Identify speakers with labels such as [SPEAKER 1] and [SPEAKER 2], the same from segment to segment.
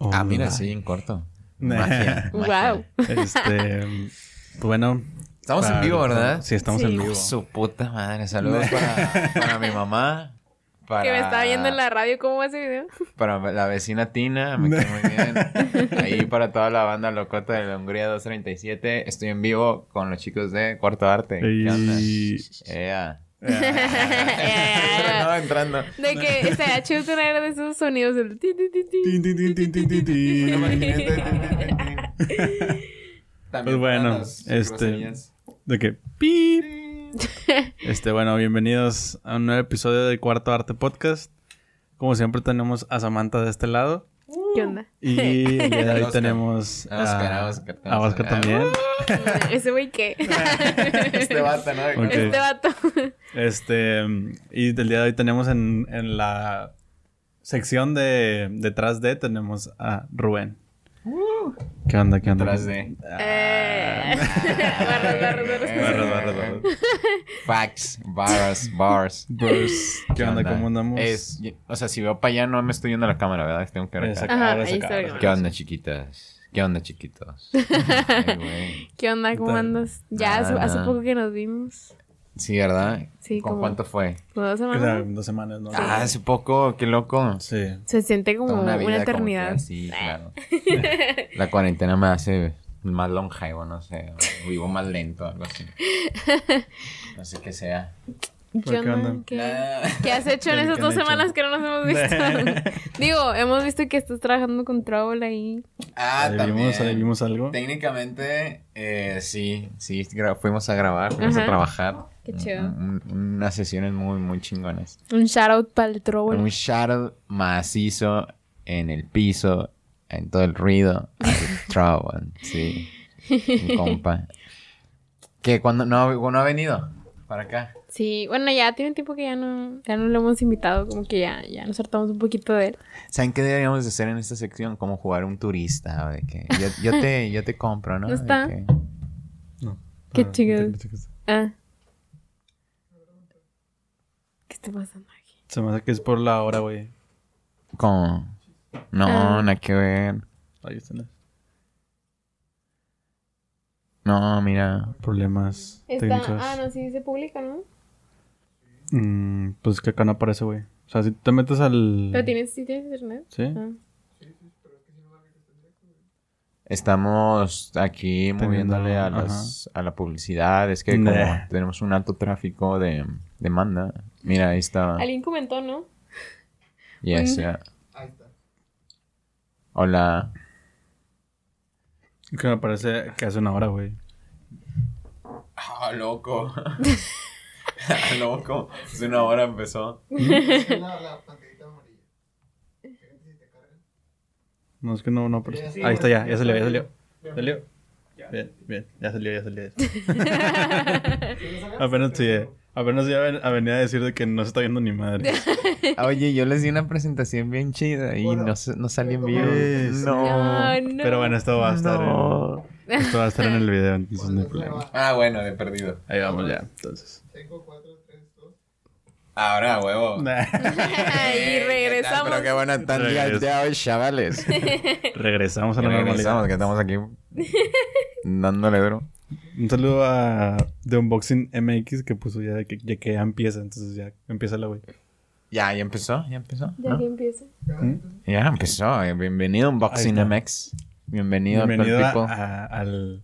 [SPEAKER 1] Oh,
[SPEAKER 2] Ah, mira, sí, en corto. Magia, magia.
[SPEAKER 3] wow.
[SPEAKER 1] Este, bueno.
[SPEAKER 2] Estamos en
[SPEAKER 1] para-
[SPEAKER 2] vivo, ¿verdad?
[SPEAKER 1] Sí, estamos
[SPEAKER 3] Sí.
[SPEAKER 1] en vivo.
[SPEAKER 2] Su puta madre. Saludos para, para mi mamá. Para,
[SPEAKER 3] Que me estaba viendo en la radio cómo va ese video.
[SPEAKER 2] Para la vecina Tina, me quedó muy bien. Ahí para toda la banda locota de la Hungría 237. Estoy en vivo con los chicos de Cuarto Arte. ¿Qué onda?
[SPEAKER 1] Y-
[SPEAKER 2] Ea.
[SPEAKER 3] Eh,
[SPEAKER 2] No, entrando.
[SPEAKER 3] de que este, estaría chido tener de esos sonidos del ti, ti, ti, ti.
[SPEAKER 1] Tin, tin, tin, tin, tin, tin, tin. Pues bueno, este, de que pi. Este, bueno, bienvenidos a un nuevo episodio de Cuarto Arte Podcast. Como siempre tenemos a Samantha de este lado
[SPEAKER 3] ¿Qué onda?
[SPEAKER 1] y el día de hoy
[SPEAKER 2] Oscar.
[SPEAKER 1] tenemos
[SPEAKER 2] A Oscar, a Oscar.
[SPEAKER 1] a Oscar también.
[SPEAKER 3] Ese güey qué.
[SPEAKER 2] Este vato, ¿no?
[SPEAKER 1] Ok.
[SPEAKER 3] Este vato.
[SPEAKER 1] Este, y del día de hoy tenemos en, en la sección de detrás de tenemos a Rubén.
[SPEAKER 3] Uh.
[SPEAKER 1] ¿Qué onda? ¿Qué onda?
[SPEAKER 2] Atrás de.
[SPEAKER 3] Eh. Barras, barras, barras.
[SPEAKER 1] Barras, barras, barras.
[SPEAKER 2] Facts, bars, bars.
[SPEAKER 1] Pues, ¿qué onda? ¿Cómo andamos?
[SPEAKER 2] Es- o sea, si veo para allá no me estoy yendo a la cámara, ¿verdad? Tengo que ver acá.
[SPEAKER 1] Exacto.
[SPEAKER 3] Ajá,
[SPEAKER 1] Ahora se
[SPEAKER 3] ahí
[SPEAKER 1] acaba.
[SPEAKER 3] está.
[SPEAKER 2] ¿Qué onda, chiquitas? ¿Qué onda, chiquitos? Ay, güey.
[SPEAKER 3] ¿Qué onda? ¿Cómo
[SPEAKER 1] Tal.
[SPEAKER 3] andas? Ya hace,
[SPEAKER 2] Nada.
[SPEAKER 3] hace poco que nos vimos.
[SPEAKER 2] sí, ¿verdad?
[SPEAKER 3] Sí,
[SPEAKER 2] ¿Con
[SPEAKER 3] como-
[SPEAKER 2] cuánto fue?
[SPEAKER 3] ¿Como dos
[SPEAKER 1] O sea,
[SPEAKER 3] semanas?
[SPEAKER 1] en dos semanas, ¿no?
[SPEAKER 2] Ah, hace poco, qué loco.
[SPEAKER 1] Sí.
[SPEAKER 3] Se siente como
[SPEAKER 2] Toda
[SPEAKER 3] una,
[SPEAKER 2] vida como
[SPEAKER 3] eternidad.
[SPEAKER 2] que así, claro. La cuarentena me hace más longevo, no sé. o Vivo más lento, algo así. No sé qué sea. Ah,
[SPEAKER 3] ¿Qué
[SPEAKER 1] ¿Por qué
[SPEAKER 3] onda?
[SPEAKER 1] onda?
[SPEAKER 3] ¿Qué, qué has hecho en
[SPEAKER 1] ¿Qué-
[SPEAKER 3] esas
[SPEAKER 1] qué
[SPEAKER 3] dos
[SPEAKER 1] han hecho?
[SPEAKER 3] semanas que no nos hemos visto? Digo, hemos visto que estás trabajando con Trouble ahí.
[SPEAKER 2] Ah,
[SPEAKER 1] Ahí
[SPEAKER 2] también.
[SPEAKER 1] vimos, ahí vimos algo.
[SPEAKER 2] Técnicamente, eh, sí, sí, gra- fuimos a grabar, fuimos a
[SPEAKER 3] Ajá.
[SPEAKER 2] trabajar.
[SPEAKER 3] Qué chido.
[SPEAKER 2] Un- un- unas sesiones muy, muy chingonas.
[SPEAKER 3] Un shout out para el Trouble.
[SPEAKER 2] Un shadow macizo en el piso, en todo el ruido. al Trouble, sí. Mi compa. Que cuando no, no ha venido para acá.
[SPEAKER 3] Sí, bueno, ya tiene tiempo que ya no, ya no lo hemos invitado, como que ya, ya nos hartamos un poquito de él.
[SPEAKER 2] ¿Saben qué deberíamos de hacer en esta sección? Como jugar un turista. De que yo, yo te, yo te compro, ¿no?
[SPEAKER 3] No
[SPEAKER 2] De
[SPEAKER 3] está.
[SPEAKER 2] que-
[SPEAKER 1] No.
[SPEAKER 3] Qué
[SPEAKER 1] Ah,
[SPEAKER 3] chido.
[SPEAKER 1] te- te- te-
[SPEAKER 3] Ah. ¿Qué está pasando aquí?
[SPEAKER 1] Se me hace que es por la hora, güey.
[SPEAKER 2] como- No,
[SPEAKER 3] Ah.
[SPEAKER 2] nada que ver.
[SPEAKER 1] Ahí están.
[SPEAKER 2] No, mira.
[SPEAKER 1] Problemas técnicos.
[SPEAKER 3] Está, ah, no, sí se publica, ¿no?
[SPEAKER 1] Mm, pues que acá no aparece, güey. O sea, si te metes
[SPEAKER 2] Mm.
[SPEAKER 1] al...
[SPEAKER 3] Pero tienes, sí tienes internet.
[SPEAKER 1] Sí.
[SPEAKER 3] Ah.
[SPEAKER 2] Estamos aquí
[SPEAKER 1] Teniendo-
[SPEAKER 2] moviéndole a,
[SPEAKER 1] ajá.
[SPEAKER 2] las- a la publicidad. Es que como
[SPEAKER 1] Nah.
[SPEAKER 2] tenemos un alto tráfico de demanda. Mira, ahí está.
[SPEAKER 3] Alguien comentó, ¿no?
[SPEAKER 2] Yes,
[SPEAKER 3] Mm.
[SPEAKER 2] yeah. Hola.
[SPEAKER 1] Que me parece que hace una hora, güey.
[SPEAKER 2] Ah, loco. loco. Hace una hora empezó.
[SPEAKER 1] No, es que no, no aparece. Ahí está ya, ya salió, ya salió. ¿Salió? Bien, bien. Ya salió, ya salió. apenas, sí, eh. apenas ya ven- a venía a decir de que no se está viendo ni madre.
[SPEAKER 2] Oye, yo les di una presentación bien chida y no, se- no salí en vivo.
[SPEAKER 1] Yes.
[SPEAKER 3] No, no.
[SPEAKER 1] Pero bueno, esto va a estar
[SPEAKER 2] No.
[SPEAKER 1] en... Esto va a estar en el video, entonces no hay problema.
[SPEAKER 2] Ah, bueno, de perdido.
[SPEAKER 1] Ahí vamos ya, entonces.
[SPEAKER 2] Ahora, huevo.
[SPEAKER 3] y regresamos.
[SPEAKER 2] Pero qué buena
[SPEAKER 1] Regreso.
[SPEAKER 2] tarde ya hoy, chavales.
[SPEAKER 1] Regresamos a la normalidad.
[SPEAKER 2] Regresamos, que estamos aquí dándole duro.
[SPEAKER 1] Un saludo a de Unboxing MX que puso ya de que ya, que ya empieza, entonces ya empieza la güey.
[SPEAKER 2] Ya, ya empezó, ya empezó.
[SPEAKER 3] Ya
[SPEAKER 2] ¿no?
[SPEAKER 3] que empieza.
[SPEAKER 2] Ya empezó. eh, Bienvenido a Unboxing
[SPEAKER 1] Ahí está.
[SPEAKER 2] MX. Bienvenido,
[SPEAKER 1] Bienvenido
[SPEAKER 2] al
[SPEAKER 1] a,
[SPEAKER 2] people.
[SPEAKER 1] a- al,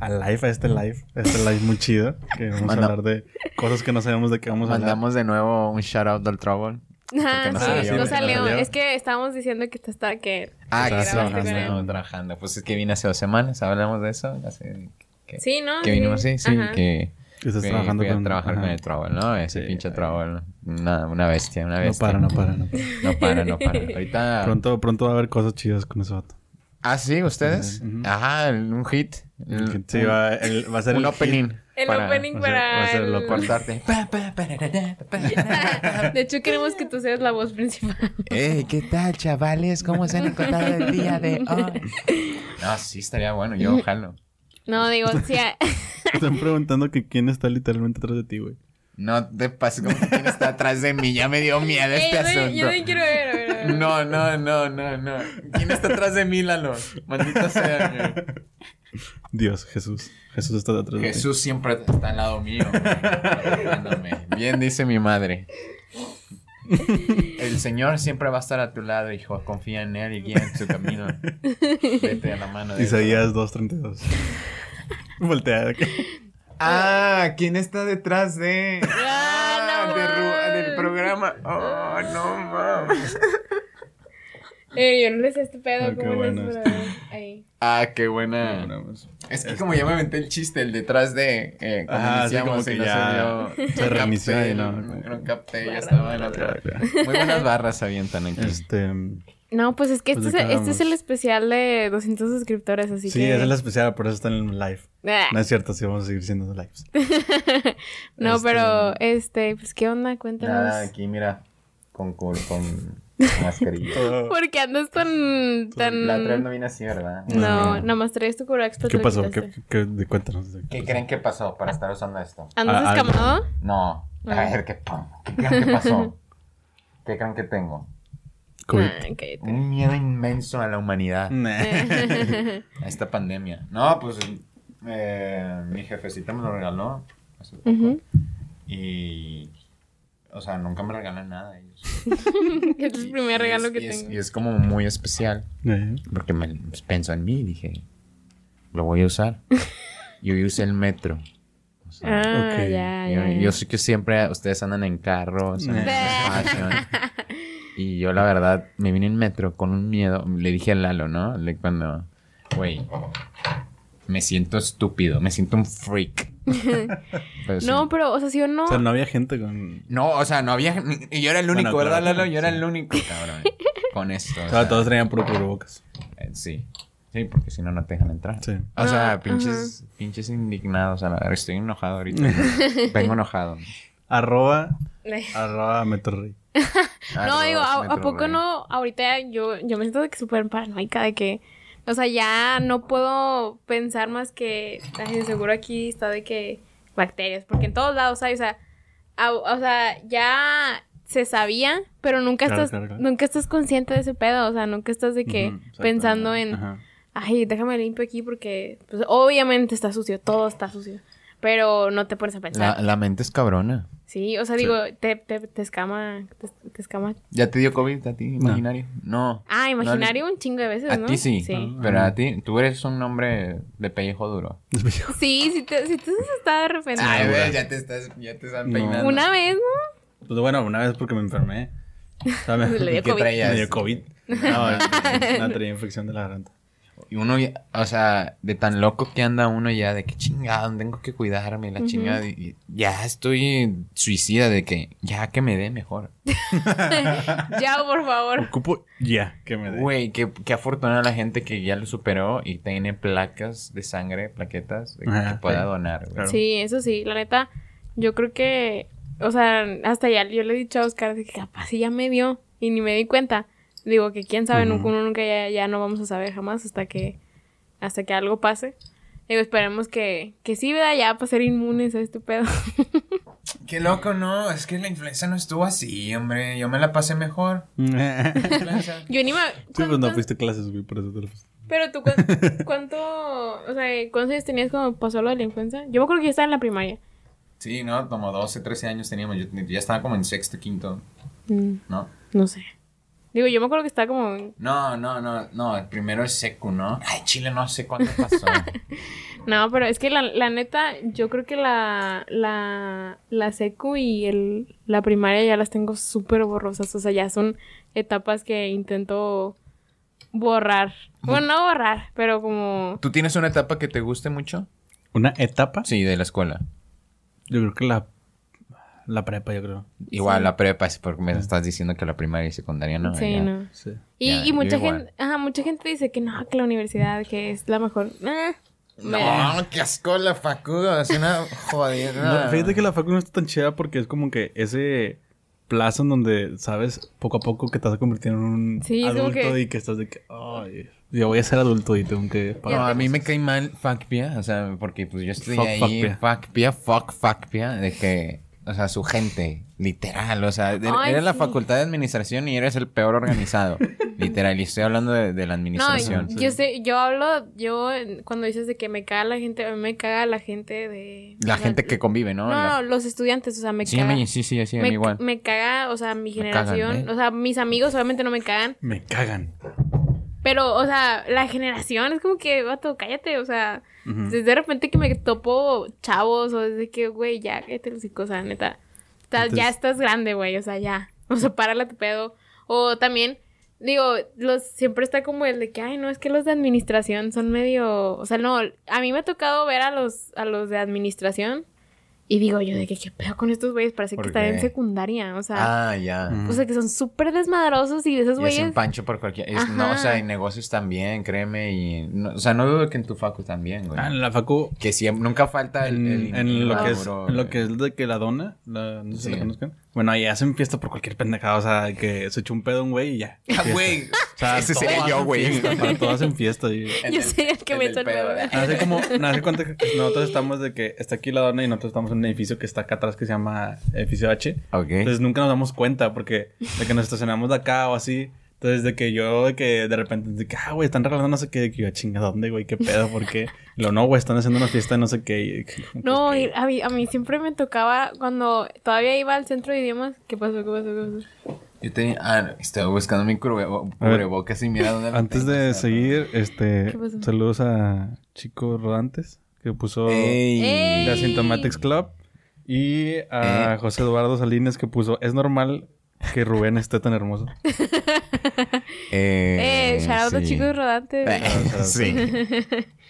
[SPEAKER 1] al live, a este live, a este live muy chido, que vamos
[SPEAKER 2] Manda-
[SPEAKER 1] a hablar de cosas que no sabemos de qué vamos a hablar.
[SPEAKER 2] Mandamos de nuevo un shout out al Trouble.
[SPEAKER 3] Ah,
[SPEAKER 2] no
[SPEAKER 3] sí,
[SPEAKER 2] salió,
[SPEAKER 3] no
[SPEAKER 2] porque no
[SPEAKER 3] salió.
[SPEAKER 1] salió.
[SPEAKER 3] Es que estábamos diciendo que está que.
[SPEAKER 2] Ah,
[SPEAKER 3] que
[SPEAKER 2] que
[SPEAKER 1] grabaste
[SPEAKER 2] sí,
[SPEAKER 1] con él.
[SPEAKER 2] estamos trabajando. Pues es que vine hace dos semanas, hablamos de eso. Hace que,
[SPEAKER 3] Sí, ¿no?
[SPEAKER 2] que vinimos, sí, sí,
[SPEAKER 3] Ajá.
[SPEAKER 2] que.
[SPEAKER 1] Estás
[SPEAKER 2] Fui-
[SPEAKER 1] trabajando
[SPEAKER 2] fui a
[SPEAKER 1] con...
[SPEAKER 2] trabajar
[SPEAKER 1] ajá.
[SPEAKER 2] con el Trouble, ¿no? Ese
[SPEAKER 1] Sí,
[SPEAKER 2] pinche
[SPEAKER 1] ahí.
[SPEAKER 2] Trouble. Una, una bestia, una
[SPEAKER 1] No
[SPEAKER 2] bestia. Ah.
[SPEAKER 1] para, no para, no para.
[SPEAKER 2] No para, no para. Ahorita.
[SPEAKER 1] Pronto, pronto va a haber cosas chidas con ese vato.
[SPEAKER 2] Ah, sí, ustedes.
[SPEAKER 1] Ujú.
[SPEAKER 2] Ajá, el- un hit. El-
[SPEAKER 1] Sí, va, el- va a ser
[SPEAKER 2] un
[SPEAKER 1] el
[SPEAKER 2] opening.
[SPEAKER 3] El
[SPEAKER 2] para-
[SPEAKER 3] opening
[SPEAKER 1] o sea, va a
[SPEAKER 3] para.
[SPEAKER 1] ser
[SPEAKER 3] el-
[SPEAKER 1] lo
[SPEAKER 2] Cortarte. Pa, pa, pararara, pa, pa.
[SPEAKER 3] De hecho, queremos que tú seas la voz principal.
[SPEAKER 2] Ey, ¿qué tal, chavales? ¿Cómo se han encontrado el día de hoy? No, sí, estaría bueno. Yo jalo.
[SPEAKER 3] No, digo, sí. a-
[SPEAKER 1] Están preguntando que quién está literalmente atrás de ti, güey.
[SPEAKER 2] No te pases como que quién está atrás de mí. Ya me dio miedo
[SPEAKER 3] Ey,
[SPEAKER 2] este
[SPEAKER 3] yo también- Yo también
[SPEAKER 2] asunto.
[SPEAKER 3] quiero ver, a ver, a ver.
[SPEAKER 2] No, no, no, no, no. ¿Quién está atrás de mí, Lalo? Maldito sea, güey.
[SPEAKER 1] Dios, Jesús. Jesús está detrás de ti.
[SPEAKER 2] Jesús siempre está al lado mío. güey, ayudándome. Bien dice mi madre. El Señor siempre va a estar a tu lado, hijo. Confía en Él y guía en su camino. Vete a la mano de Él.
[SPEAKER 1] Isaías 2.32. Voltea.
[SPEAKER 2] Ah, ¿quién está detrás de?
[SPEAKER 3] Ah, no
[SPEAKER 2] de Ru-
[SPEAKER 3] mames.
[SPEAKER 2] del programa. Oh, no mames.
[SPEAKER 3] Eh, yo no les sé este pedo.
[SPEAKER 1] Ah, qué
[SPEAKER 3] ¿Cómo les
[SPEAKER 1] bueno,
[SPEAKER 3] pero,
[SPEAKER 1] este.
[SPEAKER 3] Ahí.
[SPEAKER 2] Ah, qué buena. Es que como ya me aventé el chiste, el detrás de. Eh, cuando
[SPEAKER 1] Ajá, así
[SPEAKER 2] iniciamos
[SPEAKER 1] como que
[SPEAKER 2] y no se
[SPEAKER 1] ya
[SPEAKER 2] vio,
[SPEAKER 1] se
[SPEAKER 2] no
[SPEAKER 1] reinició
[SPEAKER 2] capté,
[SPEAKER 1] y no,
[SPEAKER 2] No,
[SPEAKER 1] como que-
[SPEAKER 2] no capté, ya estaba en otra. Muy buenas barras se avientan aquí.
[SPEAKER 1] Este.
[SPEAKER 3] No, pues es que
[SPEAKER 1] Pues
[SPEAKER 3] este,
[SPEAKER 1] de
[SPEAKER 3] es,
[SPEAKER 1] cada
[SPEAKER 3] este es
[SPEAKER 1] uno.
[SPEAKER 3] el especial de 200 suscriptores, así
[SPEAKER 1] Sí,
[SPEAKER 3] que...
[SPEAKER 1] esa es la especial, por eso está en el live.
[SPEAKER 3] Ah.
[SPEAKER 1] No es cierto, sí, vamos a seguir siendo lives.
[SPEAKER 3] No,
[SPEAKER 1] Este-
[SPEAKER 3] pero, este, pues, ¿qué onda? Cuéntanos.
[SPEAKER 2] Nada, aquí mira, con, con, con mascarilla.
[SPEAKER 1] Todo-
[SPEAKER 3] ¿Por qué andas tan... tan...
[SPEAKER 2] La otra vez no vine así, ¿verdad? Este,
[SPEAKER 3] No, nomás traías tu curax pero te
[SPEAKER 1] ¿Qué
[SPEAKER 3] lo
[SPEAKER 1] pasó?
[SPEAKER 3] quitaste.
[SPEAKER 1] ¿Qué, qué, de- cuéntanos. de-
[SPEAKER 2] ¿Qué creen que pasó para estar usando esto?
[SPEAKER 3] ¿Andas
[SPEAKER 1] Ah, algo.
[SPEAKER 3] escamado?
[SPEAKER 2] No. A
[SPEAKER 3] Ah.
[SPEAKER 2] ver, ¿qué, pam? ¿Qué creen que pasó? ¿Qué creen que tengo?
[SPEAKER 1] COVID.
[SPEAKER 3] Ah, cállate.
[SPEAKER 2] Un miedo inmenso a la humanidad.
[SPEAKER 1] Nah.
[SPEAKER 3] Este
[SPEAKER 2] A esta pandemia. No, pues eh, mi jefecita me lo regaló hace poco.
[SPEAKER 3] Ujú.
[SPEAKER 2] Y. O sea, nunca me regalan nada ellos.
[SPEAKER 3] Es el
[SPEAKER 2] Y
[SPEAKER 3] primer
[SPEAKER 2] es-
[SPEAKER 3] regalo que
[SPEAKER 2] y es-
[SPEAKER 3] tengo.
[SPEAKER 2] y es como muy especial.
[SPEAKER 1] Eh,
[SPEAKER 2] Porque me pues, pensó en mí y dije, lo voy a usar. yo usé el metro. O sea,
[SPEAKER 3] Ah,
[SPEAKER 1] Ok.
[SPEAKER 3] ya,
[SPEAKER 2] yo,
[SPEAKER 3] ya, ya.
[SPEAKER 2] yo sé que siempre ustedes andan en carros, andan en
[SPEAKER 3] Nah.
[SPEAKER 2] fashion. Y yo la verdad me vine en metro con un miedo. Le dije a Lalo, ¿no? Le cuando, güey, me siento estúpido, me siento un freak. Pero sí.
[SPEAKER 3] No, pero, o sea, sí o no...
[SPEAKER 1] O sea, no había gente con.
[SPEAKER 2] No, o sea, no había... Y yo era el
[SPEAKER 1] Bueno,
[SPEAKER 2] único, ¿verdad,
[SPEAKER 1] claro,
[SPEAKER 2] Lalo? Yo era
[SPEAKER 1] sí.
[SPEAKER 2] el único, cabrón. Con esto. o
[SPEAKER 1] O
[SPEAKER 2] sea,
[SPEAKER 1] sea, todos traían puro cubrebocas.
[SPEAKER 2] eh, sí. Sí, porque si no, no te dejan entrar.
[SPEAKER 1] Sí.
[SPEAKER 2] O
[SPEAKER 3] Ah,
[SPEAKER 2] sea, pinches, pinches indignados a la verga. Estoy enojado ahorita. Vengo enojado.
[SPEAKER 1] Arroba,
[SPEAKER 3] Eh.
[SPEAKER 1] arroba Metorrey.
[SPEAKER 3] No,
[SPEAKER 2] Arroba
[SPEAKER 3] digo, ¿a, a
[SPEAKER 2] Metro
[SPEAKER 3] poco
[SPEAKER 2] Rey.
[SPEAKER 3] no? Ahorita yo, yo me siento de que súper paranoica de que... O sea, ya no puedo pensar más que... ay, de seguro aquí está de que... Bacterias, porque en todos lados hay, o sea... a- o sea, ya se sabía, pero nunca
[SPEAKER 1] Claro,
[SPEAKER 3] estás...
[SPEAKER 1] claro, claro.
[SPEAKER 3] Nunca estás consciente de ese pedo, o sea, nunca estás de que...
[SPEAKER 1] Ujú, exacto.
[SPEAKER 3] pensando en...
[SPEAKER 1] Ajá.
[SPEAKER 3] Ay, déjame limpio aquí porque... Pues, obviamente está sucio, todo está sucio. Pero no te pones a pensar.
[SPEAKER 2] La, la mente es cabrona.
[SPEAKER 3] Sí, o sea, digo, te, te, te escama... Te, te escama...
[SPEAKER 2] ¿Ya te dio COVID a ti, imaginario? No.
[SPEAKER 3] Ah,
[SPEAKER 2] No,
[SPEAKER 3] imaginario un chingo de veces,
[SPEAKER 2] a
[SPEAKER 3] ¿no?
[SPEAKER 2] ti sí.
[SPEAKER 3] Sí,
[SPEAKER 2] Pero a ti, tú eres un hombre de pellejo duro.
[SPEAKER 1] Pues
[SPEAKER 3] sí, sí te, sí te has estado de repente.
[SPEAKER 2] Ay,
[SPEAKER 1] güey,
[SPEAKER 2] güey, ya te estás, Ah, ya te están
[SPEAKER 1] No.
[SPEAKER 2] peinando.
[SPEAKER 1] peinando.
[SPEAKER 3] Una vez, ¿no?
[SPEAKER 1] Pues bueno, una vez porque me enfermé. O sea, me,
[SPEAKER 3] Le
[SPEAKER 1] me
[SPEAKER 3] dio
[SPEAKER 2] ¿Y qué
[SPEAKER 3] COVID.
[SPEAKER 2] traías?
[SPEAKER 1] dio COVID. No, no, traía infección de la garganta.
[SPEAKER 2] Y uno, ya- o sea, de tan loco que anda uno ya, de que chingado, tengo que cuidarme, la
[SPEAKER 3] Ujú.
[SPEAKER 2] chingada. y- y ya estoy suicida de que ya que me dé mejor.
[SPEAKER 3] Ya, por favor.
[SPEAKER 1] Ocupo ya que me dé.
[SPEAKER 2] Güey, qué, qué afortunada la gente que ya lo superó y tiene placas de sangre, plaquetas, de
[SPEAKER 1] Ajá,
[SPEAKER 2] que pueda
[SPEAKER 1] sí.
[SPEAKER 2] donar, güey.
[SPEAKER 1] Claro.
[SPEAKER 3] Sí, eso sí, la neta, yo creo que, o sea, hasta ya yo le he dicho a Oscar de que capaz sí ya me dio y ni me di cuenta. Digo que quién sabe, nunca,
[SPEAKER 1] Ujú.
[SPEAKER 3] uno nunca ya, ya no vamos a saber jamás hasta que, hasta que algo pase. Digo, esperemos que, que sí, ¿verdad? Ya para ser inmunes a este pedo.
[SPEAKER 2] Qué loco, no, es que la influenza no estuvo así, hombre. Yo me la pasé mejor.
[SPEAKER 1] sí,
[SPEAKER 2] influenza.
[SPEAKER 3] Yo ni me...
[SPEAKER 1] pues no
[SPEAKER 3] ¿cuántos-
[SPEAKER 1] fuiste a clases, güey, por eso te lo fuiste.
[SPEAKER 3] Pero tú, cuán- ¿cuánto, o sea, cuántos años tenías cuando pasó lo de la influenza? Yo me acuerdo que ya estaba en la primaria.
[SPEAKER 2] Sí, no, como 12, 13 años teníamos. Yo ya estaba como en sexto, quinto, ¿no?
[SPEAKER 3] no sé. Digo, yo me acuerdo que estaba como,
[SPEAKER 2] No, no, no, no, el primero es secu, ¿no? Ay, Chile, no sé cuándo pasó.
[SPEAKER 3] no, pero es que la, la neta, yo creo que la, la, la secu y el, la primaria ya las tengo súper borrosas, o sea, ya son etapas que intento borrar. Bueno, no borrar, pero como...
[SPEAKER 2] ¿Tú tienes una etapa que te guste mucho?
[SPEAKER 1] ¿Una etapa?
[SPEAKER 2] Sí, de la escuela.
[SPEAKER 1] Yo creo que la, la prepa, yo creo.
[SPEAKER 2] Igual la prepa, es porque me estás diciendo que la primaria y secundaria no.
[SPEAKER 3] sí,
[SPEAKER 2] ya.
[SPEAKER 3] no.
[SPEAKER 1] Sí.
[SPEAKER 3] Y,
[SPEAKER 2] Ya,
[SPEAKER 3] y mucha
[SPEAKER 2] yo igual.
[SPEAKER 3] gente, ajá, mucha gente dice que no, que la universidad, que es la mejor. Ah, me-
[SPEAKER 2] No, qué asco la facu, es una jodida.
[SPEAKER 1] No, fíjate que la facu no está tan chida porque es como que ese plazo en donde sabes poco a poco que te vas a convertir en un
[SPEAKER 3] Sí, es como
[SPEAKER 1] adulto
[SPEAKER 3] que-
[SPEAKER 1] y que estás de que, ay, yo voy a ser adulto y tengo que
[SPEAKER 2] No, a
[SPEAKER 1] pagar.
[SPEAKER 2] mí me cae mal FACPIA, o sea, porque pues yo estoy
[SPEAKER 1] Fuck
[SPEAKER 2] ahí,
[SPEAKER 1] Facpia.
[SPEAKER 2] FACPIA, fuck FACPIA, de que o sea, su gente, literal, o sea, de-
[SPEAKER 3] Ay,
[SPEAKER 2] era la
[SPEAKER 3] sí.
[SPEAKER 2] facultad de administración y eres el peor organizado, literal, y estoy hablando de, de la
[SPEAKER 3] No,
[SPEAKER 2] administración.
[SPEAKER 3] yo sé, yo hablo, yo en- cuando dices de que me caga la gente, a mí me caga la gente de...
[SPEAKER 2] la gente que convive, ¿no?
[SPEAKER 3] No,
[SPEAKER 2] La-
[SPEAKER 3] no, los estudiantes, o sea, me
[SPEAKER 2] sí, a
[SPEAKER 3] caga.
[SPEAKER 2] mí- sí, sí, sí, a mí
[SPEAKER 3] me,
[SPEAKER 2] igual.
[SPEAKER 3] me caga, o sea, mi
[SPEAKER 2] Me cagan,
[SPEAKER 3] generación,
[SPEAKER 2] ¿eh?
[SPEAKER 3] o sea, mis amigos obviamente no me cagan,
[SPEAKER 1] Me cagan.
[SPEAKER 3] pero, o sea, la generación es como que, vato, cállate, o sea,
[SPEAKER 1] Ujú.
[SPEAKER 3] desde de repente que me topo chavos, o desde que, güey, ya, cállate los hocico, o sea, neta, o sea,
[SPEAKER 1] Entonces-
[SPEAKER 3] ya estás grande, güey, o sea, ya, o sea, párale a tu pedo, o también, digo, los, siempre está como el de que, ay, no, es que los de administración son medio, o sea, no, a mí me ha tocado ver a los, a los de administración, y digo yo, de que, qué pedo con estos güeyes, parece que
[SPEAKER 2] ¿Por
[SPEAKER 3] están en
[SPEAKER 2] qué?
[SPEAKER 3] secundaria, o sea...
[SPEAKER 2] Ah, ya.
[SPEAKER 1] Ujú.
[SPEAKER 3] O sea, que son súper desmadrosos y de esos
[SPEAKER 2] Y es un
[SPEAKER 3] güeyes.
[SPEAKER 2] pancho por cualquier... es- no, o sea,
[SPEAKER 3] Pues Ajá.
[SPEAKER 2] en negocios también, créeme, y... no- o sea, no dudo que en tu facu también, güey.
[SPEAKER 1] Ah, en la facu,
[SPEAKER 2] Que siempre, nunca falta el...
[SPEAKER 1] en,
[SPEAKER 2] el-
[SPEAKER 1] en lo,
[SPEAKER 2] el
[SPEAKER 1] que es,
[SPEAKER 2] laburo,
[SPEAKER 1] en lo
[SPEAKER 2] güey.
[SPEAKER 1] que es de que la dona, la- no sé si
[SPEAKER 2] Sí.
[SPEAKER 1] la conozcan. Bueno, ahí hacen fiesta por cualquier pendejada, o sea, que se echó un pedo un güey y ya.
[SPEAKER 2] Ah, güey.
[SPEAKER 1] O sea,
[SPEAKER 2] Ese
[SPEAKER 1] todos
[SPEAKER 2] sería
[SPEAKER 1] hacen
[SPEAKER 2] yo, güey.
[SPEAKER 1] fiesta, para todos hacen fiesta. Y...
[SPEAKER 2] En
[SPEAKER 3] Yo sería el que
[SPEAKER 2] en
[SPEAKER 3] me hizo el
[SPEAKER 2] pedo,
[SPEAKER 3] pedo.
[SPEAKER 2] ¿verdad?
[SPEAKER 1] Hace como, no, hace cuenta que nosotros estamos de que está aquí la dona y nosotros estamos en un edificio que está acá atrás que se llama edificio H.
[SPEAKER 2] Ok.
[SPEAKER 1] Entonces nunca nos damos cuenta porque de que nos estacionamos de acá o así. Entonces de que yo de que de repente de que ah güey están regalando no sé qué de que yo "Ah, chinga dónde güey qué pedo porque lo no güey están haciendo una fiesta de no sé qué. y- "Pues y-
[SPEAKER 2] pues
[SPEAKER 3] No, y a mí, a mí siempre me tocaba cuando todavía iba al centro de idiomas. ¿Qué pasó? ¿Qué pasó? ¿Qué pasó?
[SPEAKER 2] Yo tenía... Ah, no, estaba buscando mi cubrebo-
[SPEAKER 1] A ver.
[SPEAKER 2] cubrebocas y mira dónde lo
[SPEAKER 1] Antes
[SPEAKER 2] tengo, o
[SPEAKER 1] de
[SPEAKER 2] sea,
[SPEAKER 1] seguir, este,
[SPEAKER 3] ¿Qué pasó?
[SPEAKER 1] saludos a Chico Rodantes, que puso
[SPEAKER 2] Ey.
[SPEAKER 3] Ey.
[SPEAKER 1] de Asymptomatics Club, y a
[SPEAKER 2] Eh.
[SPEAKER 1] José Eduardo Salinas, que puso, es normal que Rubén esté tan hermoso.
[SPEAKER 2] Eh,
[SPEAKER 3] Eh, shout out a
[SPEAKER 2] sí.
[SPEAKER 3] chicos rodantes.
[SPEAKER 1] Ah,
[SPEAKER 2] Eh, sí.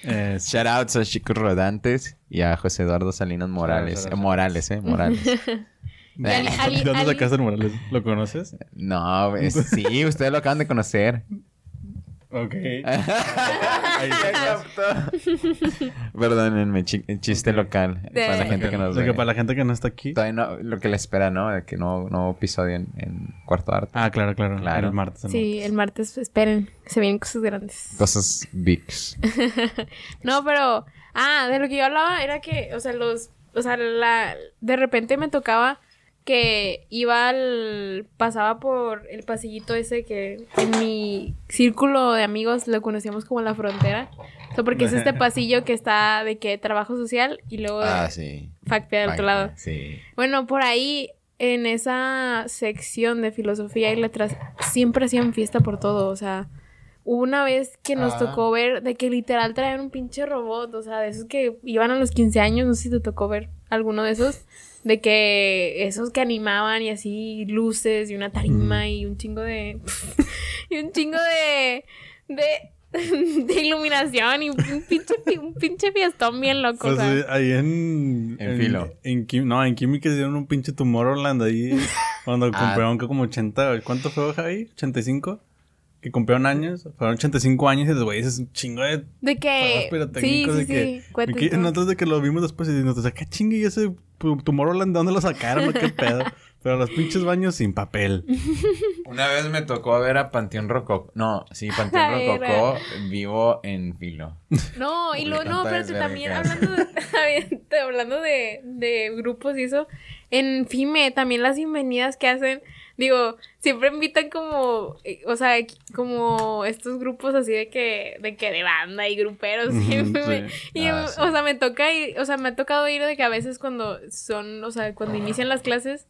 [SPEAKER 1] Eh,
[SPEAKER 2] Shout outs a chicos rodantes y a José Eduardo Salinas Morales.
[SPEAKER 1] Shout outs,
[SPEAKER 2] Eh,
[SPEAKER 1] shout outs.
[SPEAKER 2] Morales, eh, Morales.
[SPEAKER 3] Y Ali- Ali-
[SPEAKER 1] ¿Dónde
[SPEAKER 3] Ali-
[SPEAKER 1] sacaste el Morales? ¿Lo conoces?
[SPEAKER 2] No, es- sí, ustedes lo acaban de conocer.
[SPEAKER 1] Ok. Ahí está.
[SPEAKER 2] Perdónenme, chi- chiste local.
[SPEAKER 3] De-
[SPEAKER 2] Para la gente que nos
[SPEAKER 1] De que
[SPEAKER 2] ve.
[SPEAKER 1] para la gente que no está aquí.
[SPEAKER 2] Todavía no, lo que le espera, ¿no? De que no, no episodio en, en Cuarto Arte.
[SPEAKER 1] Ah, claro, claro.
[SPEAKER 2] Claro.
[SPEAKER 1] El martes. el
[SPEAKER 3] Sí,
[SPEAKER 2] pues.
[SPEAKER 3] el martes, esperen, se vienen cosas grandes.
[SPEAKER 2] Cosas bigs.
[SPEAKER 3] No, pero, ah, de lo que yo hablaba era que, o sea, los, o sea, la, de repente me tocaba que iba al, pasaba por el pasillito ese que en mi círculo de amigos lo conocíamos como la frontera. O sea, porque es este pasillo que está de que trabajo social y luego
[SPEAKER 2] Ah, sí.
[SPEAKER 3] factoría del otro
[SPEAKER 2] Vaya,
[SPEAKER 3] lado.
[SPEAKER 2] Sí.
[SPEAKER 3] Bueno, por ahí, en esa sección de filosofía y letras, siempre hacían fiesta por todo, o sea, hubo una vez que nos
[SPEAKER 2] Ah.
[SPEAKER 3] tocó ver de que literal traían un pinche robot, o sea, de esos que iban a los 15 años, no sé si te tocó ver alguno de esos, de que esos que animaban y así, luces y una tarima y un chingo de... y un chingo de... de de iluminación y un pinche, un pinche fiestón bien loco.
[SPEAKER 1] Pues
[SPEAKER 3] o sea.
[SPEAKER 1] eh, ahí en...
[SPEAKER 2] En Filo.
[SPEAKER 1] en Quim- no, en Química dieron un pinche Tomorrowland ahí. cuando
[SPEAKER 2] Ah.
[SPEAKER 1] compraron que como 80... ¿Cuánto fue, Javi? ¿85? Que compraron años. Fueron 85 años y los güeyes es un chingo de...
[SPEAKER 3] De
[SPEAKER 1] trabajos
[SPEAKER 3] que. Sí,
[SPEAKER 1] pirotécnicos
[SPEAKER 3] Eh, sí,
[SPEAKER 1] Ah, de que,
[SPEAKER 3] sí. cuentas
[SPEAKER 1] de que
[SPEAKER 3] tú.
[SPEAKER 1] Nosotros de que lo vimos después y nosotros, ¿qué chingue? ¿Y ese pu- Tomorrowland de dónde lo sacaron? o ¿Qué pedo? Pero los pinches baños sin papel.
[SPEAKER 2] Una vez me tocó ver a Panteón Rococó. No, sí, Panteón
[SPEAKER 3] Ay,
[SPEAKER 2] Rococó vivo en Filo.
[SPEAKER 3] No, y luego, no,
[SPEAKER 2] Tanta desverga
[SPEAKER 3] espérate, también
[SPEAKER 2] que hace.
[SPEAKER 3] hablando, de, te- hablando de, de grupos y eso, en FIME también las bienvenidas que hacen, digo, siempre invitan como, eh, o sea, equ- como estos grupos así de que, de que de banda y gruperos,
[SPEAKER 1] Ujú,
[SPEAKER 3] siempre
[SPEAKER 1] sí.
[SPEAKER 3] me- y,
[SPEAKER 2] Ah, sí.
[SPEAKER 3] o sea, me toca ir, o sea, me ha tocado ir de que a veces cuando son, o sea, cuando inician las clases,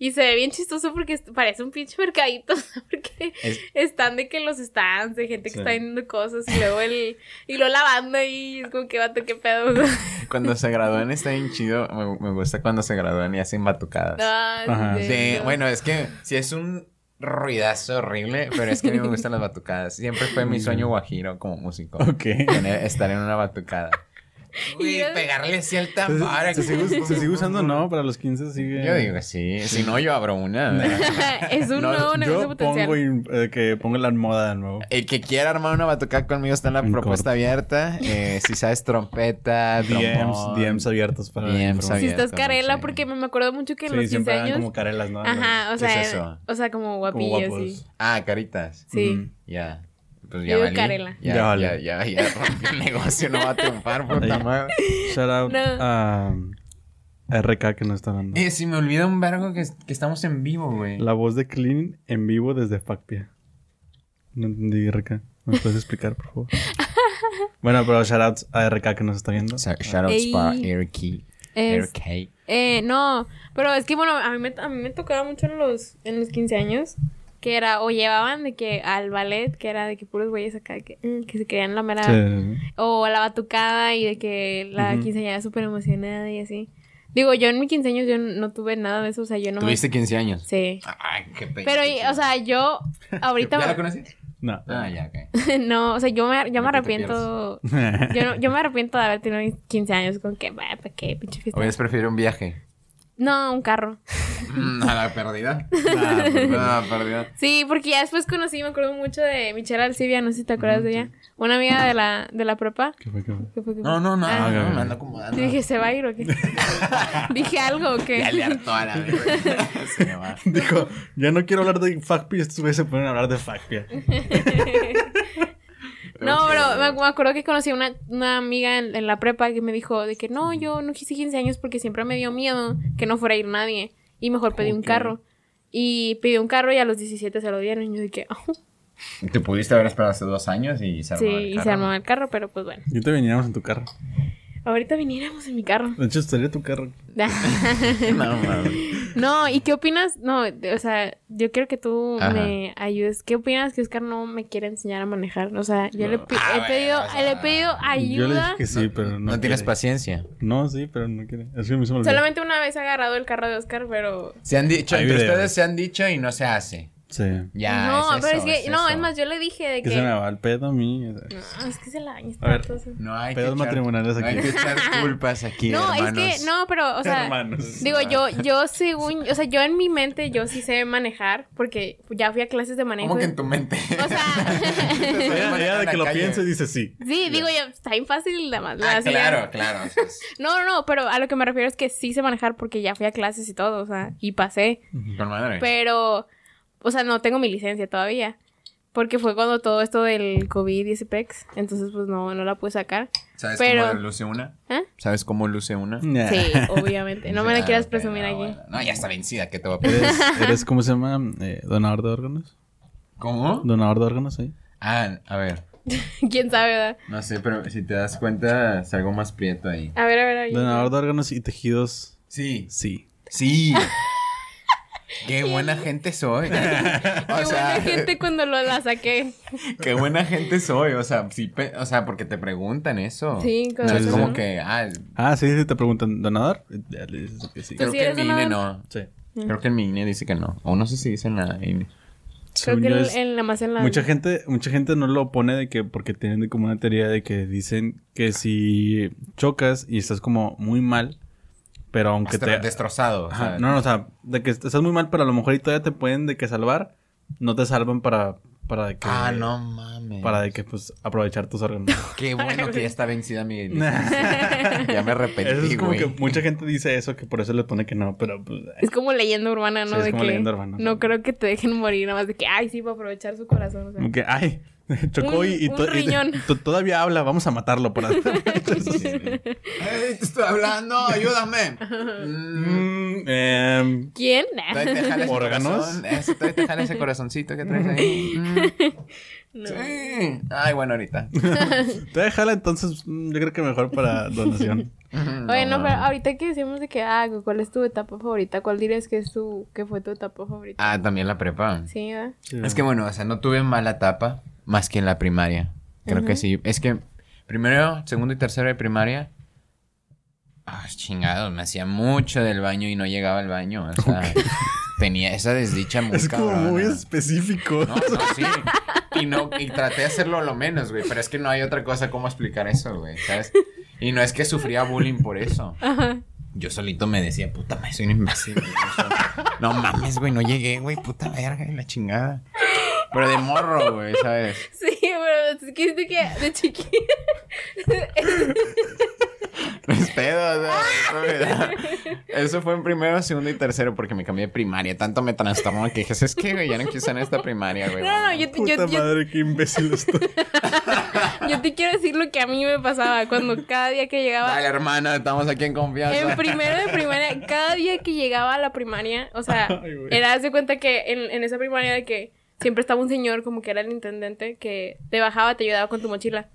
[SPEAKER 3] y se ve bien chistoso porque es- parece un pinche mercadito, porque
[SPEAKER 2] Es-
[SPEAKER 3] están de que los stands, de gente que
[SPEAKER 1] Sí.
[SPEAKER 3] está vendiendo cosas, y luego el, y luego la banda y es como que vato, qué pedo.
[SPEAKER 2] Cuando se gradúan está bien chido. Me, me gusta cuando se gradúan y hacen batucadas.
[SPEAKER 3] No,
[SPEAKER 1] Ajá.
[SPEAKER 3] sí,
[SPEAKER 2] De-
[SPEAKER 3] no.
[SPEAKER 2] bueno, es que si es un ruidazo horrible, pero es que a mí me gustan las batucadas. Siempre fue mi sueño guajiro como músico.
[SPEAKER 1] Ok.
[SPEAKER 2] tener- estar en una batucada. Uy,
[SPEAKER 3] yo-
[SPEAKER 2] pegarle así al
[SPEAKER 1] Se-
[SPEAKER 2] tambor.
[SPEAKER 1] se, sigue, us- se sigue usando, ¿no? Para los 15 sigue.
[SPEAKER 2] Yo digo, Eh, sí. Si no, yo abro una.
[SPEAKER 3] es un
[SPEAKER 2] No,
[SPEAKER 3] nuevo negocio
[SPEAKER 1] Yo
[SPEAKER 3] potencial.
[SPEAKER 1] pongo in- eh, que pongo la moda de nuevo.
[SPEAKER 2] El que quiera armar una batucada conmigo está en la
[SPEAKER 1] En corto.
[SPEAKER 2] propuesta abierta. Eh, si sabes trompeta,
[SPEAKER 1] DMs,
[SPEAKER 2] trombón,
[SPEAKER 1] DMs abiertos para.
[SPEAKER 2] DMs
[SPEAKER 1] información.
[SPEAKER 3] si estás
[SPEAKER 2] abierto,
[SPEAKER 3] carela,
[SPEAKER 2] sí.
[SPEAKER 3] porque me, me acuerdo mucho que en
[SPEAKER 1] Sí,
[SPEAKER 3] los 15
[SPEAKER 1] siempre eran
[SPEAKER 3] años.
[SPEAKER 1] como carelas, ¿no?
[SPEAKER 3] Ajá, o
[SPEAKER 2] ¿Qué
[SPEAKER 3] sea,
[SPEAKER 2] es eso?
[SPEAKER 3] o sea, como
[SPEAKER 1] Como
[SPEAKER 3] guapillos, sí.
[SPEAKER 1] guapos.
[SPEAKER 2] Ah, caritas.
[SPEAKER 3] Sí.
[SPEAKER 1] Ujú.
[SPEAKER 2] Ya. Pues
[SPEAKER 3] Yo
[SPEAKER 2] ya
[SPEAKER 3] digo
[SPEAKER 2] valí.
[SPEAKER 3] Carela.
[SPEAKER 2] Ya,
[SPEAKER 1] Ya
[SPEAKER 2] ya,
[SPEAKER 1] valí.
[SPEAKER 2] ya, ya, rompí el negocio, no va a triunfar, puta
[SPEAKER 1] Ahí.
[SPEAKER 2] madre.
[SPEAKER 1] Shout out
[SPEAKER 3] No.
[SPEAKER 1] a RK que nos está dando.
[SPEAKER 2] Eh, si me olvida un vergo que, que estamos en vivo, güey.
[SPEAKER 1] La voz de Clean en vivo desde Facpia. No entendí RK. ¿Me puedes explicar, por favor? bueno, pero shoutouts a RK que nos está viendo.
[SPEAKER 2] O sea, shoutouts
[SPEAKER 3] Ey.
[SPEAKER 2] para RK.
[SPEAKER 3] Es-
[SPEAKER 2] RK.
[SPEAKER 3] Eh, no, pero es que bueno, a mí me, a mí me tocaba mucho en los, en los 15 años que era, o llevaban de que al ballet, que era de que puros güeyes acá que, mm, que se creían la mera,
[SPEAKER 1] Sí.
[SPEAKER 3] o a la batucada y de que la
[SPEAKER 1] Ujú.
[SPEAKER 3] quinceañera súper emocionada y así. Digo, yo en mis 15 años yo no tuve nada de eso, o sea, yo no me...
[SPEAKER 2] ¿Tuviste 15 años?
[SPEAKER 3] Sí.
[SPEAKER 2] Ay, qué pena.
[SPEAKER 3] Pero, y- o sea, yo ahorita...
[SPEAKER 2] ¿Ya la conocí?
[SPEAKER 1] No.
[SPEAKER 2] Ah, ya, ok.
[SPEAKER 3] no, o sea, yo me, yo me
[SPEAKER 2] No te
[SPEAKER 3] arrepiento... Yo, no- yo me arrepiento de haber tenido mis 15 años con que, bah, ¿para qué? Pinche fiesta.
[SPEAKER 2] Hubieras preferido un viaje.
[SPEAKER 3] No, un carro.
[SPEAKER 2] Mm, A la pérdida.
[SPEAKER 1] Ah, pero-
[SPEAKER 2] Ah, pérdida.
[SPEAKER 3] Sí, porque ya después conocí, me acuerdo mucho de Michelle Alcibia, no sé si te acuerdas
[SPEAKER 2] Mm,
[SPEAKER 3] de ella. Una amiga de la, de la prepa.
[SPEAKER 1] ¿Qué fue, qué fue?
[SPEAKER 3] ¿Qué fue, qué fue?
[SPEAKER 2] No, no, no.
[SPEAKER 3] Ah.
[SPEAKER 2] no, me ando acomodando.
[SPEAKER 3] Y dije, ¿se va a ir o qué? dije algo o qué.
[SPEAKER 2] Ya le hartó a la verga. Se me va.
[SPEAKER 1] Dijo, ya no quiero hablar de Facpia. Estos güeyes se ponen a hablar de Facpia.
[SPEAKER 3] no, pero me, me acuerdo que conocí a una, una amiga en, en la prepa que me dijo de que no, yo no quise 15 años porque siempre me dio miedo que no fuera a ir nadie. Y mejor pedí un
[SPEAKER 2] Ok.
[SPEAKER 3] carro. Y pedí un carro y a los 17 se lo dieron. Y yo dije, "Oh".
[SPEAKER 2] Te pudiste haber esperado hace dos años y se
[SPEAKER 3] sí,
[SPEAKER 2] armaba el
[SPEAKER 3] y se
[SPEAKER 2] carro,
[SPEAKER 3] armaba
[SPEAKER 2] ¿no?
[SPEAKER 3] el carro, pero pues bueno.
[SPEAKER 1] Yo te veníamos en tu carro.
[SPEAKER 3] Ahorita viniéramos en mi carro.
[SPEAKER 1] De hecho, estaría tu carro.
[SPEAKER 2] No, mames.
[SPEAKER 3] No, ¿y qué opinas? No, de- o sea, yo quiero que tú
[SPEAKER 2] Ajá.
[SPEAKER 3] me ayudes. ¿Qué opinas que Oscar no me quiere enseñar a manejar? O sea, yo le,
[SPEAKER 1] No.
[SPEAKER 3] pi-
[SPEAKER 2] Ah,
[SPEAKER 3] he
[SPEAKER 2] bueno,
[SPEAKER 3] pedido,
[SPEAKER 2] o sea,
[SPEAKER 3] le he pedido
[SPEAKER 1] Yo le dije
[SPEAKER 3] ayuda.
[SPEAKER 1] que sí, pero no.
[SPEAKER 2] No tienes
[SPEAKER 1] quiere.
[SPEAKER 2] paciencia.
[SPEAKER 1] No, sí, pero no quiere. Es que me hizo olvidar.
[SPEAKER 3] Solamente una vez he agarrado el carro de Oscar, pero...
[SPEAKER 2] Se han dicho,
[SPEAKER 1] Hay
[SPEAKER 2] entre
[SPEAKER 1] videos.
[SPEAKER 2] ustedes se han dicho y no se hace.
[SPEAKER 1] Sí.
[SPEAKER 2] Ya,
[SPEAKER 3] no,
[SPEAKER 2] es
[SPEAKER 3] pero
[SPEAKER 2] eso,
[SPEAKER 3] es que... no,
[SPEAKER 2] eso.
[SPEAKER 3] es más, yo le dije de
[SPEAKER 1] Que
[SPEAKER 3] que...
[SPEAKER 1] se me va el pedo a mí.
[SPEAKER 3] No, es que se la...
[SPEAKER 1] A ver.
[SPEAKER 2] No hay
[SPEAKER 1] Pedos
[SPEAKER 2] que echar-
[SPEAKER 1] matrimoniales
[SPEAKER 2] no
[SPEAKER 1] aquí.
[SPEAKER 2] hay que echar culpas aquí,
[SPEAKER 3] No,
[SPEAKER 2] hermanos.
[SPEAKER 3] es que... No, pero, o sea...
[SPEAKER 1] Hermanos.
[SPEAKER 3] Digo, yo, yo según... O sea, yo en mi mente, yo sí sé manejar. Porque ya fui a clases de manejo.
[SPEAKER 2] ¿Cómo que en tu mente?
[SPEAKER 3] O sea...
[SPEAKER 2] Te sabes
[SPEAKER 1] Ella,
[SPEAKER 2] manejar
[SPEAKER 1] ella
[SPEAKER 2] en
[SPEAKER 1] de
[SPEAKER 2] la
[SPEAKER 1] que lo
[SPEAKER 2] calle.
[SPEAKER 1] piense dice sí.
[SPEAKER 3] Sí, digo yo, está bien fácil, nada más.
[SPEAKER 2] Ah,
[SPEAKER 3] así ya-
[SPEAKER 2] claro, claro. o sea, es-
[SPEAKER 3] No, no, no, pero a lo que me refiero es que sí sé manejar porque ya fui a clases y todo, o sea, y pasé.
[SPEAKER 2] Con madre.
[SPEAKER 3] Pero, o sea, no tengo mi licencia todavía. Porque fue cuando todo esto del COVID y ese pex, entonces pues no, no la pude sacar.
[SPEAKER 2] ¿Sabes
[SPEAKER 3] pero-
[SPEAKER 2] cómo luce una?
[SPEAKER 3] ¿Eh?
[SPEAKER 2] ¿Sabes cómo luce una?
[SPEAKER 1] Nah.
[SPEAKER 3] Sí, obviamente. No me la
[SPEAKER 2] Ah,
[SPEAKER 3] quieras
[SPEAKER 2] ok,
[SPEAKER 3] presumir
[SPEAKER 2] no,
[SPEAKER 3] aquí.
[SPEAKER 2] bueno. No, ya está vencida, ¿qué te va a pedir?
[SPEAKER 1] ¿Eres, eres, cómo se llama? Eh, donador de órganos.
[SPEAKER 2] ¿Cómo?
[SPEAKER 1] Donador de órganos ahí.
[SPEAKER 2] Ah, a ver.
[SPEAKER 3] ¿Quién sabe, verdad?
[SPEAKER 2] No sé, pero si te das cuenta, es algo más prieto ahí.
[SPEAKER 3] A ver, a ver, a ver.
[SPEAKER 1] Donador de órganos y tejidos.
[SPEAKER 2] Sí.
[SPEAKER 1] Sí.
[SPEAKER 2] Sí. Qué buena gente soy.
[SPEAKER 3] Qué
[SPEAKER 2] O sea,
[SPEAKER 3] buena gente cuando lo la saqué.
[SPEAKER 2] qué buena gente soy. O sea, sí, pe- o sea, porque te preguntan eso.
[SPEAKER 3] Sí, con
[SPEAKER 2] No es
[SPEAKER 1] razón,
[SPEAKER 2] como
[SPEAKER 3] ¿no?
[SPEAKER 2] que, ah,
[SPEAKER 1] Ah, sí, sí, te preguntan, ¿donador? Eh, Ya le dices que sí.
[SPEAKER 2] creo
[SPEAKER 3] Pues sí
[SPEAKER 2] que
[SPEAKER 3] eres
[SPEAKER 2] en mi INE
[SPEAKER 3] una-
[SPEAKER 2] no.
[SPEAKER 1] Sí.
[SPEAKER 2] Creo que en mi INE dice que no. O no sé si dice nada.
[SPEAKER 3] Creo
[SPEAKER 1] Según
[SPEAKER 3] que
[SPEAKER 1] yo
[SPEAKER 3] en,
[SPEAKER 1] es-
[SPEAKER 3] en la más en la...
[SPEAKER 1] Mucha gente, mucha gente no lo pone de que porque tienen de como una teoría de que dicen que si chocas y estás como muy mal, pero aunque te
[SPEAKER 2] Destrozado. o
[SPEAKER 1] Ajá,
[SPEAKER 2] sea,
[SPEAKER 1] no, no, o sea, de que est- estás muy mal, pero a lo mejor y todavía te pueden de que salvar, no te salvan para para de que
[SPEAKER 2] Ah, no mames.
[SPEAKER 1] para de que pues aprovechar tus órganos.
[SPEAKER 2] Qué bueno que ya está vencida mi licencia. ya me arrepentí,
[SPEAKER 1] eso es como
[SPEAKER 2] güey.
[SPEAKER 1] que mucha gente dice eso que por eso le pone que no, pero pues, eh,
[SPEAKER 3] Es como leyenda urbana, ¿no?
[SPEAKER 1] Sí, es
[SPEAKER 3] de
[SPEAKER 1] como
[SPEAKER 3] que
[SPEAKER 1] leyenda urbana.
[SPEAKER 3] No creo que te dejen morir, nada más de que, ay, sí, para aprovechar su corazón. o sea.
[SPEAKER 1] como que ay, chocó
[SPEAKER 3] Un-
[SPEAKER 1] y, y
[SPEAKER 3] un
[SPEAKER 1] to- y
[SPEAKER 3] riñón.
[SPEAKER 1] to- todavía habla, vamos a matarlo para
[SPEAKER 2] Sí, sí. ¡Ey, te estoy hablando! ¡Ayúdame! Mm,
[SPEAKER 1] Mm, em,
[SPEAKER 3] ¿Quién?
[SPEAKER 2] todavía te jala ese
[SPEAKER 1] ¿Órganos?
[SPEAKER 2] corazón, ese- todavía te jala ese corazoncito que traes ahí. Mm,
[SPEAKER 3] No.
[SPEAKER 2] sí. Ay, bueno, ahorita.
[SPEAKER 1] Te déjala entonces, mm, yo creo que mejor para donación.
[SPEAKER 2] Mm,
[SPEAKER 3] Oye, no, pero
[SPEAKER 2] mames.
[SPEAKER 3] ahorita que decimos de que, ah, ¿cuál es tu etapa favorita? ¿Cuál dirías que es tu, que fue tu etapa favorita?
[SPEAKER 2] Ah, también la prepa.
[SPEAKER 3] Sí, ¿verdad?
[SPEAKER 2] Es que bueno, o sea, no tuve mala etapa más que en la primaria. Creo que sí. Es que primero, segundo y tercero de primaria. Ah, chingado, me hacía mucho del baño y no llegaba al baño. O sea, tenía esa desdicha muy
[SPEAKER 1] es como
[SPEAKER 2] cabrona.
[SPEAKER 1] muy ¿eh? específico.
[SPEAKER 2] No, no, sí. Y, no, y traté de hacerlo lo menos, güey. Pero es que no hay otra cosa como explicar eso, güey. ¿Sabes? Y no es que sufría bullying por eso. Yo solito me decía, puta madre, soy un imbécil. güey. O sea, No mames, güey, no llegué, güey, puta verga y la chingada. Pero de morro, güey, ¿sabes?
[SPEAKER 3] Sí, pero es que siento que de chiquita.
[SPEAKER 2] pedo. o sea, Eso fue en primero, segundo y tercero porque me cambié de primaria. Tanto me trastornó que dije, es que, güey, ya no quiero estar en esta primaria, güey.
[SPEAKER 3] No, no, yo te, yo-
[SPEAKER 1] Puta
[SPEAKER 3] yo-
[SPEAKER 1] madre, qué imbécil estoy.
[SPEAKER 3] yo te quiero decir lo que a mí me pasaba cuando cada día que llegaba
[SPEAKER 2] Dale, hermana, estamos aquí en confianza.
[SPEAKER 3] En primero de primaria, cada día que llegaba a la primaria, o sea,
[SPEAKER 1] Ay, güey.
[SPEAKER 3] era, haz de cuenta que en, en esa primaria de que siempre estaba un señor, como que era el intendente, que te bajaba, te ayudaba con tu mochila.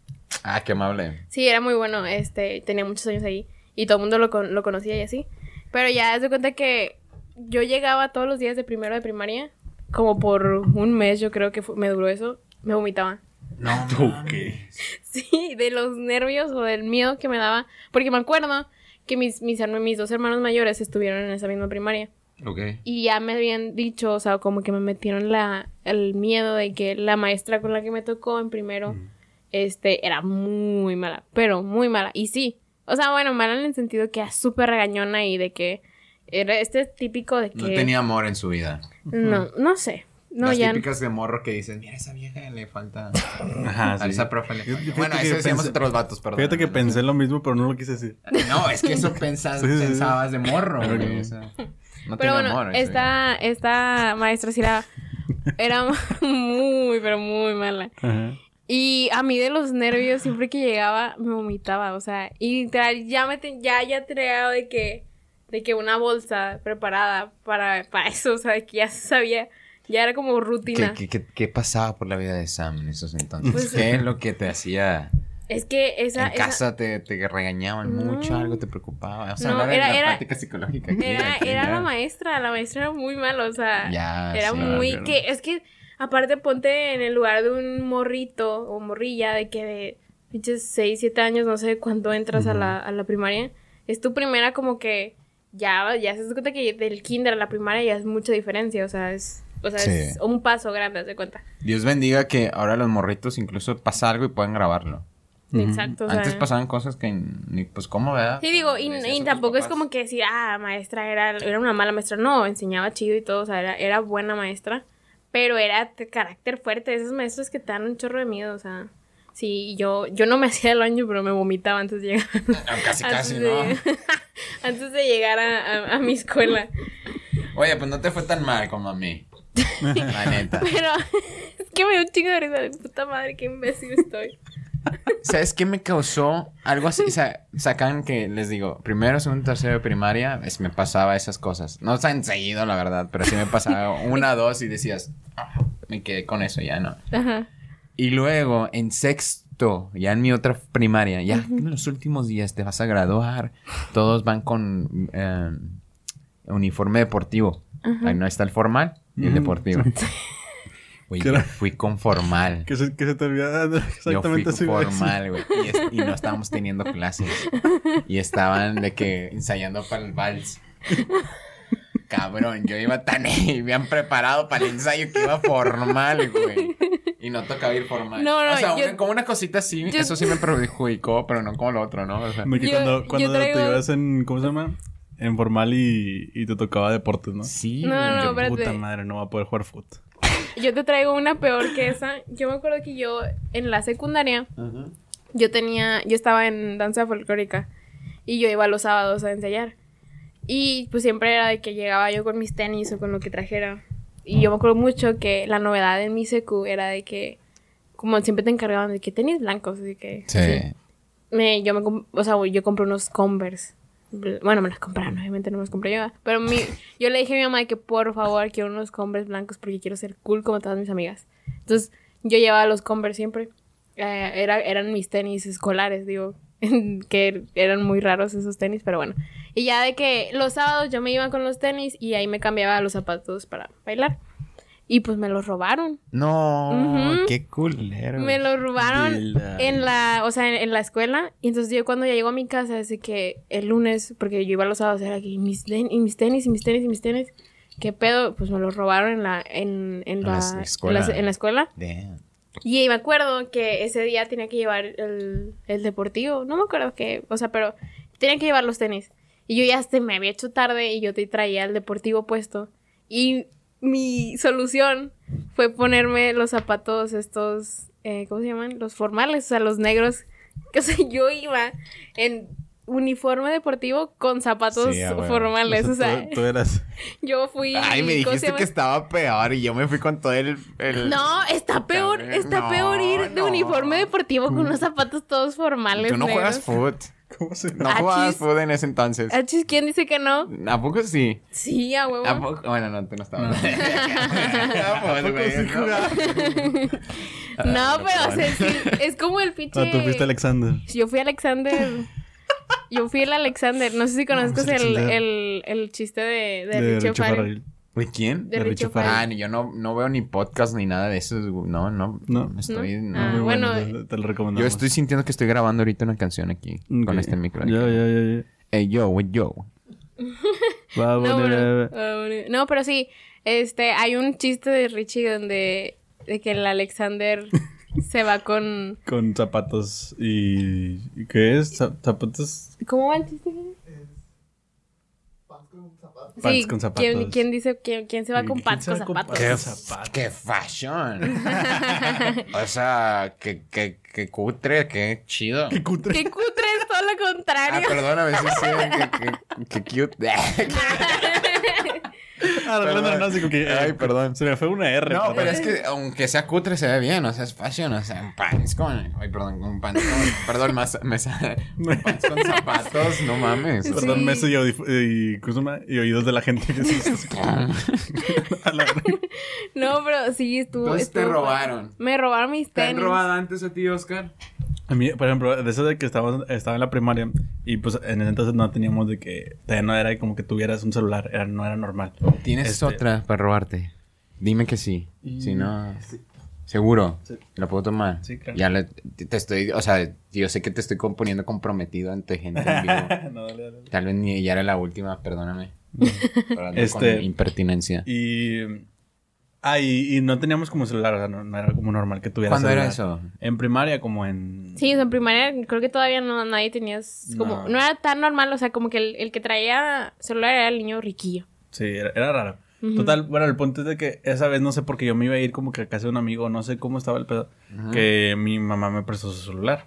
[SPEAKER 2] Ah, qué amable.
[SPEAKER 3] Sí, era muy bueno, este, tenía muchos años ahí y todo el mundo lo, con- lo conocía y así. Pero ya, haz de cuenta que yo llegaba todos los días de primero de primaria, como por un mes, yo creo que fu- me duró eso, me vomitaba.
[SPEAKER 2] No,
[SPEAKER 1] ¿Tú qué?
[SPEAKER 3] Sí, de los nervios o del miedo que me daba. Porque me acuerdo que mis, mis, herma- mis dos hermanos mayores estuvieron en esa misma primaria.
[SPEAKER 2] Ok.
[SPEAKER 3] Y ya me habían dicho, o sea, como que me metieron la, el miedo de que la maestra con la que me tocó en primero, este, era muy mala, pero muy mala. Y sí, o sea, bueno, mala en el sentido que era súper regañona y de que era este típico de que...
[SPEAKER 2] No tenía amor en su vida.
[SPEAKER 3] no, no sé. No,
[SPEAKER 2] Las
[SPEAKER 3] ya...
[SPEAKER 2] típicas de morro que dicen, mira, esa vieja le falta.
[SPEAKER 1] Ajá,
[SPEAKER 2] A
[SPEAKER 1] Ah, sí.
[SPEAKER 2] esa profe le
[SPEAKER 1] Yo- yo
[SPEAKER 2] falta.
[SPEAKER 1] fíjate
[SPEAKER 2] Bueno,
[SPEAKER 1] que
[SPEAKER 2] eso decíamos
[SPEAKER 1] pensé-
[SPEAKER 2] entre los vatos, perdón.
[SPEAKER 1] Fíjate que pensé lo mismo, pero no lo quise decir.
[SPEAKER 2] No, es que eso pensas-
[SPEAKER 1] Sí, sí, sí.
[SPEAKER 2] pensabas de morro,
[SPEAKER 1] Ok.
[SPEAKER 2] güey. o sea, no
[SPEAKER 3] Pero
[SPEAKER 2] tenía
[SPEAKER 3] bueno,
[SPEAKER 2] amor. eso,
[SPEAKER 3] esta, esta maestra sí era, era muy, pero muy mala.
[SPEAKER 1] Ajá.
[SPEAKER 3] Y a mí de los nervios, siempre que llegaba, me vomitaba, o sea, y literal, ya me te- ya, ya traía de que, de que una bolsa preparada para, para eso, o sea, de que ya se sabía, ya era como
[SPEAKER 2] ¿Qué,
[SPEAKER 3] rutina.
[SPEAKER 2] qué, qué, qué pasaba por la vida de Sam en esos entonces?
[SPEAKER 3] Pues-
[SPEAKER 2] ¿Qué es lo que te hacía?
[SPEAKER 3] Es que esa,
[SPEAKER 2] en
[SPEAKER 3] esa-
[SPEAKER 2] casa te, te regañaban
[SPEAKER 3] No.
[SPEAKER 2] mucho, algo te preocupaba. O sea,
[SPEAKER 3] Mm. No,
[SPEAKER 2] hablar de
[SPEAKER 3] era-
[SPEAKER 2] la
[SPEAKER 3] era-
[SPEAKER 2] práctica psicológica. aquí,
[SPEAKER 3] era,
[SPEAKER 2] aquí,
[SPEAKER 3] era
[SPEAKER 2] ya.
[SPEAKER 3] la maestra, la maestra era muy mala, o sea,
[SPEAKER 2] Ya,
[SPEAKER 3] Era
[SPEAKER 2] Ah, sí.
[SPEAKER 3] muy...
[SPEAKER 1] claro.
[SPEAKER 3] que Es que, aparte, ponte en el lugar de un morrito o morrilla de que de pinches 6, 7 años, no sé cuándo entras a, la, a la primaria. Es tu primera como que ya, ya se das cuenta que del kinder a la primaria ya es mucha diferencia. O sea, es, o sea,
[SPEAKER 2] Sí.
[SPEAKER 3] es un paso grande, haz de cuenta.
[SPEAKER 2] Dios bendiga que ahora los morritos incluso pasa algo y pueden grabarlo.
[SPEAKER 1] Ujú.
[SPEAKER 3] Exacto. o sea,
[SPEAKER 2] Antes pasaban cosas que ni, pues cómo, ¿verdad?
[SPEAKER 3] Pues, eh. Sí, digo, y,
[SPEAKER 2] Le decías
[SPEAKER 3] y
[SPEAKER 2] a tus
[SPEAKER 3] tampoco es
[SPEAKER 2] papás.
[SPEAKER 3] como que decir, ah, maestra era, era una mala maestra. No, enseñaba chido y todo, o sea, era, era buena maestra, pero era de carácter fuerte. Esos maestros que te dan un chorro de miedo, o sea, sí, yo, yo no me hacía el baño, pero me vomitaba antes de llegar.
[SPEAKER 2] Ah, Casi,
[SPEAKER 3] antes
[SPEAKER 2] casi,
[SPEAKER 3] de-
[SPEAKER 2] ¿no?
[SPEAKER 3] antes de llegar a, a- a mi escuela.
[SPEAKER 2] Oye, pues no te fue tan mal como a mí. La neta.
[SPEAKER 3] Pero es que me dio un chingo de risa, de puta madre, qué imbécil estoy.
[SPEAKER 2] ¿Sabes qué me causó algo así? Sa- sacan que les digo, primero, segundo, tercero de primaria, es- me pasaba esas cosas. No tan seguido, la verdad, pero sí me pasaba una, dos y decías, "Ah, me quedé con eso, ya no.
[SPEAKER 3] Ajá.
[SPEAKER 2] Y luego, en sexto, ya en mi otra primaria, ya en los últimos días te vas a graduar, todos van con eh, uniforme deportivo. Ahí no está el formal y el
[SPEAKER 1] Ujú.
[SPEAKER 2] deportivo. Güey,
[SPEAKER 1] ¿Qué
[SPEAKER 2] yo
[SPEAKER 1] era?
[SPEAKER 2] fui con formal.
[SPEAKER 1] Que se, que se te olvida exactamente
[SPEAKER 2] Yo
[SPEAKER 1] así.
[SPEAKER 2] fui
[SPEAKER 1] güey.
[SPEAKER 2] formal, güey. Y, es- y no estábamos teniendo clases. Y estaban de que ensayando para el vals. Cabrón, yo iba tan bien preparado para el ensayo que iba formal, güey. Y no tocaba ir formal.
[SPEAKER 3] No, no,
[SPEAKER 2] o sea,
[SPEAKER 3] yo-
[SPEAKER 2] una- como una cosita así,
[SPEAKER 3] yo-
[SPEAKER 2] eso sí me perjudicó, pero no como lo otro, ¿no? O sea,
[SPEAKER 1] Como que
[SPEAKER 3] Yo-
[SPEAKER 1] cuando
[SPEAKER 3] yo
[SPEAKER 1] cuando
[SPEAKER 3] traigo-
[SPEAKER 1] te ibas en. ¿Cómo se llama? En formal y, y te tocaba deportes, ¿no?
[SPEAKER 2] sí.
[SPEAKER 3] No, no,
[SPEAKER 2] güey.
[SPEAKER 1] Qué
[SPEAKER 3] espérate.
[SPEAKER 1] puta madre, no va a poder jugar fútbol.
[SPEAKER 3] Yo te traigo una peor que esa. Yo me acuerdo que yo en la secundaria yo tenía, yo estaba en danza folclórica y yo iba los sábados a ensayar. Y pues siempre era de que llegaba yo con mis tenis o con lo que trajera. Y yo me acuerdo mucho que la novedad en mi secu era de que como siempre te encargaban de que tenis blancos, así que así.
[SPEAKER 2] Sí.
[SPEAKER 3] Me, yo me, comp- o sea, yo compré unos Converse. Bl- Bueno, me los compraron, obviamente no me los compré yo. Pero mi, yo le dije a mi mamá que por favor quiero unos Converse blancos porque quiero ser cool como todas mis amigas. Entonces yo llevaba los Converse siempre. Eh, era, eran mis tenis escolares, digo, que eran muy raros esos tenis, pero bueno. Y ya de que los sábados yo me iba con los tenis y ahí me cambiaba los zapatos para bailar. Y pues me los robaron.
[SPEAKER 2] No,
[SPEAKER 3] Ujú.
[SPEAKER 2] qué culero.
[SPEAKER 3] Me lo robaron
[SPEAKER 1] Dila.
[SPEAKER 3] en la, o sea, en, en la escuela. Y entonces yo cuando ya llego a mi casa, así que el lunes, porque yo iba los sábados, era que "¿Y mis, ten- y mis tenis, y mis tenis, y mis tenis. ¿Qué pedo? Pues me los robaron en la, en, en
[SPEAKER 2] En
[SPEAKER 3] la,
[SPEAKER 2] la
[SPEAKER 3] en la-
[SPEAKER 2] escuela.
[SPEAKER 3] en la escuela.
[SPEAKER 2] Damn.
[SPEAKER 3] Y ahí me acuerdo que ese día tenía que llevar el, el deportivo. No me acuerdo qué, o sea, pero tenía que llevar los tenis. Y yo ya hasta me había hecho tarde y yo te traía el deportivo puesto. Y mi solución fue ponerme los zapatos estos, eh, ¿cómo se llaman? Los formales, o sea, los negros. Que, o sea, yo iba en uniforme deportivo con zapatos
[SPEAKER 2] Sí, ah, bueno.
[SPEAKER 3] formales. O sea,
[SPEAKER 1] tú, tú eras.
[SPEAKER 3] yo fui.
[SPEAKER 2] Ay, me
[SPEAKER 3] ¿cómo
[SPEAKER 2] dijiste
[SPEAKER 3] se llama?
[SPEAKER 2] que estaba peor y yo me fui con todo el. el-
[SPEAKER 3] No, está peor,
[SPEAKER 2] Cabrón,
[SPEAKER 3] está
[SPEAKER 2] no,
[SPEAKER 3] peor ir de
[SPEAKER 2] no.
[SPEAKER 3] uniforme deportivo con unos zapatos todos formales.
[SPEAKER 2] Tú no juegas
[SPEAKER 3] negros.
[SPEAKER 2] foot.
[SPEAKER 1] ¿Cómo se
[SPEAKER 2] No
[SPEAKER 3] Achis.
[SPEAKER 2] jugabas foot en ese entonces.
[SPEAKER 3] Achis, ¿quién dice que no?
[SPEAKER 2] ¿A poco sí?
[SPEAKER 3] Sí, a huevo.
[SPEAKER 2] ¿A poco? Bueno, no, tú no estabas.
[SPEAKER 1] ¿A poco sí jugabas?
[SPEAKER 3] No, pero o sea, sí, es como el pinche.
[SPEAKER 1] No, ah, tú fuiste Alexander.
[SPEAKER 3] Yo fui Alexander. Yo fui el Alexander. No sé si conozcas el,
[SPEAKER 1] Alexander.
[SPEAKER 3] el, el chiste de, de,
[SPEAKER 1] De
[SPEAKER 3] Richo
[SPEAKER 1] Richo
[SPEAKER 3] Farrell.
[SPEAKER 1] Farrell.
[SPEAKER 2] ¿De quién?
[SPEAKER 3] De
[SPEAKER 1] De
[SPEAKER 3] Richo
[SPEAKER 1] Richo Farrell.
[SPEAKER 3] Farrell.
[SPEAKER 2] Ah, ni- yo no, no veo ni podcast ni nada de eso. No, no.
[SPEAKER 1] No.
[SPEAKER 2] Estoy.
[SPEAKER 3] No.
[SPEAKER 2] no.
[SPEAKER 3] Ah,
[SPEAKER 1] Muy
[SPEAKER 3] bueno.
[SPEAKER 1] te- Te lo recomendamos.
[SPEAKER 2] Yo estoy sintiendo que estoy grabando ahorita una canción aquí
[SPEAKER 1] Ok.
[SPEAKER 2] con este micro.
[SPEAKER 1] Ya, ya, ya, ya.
[SPEAKER 2] Ey, yo, wey, yo.
[SPEAKER 1] Va,
[SPEAKER 3] No,
[SPEAKER 1] vale,
[SPEAKER 3] pero,
[SPEAKER 1] vale.
[SPEAKER 3] ah, no, pero sí, este, hay un chiste de Richie donde de que el Alexander se va con
[SPEAKER 1] Con zapatos y... ¿y ¿Qué es? Za- Zapatos...
[SPEAKER 3] ¿Cómo va el chiste?
[SPEAKER 1] Pants
[SPEAKER 3] Sí,
[SPEAKER 1] con zapatos.
[SPEAKER 3] ¿quién, quién dice quién, quién se va con
[SPEAKER 1] ¿Quién
[SPEAKER 3] pants
[SPEAKER 1] se
[SPEAKER 3] con
[SPEAKER 1] va con
[SPEAKER 3] zapatos?
[SPEAKER 1] pants?
[SPEAKER 2] ¡Qué fashion! o sea, que, que, que cutre, qué chido.
[SPEAKER 1] ¡Qué cutre!
[SPEAKER 3] ¡Qué cutre es todo lo
[SPEAKER 2] Ah,
[SPEAKER 3] contrario!
[SPEAKER 2] perdóname si sí, que, que, que cute.
[SPEAKER 1] Ah, no,
[SPEAKER 2] Perdón.
[SPEAKER 1] no, no, así como que...
[SPEAKER 2] Ay, perdón.
[SPEAKER 1] Se me fue una R.
[SPEAKER 2] No, pero es que aunque sea cutre se ve bien, o sea, es fashion, o sea, un pants con... Ay, perdón, con un pants con... Perdón, más... Me sale... Un pants con zapatos, no mames.
[SPEAKER 3] Sí.
[SPEAKER 1] Perdón, meses y, audif- y, ¿cómo se llama? y oídos de la gente. que se- se- se- A la verga.
[SPEAKER 3] No, pero sí, estuvo...
[SPEAKER 2] Entonces te
[SPEAKER 3] estuvo-
[SPEAKER 2] robaron.
[SPEAKER 3] Me robaron mis
[SPEAKER 2] ¿Te han
[SPEAKER 3] tenis.
[SPEAKER 2] robado antes a ti, Oscar?
[SPEAKER 1] A mí, por ejemplo, de eso de que estaba, estaba en la primaria y pues en ese entonces no teníamos de que... Todavía no era como que tuvieras un celular, era, no era normal.
[SPEAKER 2] ¿Tienes
[SPEAKER 1] Este,
[SPEAKER 2] otra para robarte? Dime que sí. Si no...
[SPEAKER 1] Sí.
[SPEAKER 2] ¿Seguro?
[SPEAKER 1] Sí.
[SPEAKER 2] ¿La puedo tomar?
[SPEAKER 1] Sí, claro.
[SPEAKER 2] Ya le- te te estoy... O sea, yo sé que te estoy componiendo comprometido ante gente en vivo.
[SPEAKER 1] No, dale, dale.
[SPEAKER 2] Tal vez ni ya era la última, perdóname. Pero ando
[SPEAKER 1] Este-
[SPEAKER 2] Con impertinencia.
[SPEAKER 1] Y... Ah, y, y no teníamos como celular, o sea, no, no era como normal que tuvieras
[SPEAKER 2] ¿Cuándo era
[SPEAKER 1] celular.
[SPEAKER 2] eso?
[SPEAKER 1] En primaria, como en...
[SPEAKER 3] Sí, o sea, en primaria creo que todavía no nadie tenía... es Como, no.
[SPEAKER 1] No.
[SPEAKER 3] era tan normal, o sea, como que el, el que traía celular era el niño riquillo.
[SPEAKER 1] Sí, era, era raro.
[SPEAKER 3] Ujú.
[SPEAKER 1] Total, bueno, el punto es de que esa vez no sé por qué yo me iba a ir como que a casa de un amigo, no sé cómo estaba el pedo, que mi mamá me prestó su celular.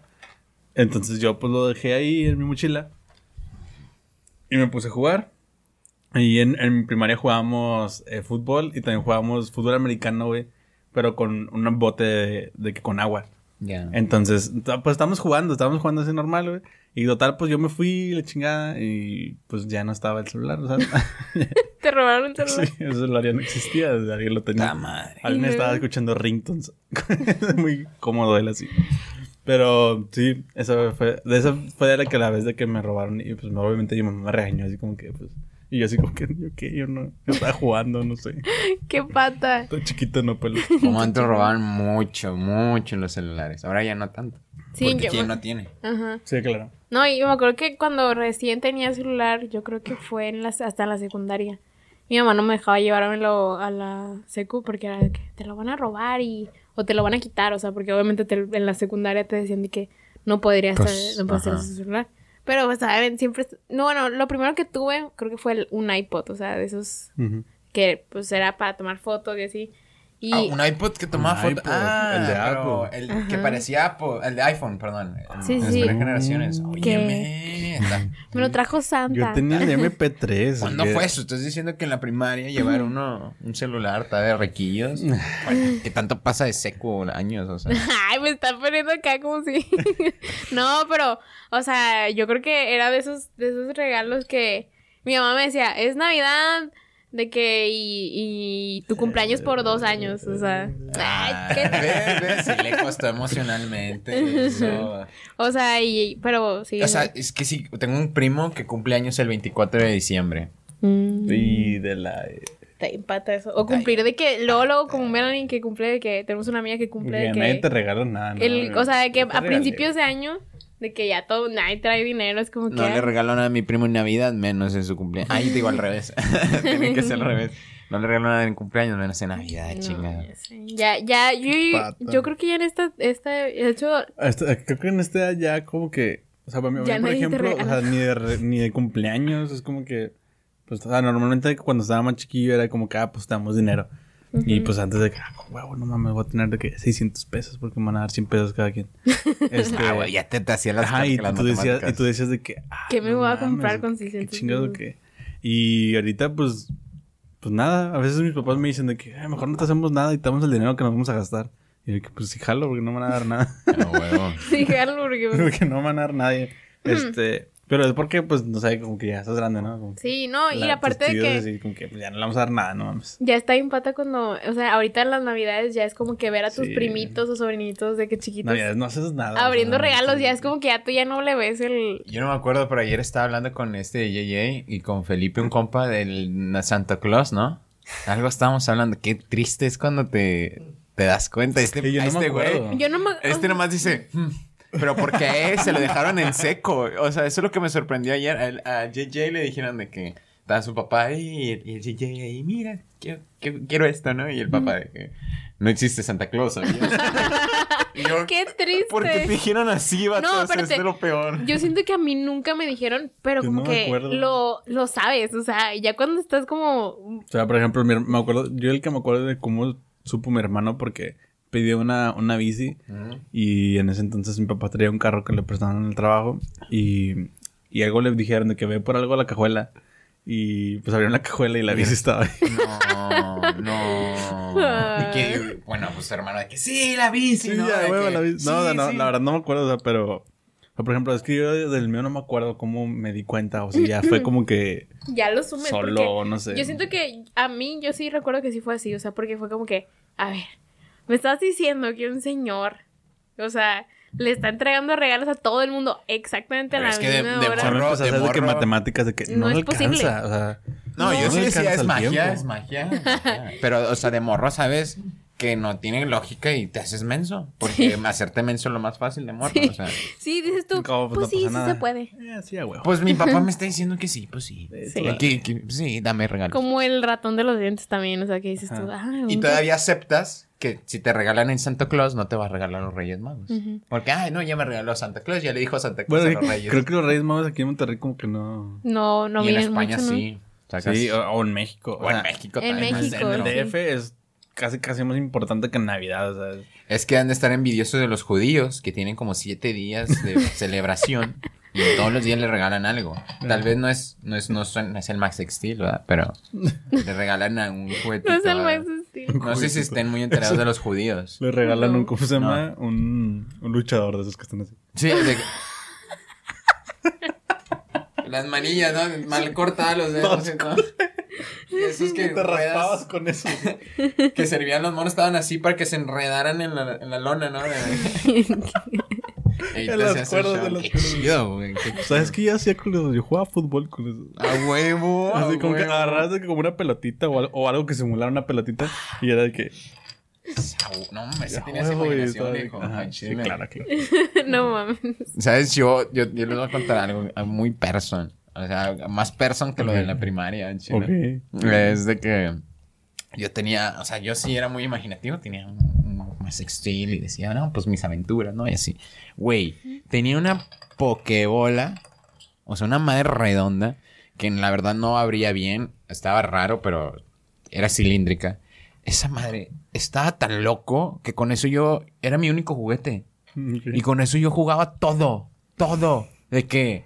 [SPEAKER 1] Entonces yo pues lo dejé ahí en mi mochila y me puse a jugar. Y en, en mi primaria jugábamos eh, fútbol y también jugábamos fútbol americano, güey, pero con un bote de, de que con agua.
[SPEAKER 2] Ya.
[SPEAKER 1] Entonces, ta- pues estamos jugando, estábamos jugando así normal, güey. Y total, pues yo me fui la chingada y pues ya no estaba el celular, o sea,
[SPEAKER 3] Te robaron el celular.
[SPEAKER 1] Sí, el celular ya no existía, o sea, alguien lo tenía.
[SPEAKER 2] La madre.
[SPEAKER 1] Alguien
[SPEAKER 3] Y
[SPEAKER 1] estaba
[SPEAKER 3] luego-
[SPEAKER 1] escuchando ringtones. Muy cómodo él así. Pero sí, esa fue, de esa fue de la que la vez de que me robaron y pues obviamente mi mamá me regañó así como que pues y yo así como que yo qué, yo no yo estaba jugando, no sé.
[SPEAKER 3] ¡Qué pata!
[SPEAKER 1] Todo chiquito no pues". pelo.
[SPEAKER 2] Como antes robaban mucho, mucho los celulares. Ahora ya no tanto.
[SPEAKER 3] Sí,
[SPEAKER 2] Porque
[SPEAKER 3] yo
[SPEAKER 2] ¿quién
[SPEAKER 3] me-
[SPEAKER 2] no tiene?
[SPEAKER 3] Ajá.
[SPEAKER 1] Sí, claro.
[SPEAKER 3] No, y yo me acuerdo que cuando recién tenía celular, yo creo que fue en las, hasta en la secundaria. Mi mamá no me dejaba llevármelo a la secu porque era de que te lo van a robar y o te lo van a quitar, o sea, porque obviamente te- en la secundaria te decían de que no podrías
[SPEAKER 2] Pues,
[SPEAKER 3] tener- no podías tener
[SPEAKER 2] ajá.
[SPEAKER 3] ese celular. Pero, pues, saben, siempre... es- No, bueno, lo primero que tuve creo que fue el- un iPod, o sea, de esos
[SPEAKER 1] Ujú.
[SPEAKER 3] que, pues, era para tomar fotos y así. Y...
[SPEAKER 2] Ah, un iPod que tomaba
[SPEAKER 1] Un
[SPEAKER 2] fotos.
[SPEAKER 1] iPod,
[SPEAKER 2] Ah,
[SPEAKER 1] el de
[SPEAKER 2] pero
[SPEAKER 1] Apple.
[SPEAKER 2] El que parecía Apple. El de iPhone, perdón. El-
[SPEAKER 3] Sí,
[SPEAKER 2] las
[SPEAKER 3] sí. Mm,
[SPEAKER 2] primeras generaciones. Oye,
[SPEAKER 3] Que-
[SPEAKER 2] me- está-
[SPEAKER 3] Me lo trajo Santa.
[SPEAKER 1] Yo tenía el MP3.
[SPEAKER 2] ¿Cuándo
[SPEAKER 1] que-
[SPEAKER 2] fue eso? Estás diciendo que en la primaria llevar uno un celular está de requillos. Bueno, ¿Qué tanto pasa de seco años? O sea,
[SPEAKER 3] Ay, me está poniendo acá como si. no, pero, o sea, yo creo que era de esos, de esos regalos que mi mamá me decía, es Navidad, de que y, y tu cumpleaños por dos años. O sea.
[SPEAKER 2] ah,
[SPEAKER 3] Ay, qué-
[SPEAKER 2] ve, ve, sí le costó emocionalmente. eso.
[SPEAKER 3] O sea, y pero sí.
[SPEAKER 2] O sea, es que sí, tengo un primo que cumple años el 24 de diciembre.
[SPEAKER 3] mm,
[SPEAKER 1] Y de la eh,
[SPEAKER 3] te empata eso. O cumplir de que, luego, luego como Melanie que cumple de que tenemos una amiga que cumple de
[SPEAKER 1] que
[SPEAKER 3] que.
[SPEAKER 1] nadie te regaló nada, ¿no?
[SPEAKER 3] el- o sea, de que
[SPEAKER 1] Yo te
[SPEAKER 3] a
[SPEAKER 1] regalé.
[SPEAKER 3] principios de año, de que ya todo, nadie trae dinero, es como que. "Ah,
[SPEAKER 2] No le regaló nada a mi primo en Navidad, menos en su cumpleaños. Ay, digo al revés. Tiene que ser al revés. No le regaló nada en cumpleaños, menos en Navidad,
[SPEAKER 3] No,
[SPEAKER 2] chingada.
[SPEAKER 3] ya sé. Ya, ya, yo,
[SPEAKER 1] Pata.
[SPEAKER 3] yo creo que ya en esta, esta, de hecho,
[SPEAKER 1] Hasta- creo que en este edad ya como que, o sea, para mí,
[SPEAKER 3] Ya
[SPEAKER 1] por
[SPEAKER 3] nadie te
[SPEAKER 1] ejemplo, o sea,
[SPEAKER 3] regala.
[SPEAKER 1] ni de, re- ni de cumpleaños, es como que, pues, o sea, normalmente cuando estaba más chiquillo era como que, ah, pues, te damos dinero.
[SPEAKER 3] Ujú.
[SPEAKER 1] Y pues antes de que, ah, con huevo, no mames, voy a tener de que 600 pesos porque me van a dar 100 pesos cada quien. Este,
[SPEAKER 2] Ah, güey, ya te, te hacía las,
[SPEAKER 1] ajá, y
[SPEAKER 2] las
[SPEAKER 1] tú, decías, y
[SPEAKER 2] matemáticas.
[SPEAKER 1] tú decías de que... ah,
[SPEAKER 3] ¿Qué me
[SPEAKER 1] no
[SPEAKER 3] voy a
[SPEAKER 1] mames,
[SPEAKER 3] comprar con
[SPEAKER 1] qué
[SPEAKER 3] 600
[SPEAKER 1] chingado
[SPEAKER 3] pesos?
[SPEAKER 1] que... Y ahorita, pues, pues nada. A veces mis papás me dicen de que, "Ay, mejor no te hacemos nada y te damos el dinero que nos vamos a gastar. Y yo de que, pues sí, jalo porque no me van a dar nada.
[SPEAKER 2] Ah, huevo.
[SPEAKER 3] Sí, jalo, porque... pues,
[SPEAKER 1] porque no me van a dar nadie. Este... Pero es porque, pues, no sé, como que ya estás grande, ¿no? Como que
[SPEAKER 3] Sí, no, y
[SPEAKER 1] la- tus
[SPEAKER 3] aparte de
[SPEAKER 1] tíos
[SPEAKER 3] que...
[SPEAKER 1] así como que pues, ya no le vamos a dar nada, no mames.
[SPEAKER 3] Ya está en pata cuando, o sea, ahorita en las navidades ya es como que ver a tus
[SPEAKER 1] Sí.
[SPEAKER 3] primitos o sobrinitos de que chiquitos
[SPEAKER 1] Navidades no haces nada.
[SPEAKER 3] pues, abriendo
[SPEAKER 1] o sea,
[SPEAKER 3] regalos, ya es como que ya tú ya no le ves el...
[SPEAKER 2] Yo no me acuerdo, pero ayer estaba hablando con este JJ y con Felipe, un compa del Santa Claus, ¿no? Algo estábamos hablando. Qué triste es cuando te, te das cuenta. Este,
[SPEAKER 1] Sí, yo no me
[SPEAKER 2] a este
[SPEAKER 1] acuerdo.
[SPEAKER 2] güey.
[SPEAKER 3] Yo no me... oh,
[SPEAKER 2] Este nomás dice. "Hmm", Pero porque a él se lo dejaron en seco. O sea, eso es lo que me sorprendió ayer. Al- A, JJ le dijeron de que estaba su papá y el, y el JJ ahí, mira, quiero, quiero- quiero esto, ¿no? Y el papá de que no existe Santa Claus, ¿sabías?" Y yo,
[SPEAKER 3] Qué triste.
[SPEAKER 2] ¿Por qué te dijeron así, vato?
[SPEAKER 3] No,
[SPEAKER 2] O sea, es
[SPEAKER 3] espérate.
[SPEAKER 2] de lo peor.
[SPEAKER 3] Yo siento que a mí nunca me dijeron, pero
[SPEAKER 1] Pues
[SPEAKER 3] como
[SPEAKER 1] no me
[SPEAKER 3] que
[SPEAKER 1] acuerdo.
[SPEAKER 3] lo, lo sabes, o sea, ya cuando estás como...
[SPEAKER 1] O sea, por ejemplo, mi her- me acuerdo, yo el que me acuerdo de cómo supo mi hermano porque pidió una, una bici
[SPEAKER 2] Ujú.
[SPEAKER 1] y en ese entonces mi papá traía un carro que le prestaron en el trabajo y, y algo le dijeron de que ve por algo a la cajuela y pues abrieron la cajuela y la bici estaba ahí.
[SPEAKER 2] No, no. Y que, bueno, pues hermano, de que sí, la bici, ¿no?
[SPEAKER 1] ya,
[SPEAKER 2] De
[SPEAKER 1] huevo,
[SPEAKER 2] que,
[SPEAKER 1] la bici. No,
[SPEAKER 2] "Sí,
[SPEAKER 1] o sea, no,
[SPEAKER 2] sí".
[SPEAKER 1] la verdad no me acuerdo, o sea, pero... o sea, por ejemplo, es que yo del mío no me acuerdo cómo me di cuenta, o sea, ya fue como que
[SPEAKER 3] Ya lo sumes.
[SPEAKER 1] solo,
[SPEAKER 3] porque-
[SPEAKER 1] no sé.
[SPEAKER 3] Yo siento que a mí, yo sí recuerdo que sí fue así, o sea, porque fue como que, a ver, me estás diciendo que un señor, o sea, le está entregando regalos a todo el mundo exactamente a
[SPEAKER 2] Pero
[SPEAKER 3] la
[SPEAKER 2] es que de-
[SPEAKER 3] misma
[SPEAKER 2] de
[SPEAKER 1] O
[SPEAKER 3] hora.
[SPEAKER 1] sea, me
[SPEAKER 2] Morro,
[SPEAKER 1] empezó a
[SPEAKER 2] de
[SPEAKER 1] hacer de que
[SPEAKER 2] morro.
[SPEAKER 1] matemáticas, de que no,
[SPEAKER 3] No es
[SPEAKER 1] alcanza,
[SPEAKER 3] posible.
[SPEAKER 1] o sea...
[SPEAKER 2] No, yo
[SPEAKER 1] No
[SPEAKER 2] sí decía,
[SPEAKER 1] alcanza
[SPEAKER 2] es
[SPEAKER 1] el
[SPEAKER 2] magia,
[SPEAKER 1] tiempo".
[SPEAKER 2] es magia, es magia". Pero, o sea, de morro, ¿sabes? Que no tiene lógica y te haces menso. Porque hacerte menso es lo más fácil de morro.
[SPEAKER 3] Sí.
[SPEAKER 2] O sea,
[SPEAKER 3] Sí, dices tú,
[SPEAKER 1] Como,
[SPEAKER 3] pues
[SPEAKER 1] no
[SPEAKER 3] sí,
[SPEAKER 1] pasa
[SPEAKER 3] sí
[SPEAKER 1] nada.
[SPEAKER 3] se puede.
[SPEAKER 1] Eh, sí, a huevo.
[SPEAKER 2] pues mi papá me está diciendo que sí, pues sí.
[SPEAKER 3] Sí.
[SPEAKER 2] Y que- que- sí, dame regalos.
[SPEAKER 3] Como el ratón de los dientes también, o sea, que dices tú,
[SPEAKER 1] Ajá.
[SPEAKER 3] ah,
[SPEAKER 2] Y
[SPEAKER 3] un-
[SPEAKER 2] todavía aceptas que si te regalan en Santa Claus, no te va a regalar los Reyes Magos.
[SPEAKER 3] Ujú.
[SPEAKER 2] Porque, ay, no, ya me regaló Santa Claus, ya le dijo Santa Claus
[SPEAKER 1] Bueno,
[SPEAKER 2] a los Reyes.
[SPEAKER 1] creo que los Reyes Magos aquí en Monterrey como que no...
[SPEAKER 3] No, no
[SPEAKER 2] y en
[SPEAKER 3] miren
[SPEAKER 2] España
[SPEAKER 3] mucho, ¿no?
[SPEAKER 2] sí. sacas-
[SPEAKER 1] Sí, o, o en México.
[SPEAKER 2] O en México
[SPEAKER 3] en
[SPEAKER 2] también.
[SPEAKER 3] México,
[SPEAKER 2] no sé,
[SPEAKER 1] En el
[SPEAKER 2] ¿no?
[SPEAKER 3] sí.
[SPEAKER 1] DF es casi casi más importante que en Navidad, o sea...
[SPEAKER 2] Es que han de estar envidiosos de los judíos que tienen como siete días de celebración y todos los días le regalan algo. Tal vez no es, no es, no son- no es el Max Steel, ¿verdad? Pero le regalan a un juguetito.
[SPEAKER 3] No es el
[SPEAKER 2] ¿verdad?
[SPEAKER 3] más este, estilo.
[SPEAKER 2] No sé si estén muy enterados de los judíos.
[SPEAKER 1] Le regalan
[SPEAKER 3] No.
[SPEAKER 1] un, ¿cómo se llama? Un, un luchador de esos que están así.
[SPEAKER 2] Sí, de que- Las manillas, ¿no? Mal cortadas los dedos. y todo. Y esos que ruedas-
[SPEAKER 1] con eso.
[SPEAKER 2] que servían los monos estaban así para que se enredaran en la, en la lona, ¿no? Ey,
[SPEAKER 1] En
[SPEAKER 2] te
[SPEAKER 1] las
[SPEAKER 2] hacías un
[SPEAKER 1] cuerdas de
[SPEAKER 2] show.
[SPEAKER 1] los
[SPEAKER 2] Qué
[SPEAKER 1] cuerdas.
[SPEAKER 2] chido, güey. qué chido.
[SPEAKER 1] ¿Sabes qué yo hacía con eso? Yo jugaba fútbol con eso.
[SPEAKER 2] A huevo. a
[SPEAKER 1] Así como que
[SPEAKER 2] Ah, huevo.
[SPEAKER 1] agarras de que como una pelotita o al- o algo que simulara una pelotita y era de que...
[SPEAKER 2] A hu- No, hombre, sí
[SPEAKER 1] "Ah,
[SPEAKER 2] tenías
[SPEAKER 1] huevo", y estaba
[SPEAKER 2] imaginación,
[SPEAKER 1] de-
[SPEAKER 2] hijo.
[SPEAKER 1] Ajá,
[SPEAKER 2] Ay,
[SPEAKER 1] sí,
[SPEAKER 2] chile.
[SPEAKER 1] claro, claro.
[SPEAKER 3] No mames.
[SPEAKER 2] ¿Sabes? Yo, yo, yo les voy a contar algo muy person. O sea, más person que lo de la primaria, en Chile.
[SPEAKER 1] Ok.
[SPEAKER 2] Es de que yo tenía, o sea, yo sí era muy imaginativo, tenía un, un más textil y decía, no, pues mis aventuras, ¿no? Y así. Güey, tenía una pokebola, o sea, una madre redonda, que la verdad no abría bien, estaba raro, pero era cilíndrica. Esa madre estaba tan loco que con eso yo era mi único juguete. Y con eso yo jugaba todo, todo. De que.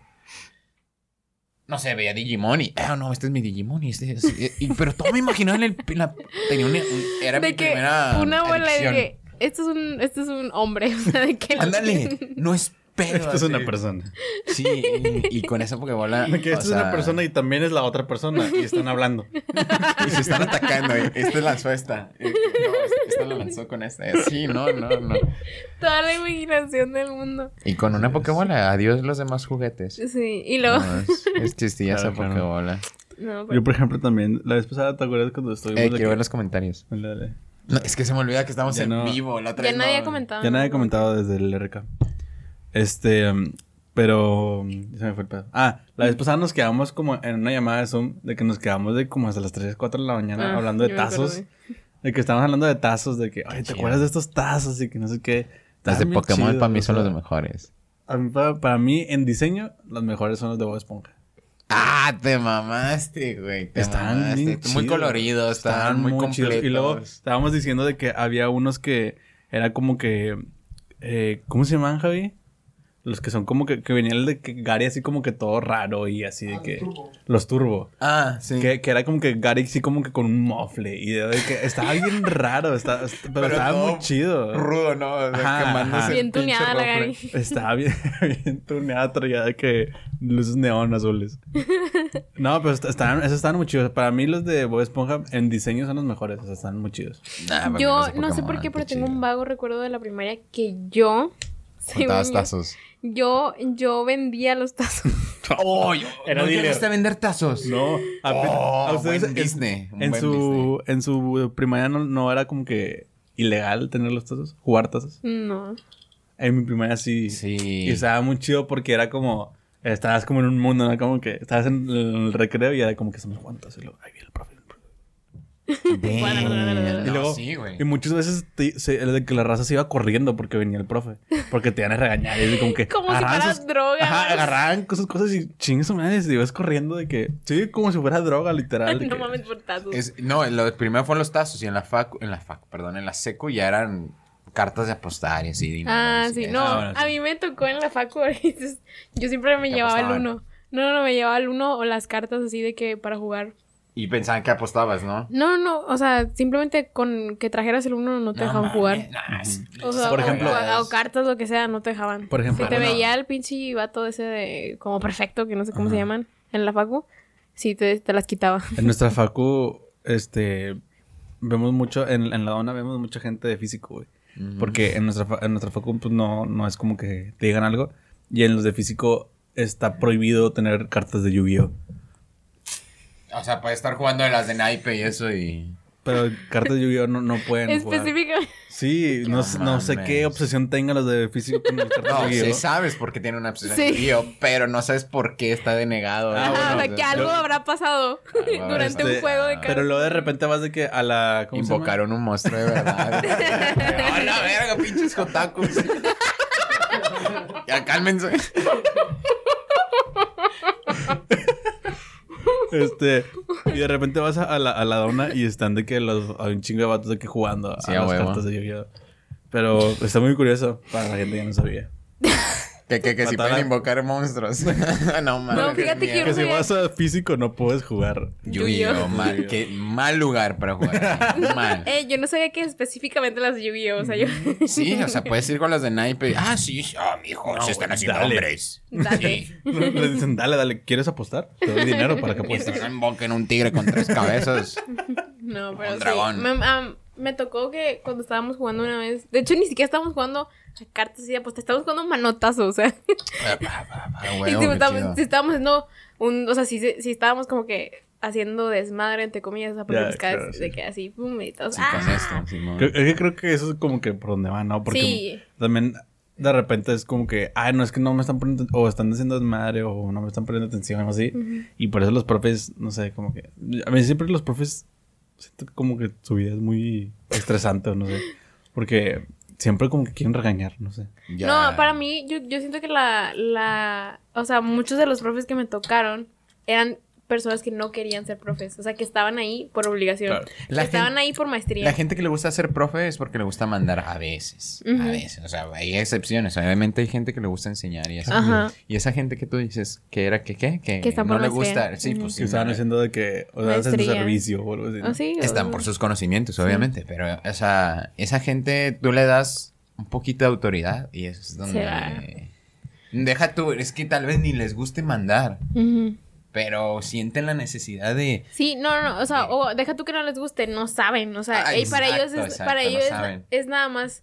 [SPEAKER 2] No sé, veía Digimon y. Ah, no, este es mi Digimon. Y este es- y- y- pero todo me imaginaba en el. en la- tenía una, un- era mi
[SPEAKER 3] De que
[SPEAKER 2] primera.
[SPEAKER 3] una bola de
[SPEAKER 2] adicción.
[SPEAKER 3] que, esto es un, esto es un hombre, o sea, de que...
[SPEAKER 2] Ándale, no es pedo.
[SPEAKER 1] Esto es una
[SPEAKER 2] así.
[SPEAKER 1] persona.
[SPEAKER 2] Sí, y, y con esa Pokébola.
[SPEAKER 1] De que
[SPEAKER 2] o
[SPEAKER 1] esta es una
[SPEAKER 2] sea,
[SPEAKER 1] persona y también es la otra persona y están hablando.
[SPEAKER 2] Y se están atacando. y Este lanzó esta. y- No, esta la lanzó con esta. y así, no, no, no.
[SPEAKER 3] Toda la imaginación del mundo.
[SPEAKER 2] Y con una Pokébola, adiós los demás juguetes.
[SPEAKER 3] Sí, y luego...
[SPEAKER 2] No, es, es chistilla
[SPEAKER 1] Claro,
[SPEAKER 2] esa
[SPEAKER 1] claro.
[SPEAKER 2] Pokébola.
[SPEAKER 3] No, pero-
[SPEAKER 1] Yo, por ejemplo, también, la vez pasada, ¿te acuerdas cuando estuvimos
[SPEAKER 2] Eh,
[SPEAKER 1] de
[SPEAKER 2] quiero
[SPEAKER 1] que-
[SPEAKER 2] ver los comentarios.
[SPEAKER 1] Dale, dale.
[SPEAKER 2] No, es que se me olvida que estamos
[SPEAKER 1] Ya
[SPEAKER 2] en
[SPEAKER 1] no-
[SPEAKER 2] vivo. La otra
[SPEAKER 3] Ya
[SPEAKER 2] vez
[SPEAKER 3] nadie
[SPEAKER 2] no-
[SPEAKER 3] ha comentado.
[SPEAKER 1] Ya
[SPEAKER 3] ¿no?
[SPEAKER 1] nadie ha comentado desde el RK. Este, um, pero um, se me fue el pedo. Ah, la vez pasada nos quedamos como en una llamada de Zoom de que nos quedamos de como hasta las 3, 4 de la mañana
[SPEAKER 3] Ah,
[SPEAKER 1] hablando de
[SPEAKER 3] yo me acuerdo
[SPEAKER 1] tazos. De que estábamos hablando de tazos, de que, oye, ¿te
[SPEAKER 2] chido.
[SPEAKER 1] acuerdas de estos tazos? Y que no sé qué.
[SPEAKER 2] Las de
[SPEAKER 1] Estaban bien
[SPEAKER 2] Pokémon
[SPEAKER 1] chidos,
[SPEAKER 2] para mí
[SPEAKER 1] o
[SPEAKER 2] son los
[SPEAKER 1] sea,
[SPEAKER 2] mejores.
[SPEAKER 1] a mí, para, para mí, en diseño, los mejores son los de Bob Esponja.
[SPEAKER 2] Ah, te mamaste, güey. Te
[SPEAKER 1] Estaban
[SPEAKER 2] mamaste.
[SPEAKER 1] bien
[SPEAKER 2] Muy
[SPEAKER 1] chidos.
[SPEAKER 2] coloridos, estaban,
[SPEAKER 1] Estaban
[SPEAKER 2] muy
[SPEAKER 1] chidos.
[SPEAKER 2] completos.
[SPEAKER 1] Y luego estábamos diciendo de que había unos que era como que. eh, ¿Cómo se llaman, Javi? Los que son como que, que venían de que Gary así como que todo raro y así de que. Ah, Los turbo.
[SPEAKER 2] Ah, sí.
[SPEAKER 1] Que, que era como que Gary sí como que con un mofle. Y de de que estaba bien raro. Estaba, pero, estaba
[SPEAKER 2] todo
[SPEAKER 1] muy chido.
[SPEAKER 2] Rudo, ¿no? O sea,
[SPEAKER 1] Ajá,
[SPEAKER 2] quemándose
[SPEAKER 1] ajá.
[SPEAKER 2] el
[SPEAKER 3] Bien
[SPEAKER 2] Ah, pinche
[SPEAKER 3] tuneada la
[SPEAKER 2] rofle.
[SPEAKER 3] Gary.
[SPEAKER 1] Estaba bien, bien tuneada, traía de que luces neón azules. No, pero est- estaban, esos estaban muy chidos. Para mí los de Bob Esponja en diseño son los mejores. O sea, están muy chidos.
[SPEAKER 2] Nah, para mí
[SPEAKER 3] yo
[SPEAKER 2] Ah, es
[SPEAKER 3] no sé por
[SPEAKER 2] Pokémon,
[SPEAKER 3] qué, pero tengo
[SPEAKER 2] chido.
[SPEAKER 3] un vago recuerdo de la primaria que yo.
[SPEAKER 2] Contabas
[SPEAKER 3] según yo-
[SPEAKER 2] tazos.
[SPEAKER 3] Yo, yo vendía los tazos.
[SPEAKER 2] ¡Oh! Yo,
[SPEAKER 1] Era
[SPEAKER 2] ¿no
[SPEAKER 1] dealer.
[SPEAKER 2] llegaste a vender tazos?
[SPEAKER 1] No, a,
[SPEAKER 2] Oh,
[SPEAKER 1] a ustedes
[SPEAKER 2] buen
[SPEAKER 1] en-
[SPEAKER 2] Disney, un
[SPEAKER 1] En,
[SPEAKER 2] buen
[SPEAKER 1] su, en su primaria no, no era como que ilegal tener los tazos, jugar tazos.
[SPEAKER 3] No.
[SPEAKER 1] En mi primaria sí.
[SPEAKER 2] Sí.
[SPEAKER 1] Y estaba muy chido porque era como. Estabas como en un mundo, ¿no? Como que estabas en el recreo y era como que estamos jugando tazos. Y luego, ahí viene el profe. el profe. Y
[SPEAKER 2] Damn. No,
[SPEAKER 1] luego,
[SPEAKER 2] sí, güey.
[SPEAKER 1] y muchas veces te- se- de que la raza se iba corriendo porque venía el profe. Porque te iban a regañar. Y así como que.
[SPEAKER 3] Como si
[SPEAKER 1] agarraban
[SPEAKER 3] fuera
[SPEAKER 1] sus-
[SPEAKER 3] droga.
[SPEAKER 1] Ajá, agarraban sus cosas y chingas su madre. Y te ibas corriendo de que. Sí, como si fuera droga, literal. de
[SPEAKER 3] no
[SPEAKER 1] que-
[SPEAKER 3] mames por tazos.
[SPEAKER 2] Es- no, lo primero fueron los tazos y en la facu, en la facu, perdón, en la secu ya eran cartas de apostar y así. dinero,
[SPEAKER 3] Ah,
[SPEAKER 2] y
[SPEAKER 3] sí,
[SPEAKER 2] eso.
[SPEAKER 3] no,
[SPEAKER 1] Ah, bueno,
[SPEAKER 3] a
[SPEAKER 1] sí.
[SPEAKER 3] mí me tocó en la facu, entonces, yo siempre me
[SPEAKER 2] Te
[SPEAKER 3] llevaba
[SPEAKER 2] apostaban.
[SPEAKER 3] el uno. No, no, no, me llevaba el uno o las cartas así de que para jugar.
[SPEAKER 2] Y pensaban que apostabas, ¿no?
[SPEAKER 3] No, no, o sea, simplemente con que trajeras el uno no te dejaban jugar. O sea,
[SPEAKER 1] Por
[SPEAKER 3] o-
[SPEAKER 1] ejemplo-
[SPEAKER 3] o, o cartas, lo que sea, no te dejaban.
[SPEAKER 1] Por ejemplo,
[SPEAKER 3] Si te
[SPEAKER 1] bueno.
[SPEAKER 3] veía el pinche vato ese de como perfecto, que no sé cómo se
[SPEAKER 1] Ajá.
[SPEAKER 3] llaman, en la facu, sí te, te las quitaba.
[SPEAKER 1] En nuestra facu, este. Vemos mucho. En, en la dona vemos mucha gente de físico, güey. Porque en nuestra, fa- en nuestra facu, pues no, no es como que te digan algo. Y en los de físico está prohibido tener cartas de lluvia.
[SPEAKER 2] O sea, puede estar jugando de las de naipe y eso y.
[SPEAKER 1] Pero cartas de lluvia no, no pueden.
[SPEAKER 3] Este
[SPEAKER 1] jugar.
[SPEAKER 3] Específicamente.
[SPEAKER 1] Sí, no,
[SPEAKER 2] No
[SPEAKER 1] sé- no sé qué
[SPEAKER 2] mames.
[SPEAKER 1] obsesión tengan los de físico con el
[SPEAKER 2] No,
[SPEAKER 1] cartón
[SPEAKER 2] sí sabes por qué tiene una obsesión
[SPEAKER 3] Sí.
[SPEAKER 2] de frío, pero no sabes por qué está denegado.
[SPEAKER 1] Ah,
[SPEAKER 2] ¿no?
[SPEAKER 3] Ajá,
[SPEAKER 1] bueno,
[SPEAKER 3] o sea, que
[SPEAKER 1] yo-
[SPEAKER 3] algo habrá pasado
[SPEAKER 2] bueno,
[SPEAKER 3] durante un
[SPEAKER 1] este,
[SPEAKER 3] juego de cartas.
[SPEAKER 1] Pero luego de repente vas de que a la... ¿cómo se llama?
[SPEAKER 2] Invocaron un monstruo de verdad. ¡A la verga, pinches jotakus! ya cálmense.
[SPEAKER 1] Este... Y de repente vas a, a la, a la dona y están de que los... Hay un chingo de vatos de que jugando
[SPEAKER 2] Sí,
[SPEAKER 1] a
[SPEAKER 2] a
[SPEAKER 1] las
[SPEAKER 2] huevo.
[SPEAKER 1] cartas de lluvia. Pero está muy curioso para la gente que no sabía.
[SPEAKER 2] Que, que, que si
[SPEAKER 1] Matar a-
[SPEAKER 2] pueden invocar monstruos. no mames.
[SPEAKER 3] No, fíjate
[SPEAKER 2] miedo.
[SPEAKER 3] que
[SPEAKER 1] Que si
[SPEAKER 3] sabía.
[SPEAKER 1] vas a físico no puedes jugar.
[SPEAKER 2] Yu-Gi-Oh,
[SPEAKER 3] Yu-Gi-Oh.
[SPEAKER 2] mal, qué mal lugar para jugar. mal.
[SPEAKER 3] Eh, yo no sabía que específicamente las yu O sea, yo.
[SPEAKER 2] Sí, o sea, puedes ir con las de naipe. Ah, sí, sí, ah, mijo,
[SPEAKER 1] No,
[SPEAKER 2] se están
[SPEAKER 1] güey,
[SPEAKER 2] haciendo
[SPEAKER 1] dale.
[SPEAKER 2] hombres.
[SPEAKER 3] Dale.
[SPEAKER 2] Sí.
[SPEAKER 1] Les dicen, dale, dale, ¿quieres apostar? Te doy dinero para que
[SPEAKER 2] Mientras
[SPEAKER 1] apuestes.
[SPEAKER 2] no invoquen un tigre con tres cabezas.
[SPEAKER 3] No, pero
[SPEAKER 2] Un
[SPEAKER 3] sí.
[SPEAKER 2] dragón.
[SPEAKER 3] Me, am- me tocó que cuando estábamos jugando una vez. De hecho, ni siquiera estábamos jugando a cartas y apuestas. Estábamos jugando manotazos, o sea.
[SPEAKER 2] Ah, pa, pa, pa,
[SPEAKER 3] y
[SPEAKER 2] huevo,
[SPEAKER 3] si
[SPEAKER 2] qué
[SPEAKER 3] estábamos, si
[SPEAKER 2] chido.
[SPEAKER 3] estábamos haciendo un. O sea, si, si estábamos como que haciendo desmadre, entre comillas, o sea, porque
[SPEAKER 1] Ya,
[SPEAKER 3] buscabas
[SPEAKER 1] claro,
[SPEAKER 3] de
[SPEAKER 1] sí.
[SPEAKER 3] que así, pum, y todos,
[SPEAKER 2] Sí,
[SPEAKER 3] ¡ah!
[SPEAKER 2] con esto, Simón.
[SPEAKER 1] Creo- Es que creo que eso es como que por donde va, ¿no? Porque
[SPEAKER 3] Sí.
[SPEAKER 1] también de repente es como que, ay, no, es que no me están poniendo, o están haciendo desmadre, o no me están poniendo atención, o así. Y por eso los profes, no sé, como que, a mí siempre los profes, siento que como que su vida es muy estresante, o no sé. Porque siempre como que quieren regañar, no sé.
[SPEAKER 2] Ya.
[SPEAKER 3] No, para mí, yo, yo siento que la, la. O sea, muchos de los profes que me tocaron eran personas que no querían ser profes. O sea, que estaban ahí por obligación.
[SPEAKER 1] Claro.
[SPEAKER 2] La
[SPEAKER 3] estaban
[SPEAKER 2] gen-
[SPEAKER 3] ahí por maestría.
[SPEAKER 2] La gente que le gusta ser profe es porque le gusta mandar a veces.
[SPEAKER 3] Ujú.
[SPEAKER 2] A veces. O sea, hay excepciones. Obviamente hay gente que le gusta enseñar y eso.
[SPEAKER 3] Ajá.
[SPEAKER 2] Y esa gente que tú dices que era que qué, que
[SPEAKER 3] Que están
[SPEAKER 2] no
[SPEAKER 3] por
[SPEAKER 2] le
[SPEAKER 3] maestría.
[SPEAKER 2] gusta. Sí,
[SPEAKER 3] Ujú.
[SPEAKER 2] pues sí,
[SPEAKER 1] que estaban
[SPEAKER 2] no le-
[SPEAKER 1] haciendo de que, o sea, hacen su
[SPEAKER 3] Maestría.
[SPEAKER 1] servicio o algo así. ¿no?
[SPEAKER 3] ¿Ah, sí?
[SPEAKER 2] Están
[SPEAKER 3] O-
[SPEAKER 2] por sus conocimientos, obviamente, pero esa, esa gente tú le das un poquito de autoridad y eso es donde...
[SPEAKER 3] va.
[SPEAKER 2] Deja tú, es que tal vez ni les guste mandar,
[SPEAKER 3] Ujú.
[SPEAKER 2] pero sienten la necesidad de...
[SPEAKER 3] Sí, no, no, no, o sea, o deja tú que no les guste, no saben, o sea,
[SPEAKER 2] Ah,
[SPEAKER 3] eh,
[SPEAKER 2] exacto,
[SPEAKER 3] para ellos es,
[SPEAKER 2] exacto,
[SPEAKER 3] para
[SPEAKER 2] no
[SPEAKER 3] ellos es-
[SPEAKER 2] saben.
[SPEAKER 3] es, nada más,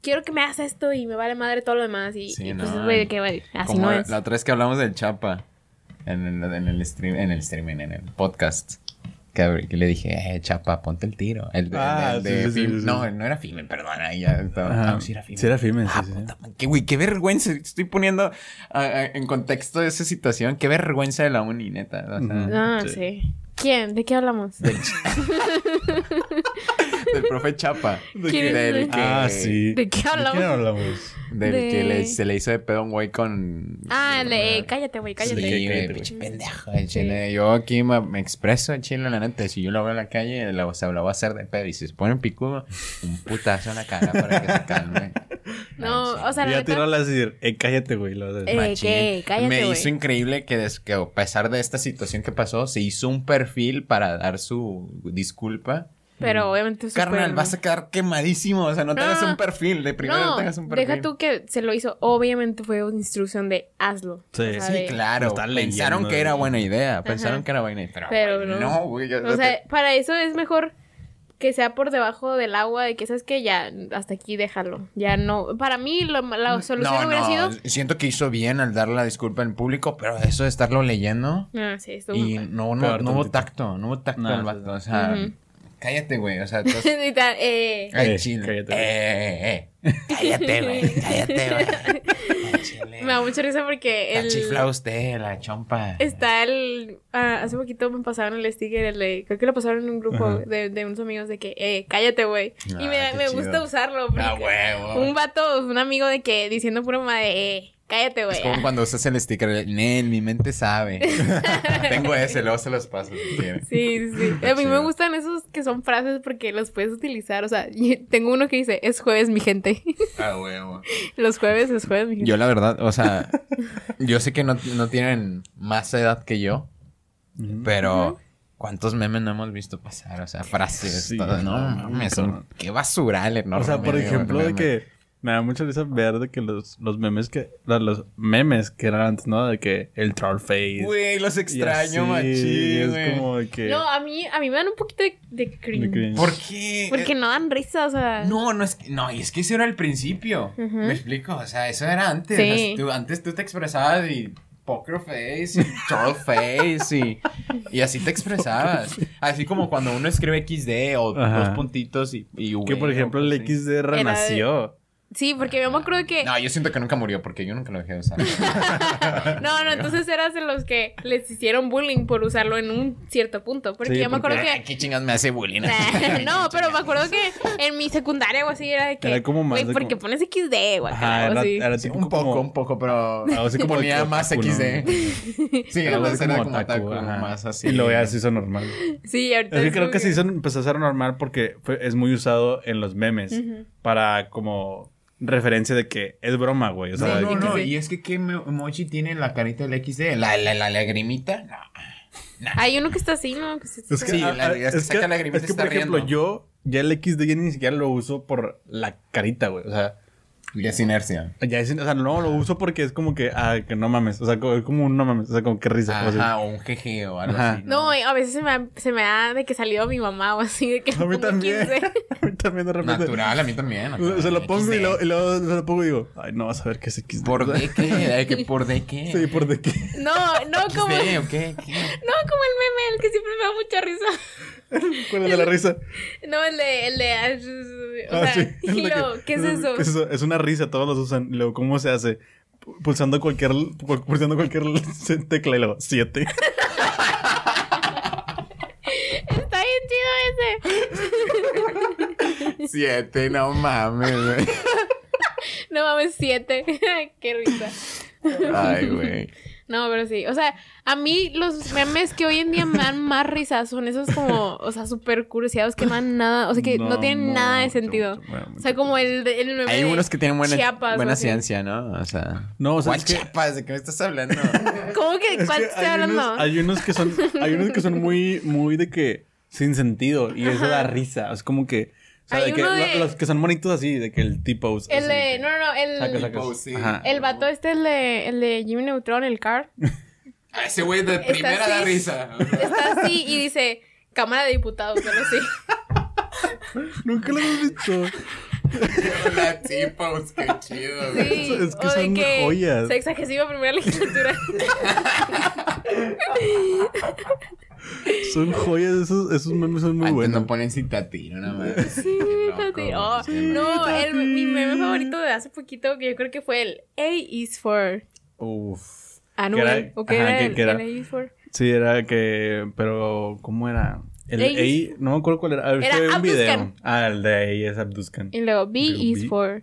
[SPEAKER 3] quiero que me hagas esto y me vale madre todo lo demás y,
[SPEAKER 2] Sí,
[SPEAKER 3] y pues,
[SPEAKER 2] no.
[SPEAKER 3] güey, que güey, así
[SPEAKER 2] como
[SPEAKER 3] no es.
[SPEAKER 2] La otra vez que hablamos del Chapa en el, en el stream, en el streaming, en el podcast. Que, que le dije, eh, Chapa, ponte el tiro. El de,
[SPEAKER 1] Ah,
[SPEAKER 2] el de-
[SPEAKER 1] sí, sí,
[SPEAKER 2] Fim-
[SPEAKER 1] sí, sí.
[SPEAKER 2] No, no era Fimen, perdón. Ahí ya estaba.
[SPEAKER 1] Ajá.
[SPEAKER 2] Ah, sí era Fimen.
[SPEAKER 1] Sí, era Fimen, sí,
[SPEAKER 2] Ah,
[SPEAKER 1] sí.
[SPEAKER 2] puta madre, qué, güey, qué vergüenza. Estoy poniendo ah, ah, en contexto esa situación. Qué vergüenza de la uni, neta. O sea,
[SPEAKER 1] Ujú.
[SPEAKER 3] Ah,
[SPEAKER 1] Sí.
[SPEAKER 3] sí. ¿Quién? ¿De qué hablamos?
[SPEAKER 2] del ch- Del profe Chapa.
[SPEAKER 3] ¿De ¿Quién
[SPEAKER 2] Del
[SPEAKER 3] es?
[SPEAKER 2] que,
[SPEAKER 1] Ah, sí.
[SPEAKER 3] ¿De qué hablamos?
[SPEAKER 1] quién hablamos?
[SPEAKER 2] Del
[SPEAKER 3] De-
[SPEAKER 2] que le- se le hizo de pedo a un güey con...
[SPEAKER 3] Ah, le, eh, cállate, güey,
[SPEAKER 2] Sí,
[SPEAKER 3] cállate.
[SPEAKER 1] Sí,
[SPEAKER 2] güey,
[SPEAKER 1] cállate,
[SPEAKER 2] pinche
[SPEAKER 3] güey.
[SPEAKER 2] pendejo. el chile. Yo aquí me, me expreso, chile, la neta. Si yo lo veo en la calle, la, o sea, la voy a hacer de pedo. Y si se pone picudo, un putazo en la cara para que se calme.
[SPEAKER 3] No,
[SPEAKER 2] Ay, sí.
[SPEAKER 3] o sea,
[SPEAKER 1] Y
[SPEAKER 3] la
[SPEAKER 1] ya
[SPEAKER 3] neta,
[SPEAKER 1] tiró la decir, eh, cállate, güey. lo vas a
[SPEAKER 3] Eh,
[SPEAKER 1] decir.
[SPEAKER 2] Machín.
[SPEAKER 3] ¿qué? Cállate,
[SPEAKER 2] Me
[SPEAKER 3] güey.
[SPEAKER 2] hizo increíble que, des- que a pesar de esta situación que pasó, se hizo un perfil para dar su disculpa.
[SPEAKER 3] pero obviamente... es
[SPEAKER 2] Carnal,
[SPEAKER 3] súper-
[SPEAKER 2] vas a quedar quemadísimo. O sea, no,
[SPEAKER 3] No,
[SPEAKER 2] tengas un perfil. De primero no,
[SPEAKER 3] No,
[SPEAKER 2] tengas un perfil.
[SPEAKER 3] deja tú que se lo hizo. Obviamente fue una instrucción de hazlo.
[SPEAKER 1] Sí.
[SPEAKER 3] O sea,
[SPEAKER 2] Sí,
[SPEAKER 3] de-
[SPEAKER 2] claro.
[SPEAKER 1] Está leyendo,
[SPEAKER 2] pensaron que
[SPEAKER 1] güey.
[SPEAKER 2] era buena idea. Pensaron que era buena idea. Pero,
[SPEAKER 3] Pero
[SPEAKER 2] güey,
[SPEAKER 3] no.
[SPEAKER 2] no, güey. ya-
[SPEAKER 3] O sea, para eso es mejor que sea por debajo del agua, de que sabes que ya hasta aquí déjalo. Ya no. Para mí lo- la solución
[SPEAKER 2] no,
[SPEAKER 3] hubiera
[SPEAKER 2] no,
[SPEAKER 3] sido.
[SPEAKER 2] Siento que hizo bien al dar la disculpa en público, pero eso de estarlo leyendo.
[SPEAKER 3] Ah, sí, estuvo
[SPEAKER 2] Y
[SPEAKER 3] mal.
[SPEAKER 2] no, no,
[SPEAKER 1] Peor
[SPEAKER 2] no hubo
[SPEAKER 1] tantito.
[SPEAKER 2] tacto, no hubo tacto
[SPEAKER 1] No,
[SPEAKER 2] al
[SPEAKER 1] sí,
[SPEAKER 2] vato.
[SPEAKER 1] sí.
[SPEAKER 2] O sea,
[SPEAKER 3] Ujú.
[SPEAKER 2] cállate, güey. O sea, entonces.
[SPEAKER 3] Y tal, eh.
[SPEAKER 2] Ay,
[SPEAKER 1] Eh,
[SPEAKER 2] chile.
[SPEAKER 1] cállate, güey.
[SPEAKER 2] Eh, eh, eh. Cállate, güey. Cállate, güey. Ay, chile.
[SPEAKER 3] Me da mucha risa porque
[SPEAKER 2] Está
[SPEAKER 3] el.
[SPEAKER 2] chiflado usted, la chompa.
[SPEAKER 3] Está el. ah, hace poquito me pasaron el sticker. el de- creo que lo pasaron en un grupo
[SPEAKER 1] Ajá.
[SPEAKER 3] de, de unos amigos de que, eh, cállate, güey. y
[SPEAKER 2] Ah,
[SPEAKER 3] me,
[SPEAKER 2] qué
[SPEAKER 3] me
[SPEAKER 2] chido.
[SPEAKER 3] gusta usarlo. Porque
[SPEAKER 2] Ah, huevo.
[SPEAKER 3] Un vato, un amigo de que diciendo pura madre, eh, cállate, güey.
[SPEAKER 2] Es como cuando usas el sticker, el, "Nen, mi mente sabe. Tengo ese, luego se los paso si quieres.
[SPEAKER 3] Sí, sí, sí. A mí me
[SPEAKER 2] chido.
[SPEAKER 3] gustan esos que son frases porque los puedes utilizar. O sea, y- tengo uno que dice, es jueves, mi gente.
[SPEAKER 2] Ah, huevo.
[SPEAKER 3] los jueves es jueves, mi gente.
[SPEAKER 2] Yo la verdad, o sea, yo sé que no, no tienen más edad que yo,
[SPEAKER 1] Ujú.
[SPEAKER 2] pero ¿cuántos memes no hemos visto pasar? O sea, frases,
[SPEAKER 1] Sí,
[SPEAKER 2] todo, no,
[SPEAKER 1] no,
[SPEAKER 2] mames,
[SPEAKER 1] cabrón.
[SPEAKER 2] son- qué basural enorme.
[SPEAKER 1] O sea, por
[SPEAKER 2] güey,
[SPEAKER 1] ejemplo, de
[SPEAKER 2] meme.
[SPEAKER 1] que me da mucha risa ver de que los, los memes que. la- Los memes que eran antes, ¿no? De que el troll face.
[SPEAKER 2] Güey, los
[SPEAKER 1] y
[SPEAKER 2] extraño,
[SPEAKER 1] así, y
[SPEAKER 2] machín,
[SPEAKER 1] Es
[SPEAKER 2] güey.
[SPEAKER 1] como de que.
[SPEAKER 3] No, a mí, a mí me dan un poquito de, de cringe.
[SPEAKER 1] de cringe.
[SPEAKER 2] ¿Por qué?
[SPEAKER 3] Porque no dan risa, o sea.
[SPEAKER 2] No, no es que, no, y es que eso era el principio.
[SPEAKER 3] Ujú.
[SPEAKER 2] ¿Me explico? O sea, eso era antes.
[SPEAKER 3] Sí.
[SPEAKER 2] O sea, tú- antes tú te expresabas y poker face y troll face y, y así te expresabas. Así como cuando uno escribe XD o
[SPEAKER 1] Ajá.
[SPEAKER 2] dos puntitos y, y
[SPEAKER 1] Que por
[SPEAKER 2] güey,
[SPEAKER 1] ejemplo
[SPEAKER 2] o
[SPEAKER 1] el
[SPEAKER 2] cosas así.
[SPEAKER 1] XD renació.
[SPEAKER 3] Sí, porque yo me acuerdo que.
[SPEAKER 2] No, yo siento que nunca murió porque yo nunca lo dejé de usar.
[SPEAKER 3] No, no, entonces eras de los que les hicieron bullying por usarlo en un cierto punto. Porque
[SPEAKER 1] Sí,
[SPEAKER 3] yo me acuerdo
[SPEAKER 2] Ay,
[SPEAKER 3] que.
[SPEAKER 2] ¿Qué chingas me hace bullying?
[SPEAKER 3] no, pero me acuerdo que en mi secundaria o así era de que.
[SPEAKER 1] Era como más
[SPEAKER 3] güey,
[SPEAKER 1] de
[SPEAKER 3] ¿por qué
[SPEAKER 1] como-
[SPEAKER 3] pones XD, güey?
[SPEAKER 1] Ajá,
[SPEAKER 3] o
[SPEAKER 1] era,
[SPEAKER 3] así.
[SPEAKER 1] era
[SPEAKER 2] Sí,
[SPEAKER 1] tipo
[SPEAKER 2] un poco,
[SPEAKER 1] como-
[SPEAKER 2] un poco, pero
[SPEAKER 1] algo así como
[SPEAKER 2] ponía
[SPEAKER 1] otaku,
[SPEAKER 2] más
[SPEAKER 1] ¿no?
[SPEAKER 2] XD. Sí,
[SPEAKER 1] algo
[SPEAKER 2] algo
[SPEAKER 1] así
[SPEAKER 2] era
[SPEAKER 1] como
[SPEAKER 2] como
[SPEAKER 1] otaku,
[SPEAKER 2] otaku,
[SPEAKER 1] ajá.
[SPEAKER 2] más así.
[SPEAKER 1] Y luego ya se hizo normal.
[SPEAKER 3] Sí, ahorita.
[SPEAKER 1] Es que
[SPEAKER 3] es
[SPEAKER 1] creo
[SPEAKER 3] como
[SPEAKER 1] que se hizo, empezó a ser normal porque fue- es muy usado en los memes para como referencia de que es broma, güey. O sea,
[SPEAKER 2] No,
[SPEAKER 1] de
[SPEAKER 2] no,
[SPEAKER 1] que-
[SPEAKER 2] no.
[SPEAKER 3] XD.
[SPEAKER 2] Y es que ¿qué emo- emoji tiene la carita del XD? ¿La, la, la lagrimita? No.
[SPEAKER 3] Hay uno que está así, ¿no? Que se-
[SPEAKER 2] que- Sí, la- es que saca la lagrimita
[SPEAKER 1] es que,
[SPEAKER 2] y
[SPEAKER 1] por
[SPEAKER 2] está
[SPEAKER 1] ejemplo,
[SPEAKER 2] riendo.
[SPEAKER 1] yo ya el XD ya ni siquiera lo uso por la carita, güey. O sea,
[SPEAKER 2] Ya es inercia.
[SPEAKER 1] ya es, o sea, no lo uso porque es como que, ah, que no mames. O sea, co- es como un no mames. O sea, como que risa. o sea,
[SPEAKER 2] Ajá, o un jeje o algo
[SPEAKER 1] Ajá.
[SPEAKER 2] así.
[SPEAKER 3] No, a veces se me, ha- se me ha de que salió mi mamá o así, de que
[SPEAKER 1] a mí
[SPEAKER 3] pongo
[SPEAKER 1] también.
[SPEAKER 3] 15.
[SPEAKER 1] a mí también de repente.
[SPEAKER 2] Natural, a mí también. natural.
[SPEAKER 1] Se lo pongo y
[SPEAKER 2] XD.
[SPEAKER 1] luego, y luego se lo pongo y digo, ay, no vas a ver qué es XD.
[SPEAKER 2] ¿Por de qué? Ay, que ¿Por de qué?
[SPEAKER 1] Sí, por de qué.
[SPEAKER 3] No, no como, no como el
[SPEAKER 2] XD, ¿o qué? ¿Qué?
[SPEAKER 3] meme, el que siempre me da mucha risa.
[SPEAKER 1] ¿Cuál es de la risa?
[SPEAKER 3] No, el de, el de, o
[SPEAKER 1] Ah,
[SPEAKER 3] sea,
[SPEAKER 1] sí, es
[SPEAKER 3] y
[SPEAKER 1] la que-
[SPEAKER 3] luego, ¿qué es eso?
[SPEAKER 1] es eso? Es una risa, todos los usan. Y luego, ¿cómo se hace? Pu- Pulsando cualquier, pu- pulsando cualquier tecla y luego, siete.
[SPEAKER 3] Está bien chido
[SPEAKER 2] Siete, no mames, güey.
[SPEAKER 3] ese. No mames, siete. Qué risa.
[SPEAKER 2] Ay, güey.
[SPEAKER 3] No, pero sí. O sea, a mí los memes que hoy en día me dan más risa son esos como, o sea, súper curioseados que no dan nada, o sea, que no, tienen
[SPEAKER 1] mu-
[SPEAKER 3] nada de
[SPEAKER 1] mucho,
[SPEAKER 3] sentido.
[SPEAKER 1] mucho, bueno,
[SPEAKER 3] o sea,
[SPEAKER 1] mucho.
[SPEAKER 3] como el, de- el meme
[SPEAKER 2] Hay
[SPEAKER 3] de
[SPEAKER 2] unos que tienen buena,
[SPEAKER 3] Chiapas,
[SPEAKER 2] buena
[SPEAKER 3] o así.
[SPEAKER 2] ciencia, ¿no? O sea.
[SPEAKER 1] No, o sea,
[SPEAKER 2] ¿Cuál
[SPEAKER 1] es que-
[SPEAKER 2] Chiapas? ¿De qué me estás hablando?
[SPEAKER 3] ¿Cómo que?
[SPEAKER 1] Es
[SPEAKER 3] ¿Cuál
[SPEAKER 1] que
[SPEAKER 3] te estoy
[SPEAKER 1] hay
[SPEAKER 3] hablando?
[SPEAKER 1] Unos, hay unos que son, hay unos que son muy, muy de que sin sentido y eso da risa. Es como que, o sea,
[SPEAKER 3] Hay
[SPEAKER 1] de que
[SPEAKER 3] uno
[SPEAKER 1] lo-
[SPEAKER 3] de-
[SPEAKER 1] los que son bonitos así, de que el tipo usa.
[SPEAKER 3] El de, no, no, no, el,
[SPEAKER 1] Saca, saca.
[SPEAKER 2] Posey.
[SPEAKER 1] Ajá.
[SPEAKER 3] el vato este, el de, el de Jimmy Neutron, el car,
[SPEAKER 2] A Ah, ese güey de
[SPEAKER 3] Está
[SPEAKER 2] primera
[SPEAKER 3] así.
[SPEAKER 2] da risa.
[SPEAKER 3] está así y dice, Cámara de Diputados, pero sí.
[SPEAKER 1] Nunca lo hemos visto.
[SPEAKER 2] La Chiapas, qué chido, güey.
[SPEAKER 3] Sí,
[SPEAKER 1] Es que
[SPEAKER 3] o de
[SPEAKER 1] son joyas.
[SPEAKER 3] Sexagésima primera legislatura.
[SPEAKER 1] Son joyas, esos, esos memes son muy
[SPEAKER 2] Antes
[SPEAKER 1] buenos.
[SPEAKER 2] no ponen citatino, nada más.
[SPEAKER 3] Sí, fíjate. Oh, no, el, mi meme favorito de hace poquito, que yo creo que fue el A is for
[SPEAKER 1] Uf.
[SPEAKER 3] Anuel.
[SPEAKER 1] era-
[SPEAKER 3] ¿O qué
[SPEAKER 1] ajá,
[SPEAKER 3] era
[SPEAKER 1] que-
[SPEAKER 3] el,
[SPEAKER 1] que era-
[SPEAKER 3] el A is for?
[SPEAKER 1] Sí, era que, pero, ¿cómo era? El
[SPEAKER 3] Ey.
[SPEAKER 1] A, no me acuerdo cuál era. A ver,
[SPEAKER 3] Era
[SPEAKER 1] fue un video.
[SPEAKER 3] Abduzcan.
[SPEAKER 1] Ah, el de A es Abduzcan.
[SPEAKER 3] Y luego B
[SPEAKER 1] Luego
[SPEAKER 3] is
[SPEAKER 1] B.
[SPEAKER 3] for.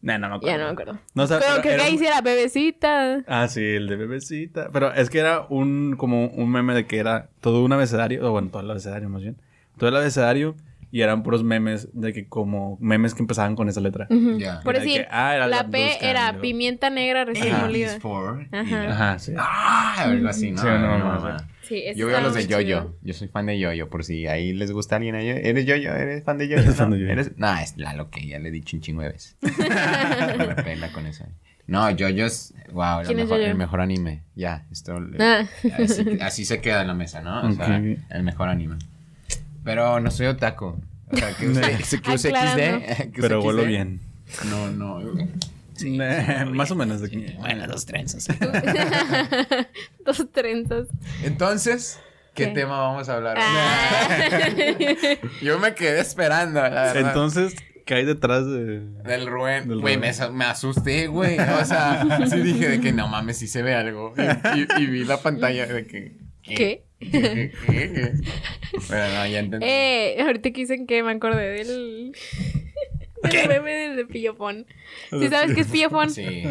[SPEAKER 1] No, no me acuerdo.
[SPEAKER 3] Ya no me acuerdo.
[SPEAKER 1] No, o sea,
[SPEAKER 3] Pero
[SPEAKER 1] era-
[SPEAKER 3] que
[SPEAKER 1] era
[SPEAKER 3] gay
[SPEAKER 1] un-
[SPEAKER 3] era bebecita.
[SPEAKER 1] Ah, sí, el de bebecita. Pero es que era un como un meme de que era todo un abecedario, o bueno, todo el abecedario más bien. Todo el abecedario y eran puros memes de que como memes que empezaban con esa letra.
[SPEAKER 3] Ujú.
[SPEAKER 2] Ya.
[SPEAKER 3] Por
[SPEAKER 1] Era de
[SPEAKER 3] decir,
[SPEAKER 1] que, ah, era
[SPEAKER 3] la
[SPEAKER 1] la
[SPEAKER 3] P
[SPEAKER 1] buscan,
[SPEAKER 3] era
[SPEAKER 1] luego.
[SPEAKER 3] pimienta negra recién
[SPEAKER 1] Ajá.
[SPEAKER 3] molida. Ajá.
[SPEAKER 2] Ajá.
[SPEAKER 1] Ajá, sí.
[SPEAKER 2] Ah, algo así, ¿no?
[SPEAKER 1] Sí, no,
[SPEAKER 2] No,
[SPEAKER 1] no,
[SPEAKER 2] ma.
[SPEAKER 3] Sí, ese
[SPEAKER 2] Yo veo
[SPEAKER 3] estaba
[SPEAKER 2] los de
[SPEAKER 3] muy chido.
[SPEAKER 2] Yoyo. Yo soy fan de Yoyo. Por si ahí les gusta alguien a Yoyo. ¿Eres Yoyo? ¿Eres fan de Yoyo?
[SPEAKER 1] Eres fan
[SPEAKER 2] No,
[SPEAKER 1] de Yo-Yo.
[SPEAKER 2] ¿Eres... no es la que ya le he dicho un chingo de veces. Me repela con eso. No, Yoyo es. Wow, la
[SPEAKER 3] ¿Quién es
[SPEAKER 2] mejor-
[SPEAKER 3] Yo-Yo?
[SPEAKER 2] el mejor anime. Ya, esto.
[SPEAKER 3] Ah.
[SPEAKER 2] Así, así se queda en la mesa, ¿no? O sea,
[SPEAKER 1] Ok.
[SPEAKER 2] el mejor anime. Pero no soy otaku. O sea, que use, que use
[SPEAKER 3] Aclarando.
[SPEAKER 2] XD. que use
[SPEAKER 1] Pero vuelo
[SPEAKER 2] XD.
[SPEAKER 1] bien.
[SPEAKER 2] No, no. Sí,
[SPEAKER 1] Eh,
[SPEAKER 2] sí,
[SPEAKER 1] más o
[SPEAKER 2] bien.
[SPEAKER 1] menos de que-
[SPEAKER 2] Sí, Bueno, dos trenzas.
[SPEAKER 3] Dos trenzas.
[SPEAKER 2] Entonces, ¿qué
[SPEAKER 3] ¿Qué?
[SPEAKER 2] tema vamos a hablar?
[SPEAKER 3] Ah.
[SPEAKER 2] Yo me quedé esperando, la verdad.
[SPEAKER 1] Entonces, ¿qué hay detrás de...?
[SPEAKER 2] Del Rubén,
[SPEAKER 1] Del
[SPEAKER 2] güey,
[SPEAKER 1] Rubén.
[SPEAKER 2] me, as- me asusté, güey. O sea, sí dije de que no mames, sí se ve algo. Y, y- y vi la pantalla de que.
[SPEAKER 3] ¿Qué?
[SPEAKER 2] ¿Qué? ¿Qué? ¿Qué? Bueno, no, ya entendí.
[SPEAKER 3] Eh, ahorita que dicen que me acordé del. del meme del de Pillofón. ¿Sí sabes qué es Pillofón?
[SPEAKER 2] Sí.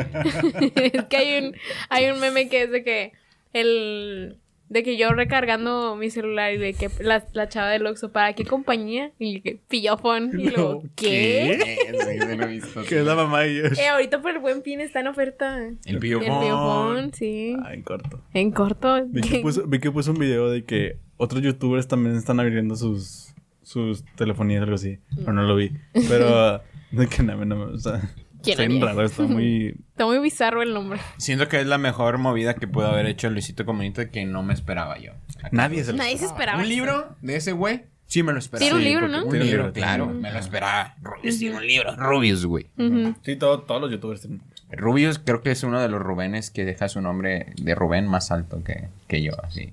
[SPEAKER 3] es que hay un, hay un meme que es de que el de que yo recargando mi celular y de que la, la chava del Oxxo, ¿para qué compañía? Y yo que pillofón. Y luego,
[SPEAKER 1] No,
[SPEAKER 3] ¿qué?
[SPEAKER 2] Eh, sí, sí lo he visto.
[SPEAKER 1] Que es la mamá y yo.
[SPEAKER 3] Eh, ahorita por el buen fin está en oferta.
[SPEAKER 2] El
[SPEAKER 3] El
[SPEAKER 2] biofón.
[SPEAKER 3] pillofón, sí.
[SPEAKER 1] Ah, en corto.
[SPEAKER 3] En corto.
[SPEAKER 1] Vi que, puso, vi que puso un video de que otros youtubers también están abriendo sus, sus telefonías o algo así. Pero no lo vi. Pero de que no, no me- o sea,
[SPEAKER 3] ¿Quién
[SPEAKER 1] está bien
[SPEAKER 3] haría?
[SPEAKER 1] raro, está muy...
[SPEAKER 3] Está muy bizarro el nombre.
[SPEAKER 2] Siento que es la mejor movida que pudo haber hecho Luisito Comunista que no me esperaba yo.
[SPEAKER 1] Nadie se lo
[SPEAKER 3] Nadie se esperaba.
[SPEAKER 2] ¿Un libro de ese güey? Sí, me lo esperaba.
[SPEAKER 3] Tiene un
[SPEAKER 2] Sí,
[SPEAKER 3] libro,
[SPEAKER 2] porque-
[SPEAKER 3] ¿no?
[SPEAKER 2] Un
[SPEAKER 1] Tiene un
[SPEAKER 2] libro,
[SPEAKER 1] libro,
[SPEAKER 2] claro.
[SPEAKER 1] tiene un
[SPEAKER 2] Me lo esperaba. Rubius tiene un libro. Rubius, güey.
[SPEAKER 3] Ujú.
[SPEAKER 1] Sí, todo- todos los youtubers tienen.
[SPEAKER 2] Rubius creo que es uno de los Rubenes que deja su nombre de Rubén más alto que, que yo, así.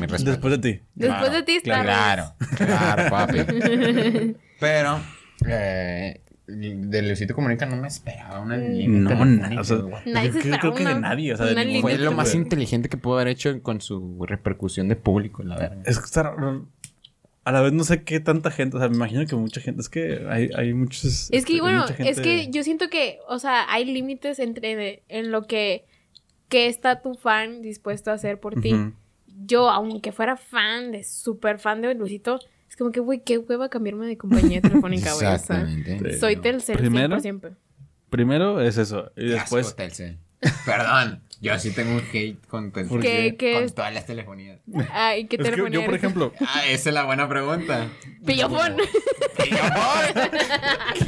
[SPEAKER 2] Mi respeto.
[SPEAKER 1] Después de ti.
[SPEAKER 3] Después de ti está
[SPEAKER 2] Claro, claro, papi. Pero, eh, de Luisito Comunica no me esperaba una
[SPEAKER 3] Mm.
[SPEAKER 2] línea
[SPEAKER 1] No,
[SPEAKER 2] telefónica,
[SPEAKER 1] na- o sea,
[SPEAKER 2] güey.
[SPEAKER 3] Nadie
[SPEAKER 1] yo
[SPEAKER 3] se
[SPEAKER 1] creo-
[SPEAKER 3] esperaba
[SPEAKER 1] creo que de
[SPEAKER 3] una-
[SPEAKER 1] nadie, o sea, de
[SPEAKER 3] una
[SPEAKER 1] ningún-
[SPEAKER 3] línea.
[SPEAKER 2] Fue lo más
[SPEAKER 1] güey.
[SPEAKER 2] inteligente que pudo haber hecho con su repercusión de público, la verdad.
[SPEAKER 1] Es que está raro. A la vez no sé qué tanta gente, o sea, me imagino que mucha gente, es que hay, hay muchos...
[SPEAKER 3] Es que,
[SPEAKER 1] este,
[SPEAKER 3] bueno,
[SPEAKER 1] mucha
[SPEAKER 3] es
[SPEAKER 1] gente-
[SPEAKER 3] que yo siento que, o sea, hay límites entre de- en lo que, que está tu fan dispuesto a hacer por ti.
[SPEAKER 1] Ujú.
[SPEAKER 3] Yo, aunque fuera fan, de súper fan de Luisito, es como que, güey, qué hueva cambiarme de compañía telefónica, güey. O sea,
[SPEAKER 2] Exactamente.
[SPEAKER 3] soy Telcel
[SPEAKER 1] Primero,
[SPEAKER 3] 100%.
[SPEAKER 1] Primero es eso, y
[SPEAKER 2] Qué asco,
[SPEAKER 1] después...
[SPEAKER 2] Telcel. Perdón, yo sí tengo un hate con Telcel.
[SPEAKER 1] ¿Por
[SPEAKER 3] qué? ¿Qué
[SPEAKER 2] Con
[SPEAKER 3] es?
[SPEAKER 2] todas las telefonías.
[SPEAKER 3] Ay, ¿qué
[SPEAKER 1] Es que yo,
[SPEAKER 3] telefonía
[SPEAKER 1] por
[SPEAKER 3] eres?
[SPEAKER 1] ejemplo...
[SPEAKER 2] Ah, esa es la buena pregunta.
[SPEAKER 3] Pillofón.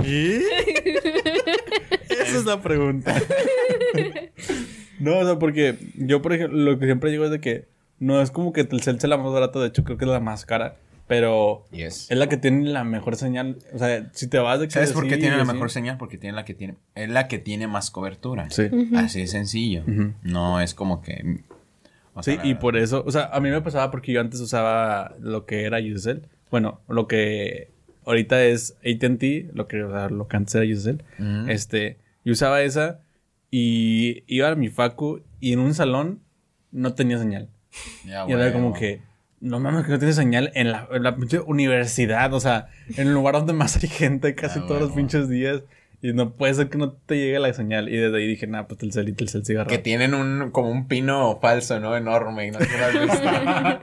[SPEAKER 1] ¿Qué? Esa es la pregunta. no, o sea, porque yo, por ejemplo, lo que siempre digo es de que no es como que Telcel sea la más barata, de hecho, creo que es la más cara, pero
[SPEAKER 2] Yes.
[SPEAKER 1] es la que tiene la mejor señal. O sea, si te vas de que.
[SPEAKER 2] ¿Sabes por qué
[SPEAKER 1] sí,
[SPEAKER 2] tiene la
[SPEAKER 1] sí.
[SPEAKER 2] mejor señal? Porque tiene la que tiene, es la que tiene más cobertura.
[SPEAKER 1] Sí.
[SPEAKER 2] Así de sencillo.
[SPEAKER 1] Ujú.
[SPEAKER 2] No es como que. o sea,
[SPEAKER 1] Sí,
[SPEAKER 2] la
[SPEAKER 1] y
[SPEAKER 2] verdad.
[SPEAKER 1] por eso, o sea, a mí me pasaba porque yo antes usaba lo que era Ucell. Bueno, lo que ahorita es AT&T, lo que, o sea, lo que antes era Ucell.
[SPEAKER 2] Ujú.
[SPEAKER 1] Este, yo usaba esa y iba a mi facu y en un salón no tenía señal.
[SPEAKER 2] Ya,
[SPEAKER 1] y era
[SPEAKER 2] Ah, huevo.
[SPEAKER 1] como que, no mames, que no tiene señal en la, en la pinche universidad, o sea, en el lugar donde más hay gente casi
[SPEAKER 2] Ah,
[SPEAKER 1] todos los
[SPEAKER 2] huevo.
[SPEAKER 1] pinches días. Y no puede ser que no te llegue la señal. Y desde ahí dije, nah, pues Telcel y Telcel sigue
[SPEAKER 2] Que tienen un, como un pino falso, ¿no? Enorme. y No sé si lo has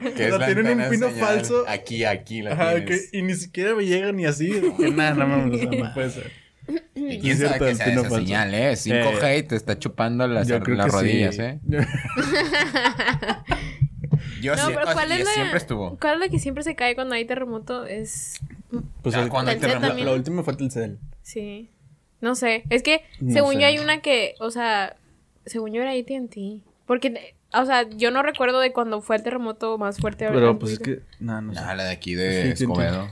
[SPEAKER 2] visto. que
[SPEAKER 1] O sea, tienen un
[SPEAKER 2] antena de
[SPEAKER 1] pino
[SPEAKER 2] señal.
[SPEAKER 1] falso.
[SPEAKER 2] Aquí, aquí la
[SPEAKER 1] Ajá, que,
[SPEAKER 2] tienes.
[SPEAKER 1] y ni siquiera me llegan ni así. Que nada, no mames, o sea, no puede ser.
[SPEAKER 2] Y
[SPEAKER 1] Es
[SPEAKER 2] quién sabe
[SPEAKER 1] cierto,
[SPEAKER 2] que
[SPEAKER 1] el
[SPEAKER 2] sea
[SPEAKER 1] pino
[SPEAKER 2] esa
[SPEAKER 1] falso.
[SPEAKER 2] señal, ¿eh? 5G
[SPEAKER 1] Eh,
[SPEAKER 2] y te está chupando las, las rodillas, ¿eh? Yo
[SPEAKER 3] No,
[SPEAKER 2] sí,
[SPEAKER 3] pero
[SPEAKER 2] o-
[SPEAKER 3] ¿cuál
[SPEAKER 2] y
[SPEAKER 3] es la-
[SPEAKER 2] siempre estuvo.
[SPEAKER 3] ¿Cuál es la que siempre se cae cuando hay terremoto? Es.
[SPEAKER 1] pues
[SPEAKER 2] Ah,
[SPEAKER 1] el-
[SPEAKER 2] cuando hay
[SPEAKER 3] Telcel
[SPEAKER 1] la,
[SPEAKER 2] terremoto.
[SPEAKER 3] también.
[SPEAKER 1] la última fue Telcel.
[SPEAKER 3] Sí. No sé. Es que,
[SPEAKER 1] No
[SPEAKER 3] según
[SPEAKER 1] sé.
[SPEAKER 3] yo, hay una que, o sea, según yo era ATT. Porque, o sea, yo no recuerdo de cuando fue el terremoto más fuerte. ahorita.
[SPEAKER 1] Pero pues es que, nada, no sé.
[SPEAKER 2] Nah, la de aquí
[SPEAKER 1] Sí,
[SPEAKER 2] de
[SPEAKER 1] sí, entiendo.
[SPEAKER 2] Escobedo.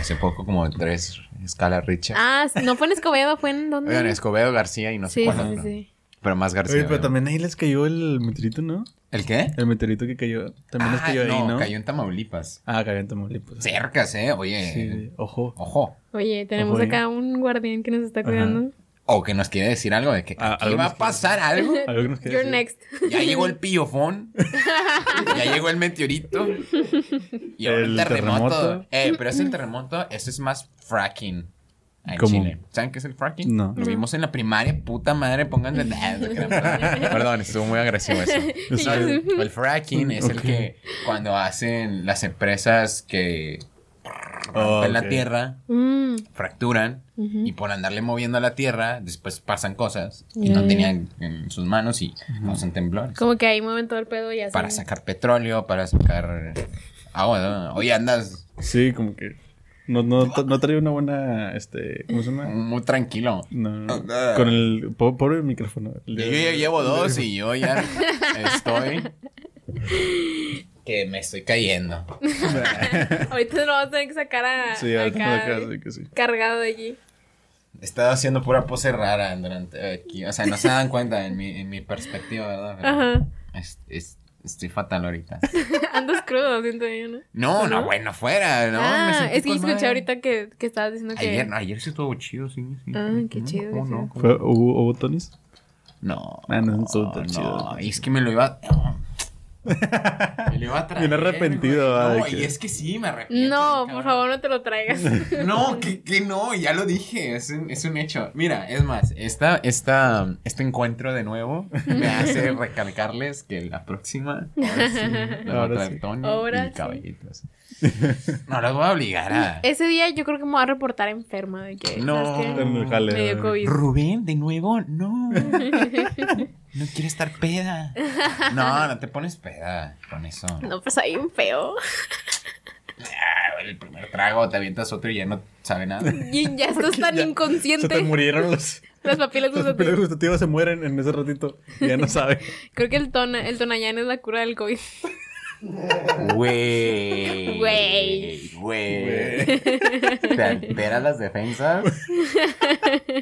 [SPEAKER 2] Hace poco, como tres escala Richard.
[SPEAKER 3] Ah, no fue en Escobedo, fue en donde.
[SPEAKER 2] Oigan, Escobedo García y no sé
[SPEAKER 3] Mm. sí,
[SPEAKER 2] cuál
[SPEAKER 3] sí,
[SPEAKER 2] otro.
[SPEAKER 3] sí, sí.
[SPEAKER 2] Pero más García.
[SPEAKER 1] Oye, pero
[SPEAKER 2] obviamente.
[SPEAKER 1] también ahí les cayó el meteorito, ¿no?
[SPEAKER 2] ¿El qué?
[SPEAKER 1] El meteorito que cayó. También les
[SPEAKER 2] Ah,
[SPEAKER 1] cayó ahí, ¿no?
[SPEAKER 2] cayó en Tamaulipas.
[SPEAKER 1] Ah, cayó en Tamaulipas.
[SPEAKER 2] Cercas, ¿eh? Oye.
[SPEAKER 1] Sí, ojo.
[SPEAKER 2] Ojo.
[SPEAKER 3] Oye, tenemos
[SPEAKER 1] Ojo, eh.
[SPEAKER 3] acá un guardián que nos está cuidando.
[SPEAKER 2] o que nos quiere decir algo de que
[SPEAKER 1] Ah,
[SPEAKER 2] aquí
[SPEAKER 1] algo
[SPEAKER 2] va
[SPEAKER 1] nos
[SPEAKER 2] a pasar algo.
[SPEAKER 1] ¿Algo que nos quieras
[SPEAKER 3] You're
[SPEAKER 1] decir?
[SPEAKER 3] next.
[SPEAKER 2] Ya llegó el pillofón. ya llegó el meteorito. Y ahora el,
[SPEAKER 1] El
[SPEAKER 2] terremoto.
[SPEAKER 1] terremoto.
[SPEAKER 2] Eh, pero es el terremoto, eso es más fracking. En
[SPEAKER 1] ¿Cómo?
[SPEAKER 2] Chile. ¿Saben qué es el fracking?
[SPEAKER 1] No.
[SPEAKER 2] Lo vimos en la primaria, puta madre, pongan de. Perdón, estuvo muy agresivo eso.
[SPEAKER 1] Está
[SPEAKER 2] No,
[SPEAKER 1] bien.
[SPEAKER 2] el, el fracking es el
[SPEAKER 1] Ok.
[SPEAKER 2] que cuando hacen las empresas que
[SPEAKER 1] Oh,
[SPEAKER 2] rompen la
[SPEAKER 1] ok.
[SPEAKER 2] tierra,
[SPEAKER 3] Mm,
[SPEAKER 2] fracturan
[SPEAKER 3] Ujú.
[SPEAKER 2] y por andarle moviendo a la tierra, después pasan cosas que no
[SPEAKER 3] Ya, ya.
[SPEAKER 2] tenían en sus manos y causan temblores.
[SPEAKER 3] como que ahí mueven todo el pedo y así.
[SPEAKER 2] Para sacar petróleo, para sacar agua. ¿no? Oye, andas
[SPEAKER 1] Sí, como que. No, no, no traía una buena. Este, ¿Cómo se llama?
[SPEAKER 2] muy tranquilo.
[SPEAKER 1] No, no, no. Con el po- pobre micrófono.
[SPEAKER 2] Yo ya llevo dos y yo ya estoy. Que me estoy cayendo.
[SPEAKER 3] Ahorita lo vas a tener que sacar a,
[SPEAKER 1] Sí,
[SPEAKER 3] acá,
[SPEAKER 1] ahorita me lo quedas, sí que sí.
[SPEAKER 3] cargado de allí.
[SPEAKER 2] He estado haciendo pura pose rara durante aquí. O sea, no se dan cuenta en mi, en mi perspectiva, ¿verdad? Pero
[SPEAKER 3] Ajá.
[SPEAKER 2] es- es- estoy fatal ahorita.
[SPEAKER 3] Andas crudo, siento yo, ¿no?
[SPEAKER 2] No, no, bueno, fuera. No, Me
[SPEAKER 3] ah,
[SPEAKER 2] sentí
[SPEAKER 3] es que
[SPEAKER 2] con
[SPEAKER 3] yo escuché
[SPEAKER 2] madre.
[SPEAKER 3] ahorita que, que estabas diciendo que.
[SPEAKER 2] Ayer, no, ayer sí estuvo chido, sí. sí.
[SPEAKER 3] Ah, qué
[SPEAKER 2] Mm,
[SPEAKER 3] chido,
[SPEAKER 2] ¿cómo
[SPEAKER 3] qué
[SPEAKER 2] no? ¿Cómo
[SPEAKER 3] chido.
[SPEAKER 1] ¿Fue, ¿Hubo, hubo Tonys?
[SPEAKER 2] No.
[SPEAKER 1] Ah, no, estuvo tan chido.
[SPEAKER 2] Y es que me lo iba. me lo iba a traer.
[SPEAKER 1] Bien arrepentido,
[SPEAKER 2] güey.
[SPEAKER 1] ay,
[SPEAKER 2] No,
[SPEAKER 1] que-
[SPEAKER 2] y es que sí, me arrepiento.
[SPEAKER 3] No,
[SPEAKER 2] cabrón.
[SPEAKER 3] por favor, no te lo traigas.
[SPEAKER 2] No, que, que no, ya lo dije, es un, es un hecho. Mira, es más, esta, esta, este encuentro de nuevo me hace recalcarles que la próxima, ahora sí, la
[SPEAKER 1] Ahora
[SPEAKER 2] otra
[SPEAKER 1] sí.
[SPEAKER 2] de Tony
[SPEAKER 3] Ahora
[SPEAKER 2] y
[SPEAKER 3] sí.
[SPEAKER 2] caballitos. No los voy a obligar a.
[SPEAKER 3] Ese día yo creo que me voy a reportar enferma de que.
[SPEAKER 2] No.
[SPEAKER 3] ¿sabes qué?
[SPEAKER 1] En el jale.
[SPEAKER 3] Me dio COVID.
[SPEAKER 2] Rubén, de nuevo, no. No quiero estar peda. No, no te pones peda con eso.
[SPEAKER 3] No, pues ahí un feo.
[SPEAKER 2] Ah, el primer trago, te avientas otro y ya no sabe nada.
[SPEAKER 3] Y ya estás tan
[SPEAKER 1] Ya, Se te
[SPEAKER 3] inconsciente.
[SPEAKER 1] murieron los.
[SPEAKER 3] Las papilas
[SPEAKER 1] Los
[SPEAKER 3] gustativas.
[SPEAKER 1] papilas gustativas se mueren en ese ratito. Ya no sabe.
[SPEAKER 3] Creo que el, tona, el Tonayán es la cura del COVID.
[SPEAKER 2] Güey.
[SPEAKER 3] Güey.
[SPEAKER 2] Güey. Te altera las defensas.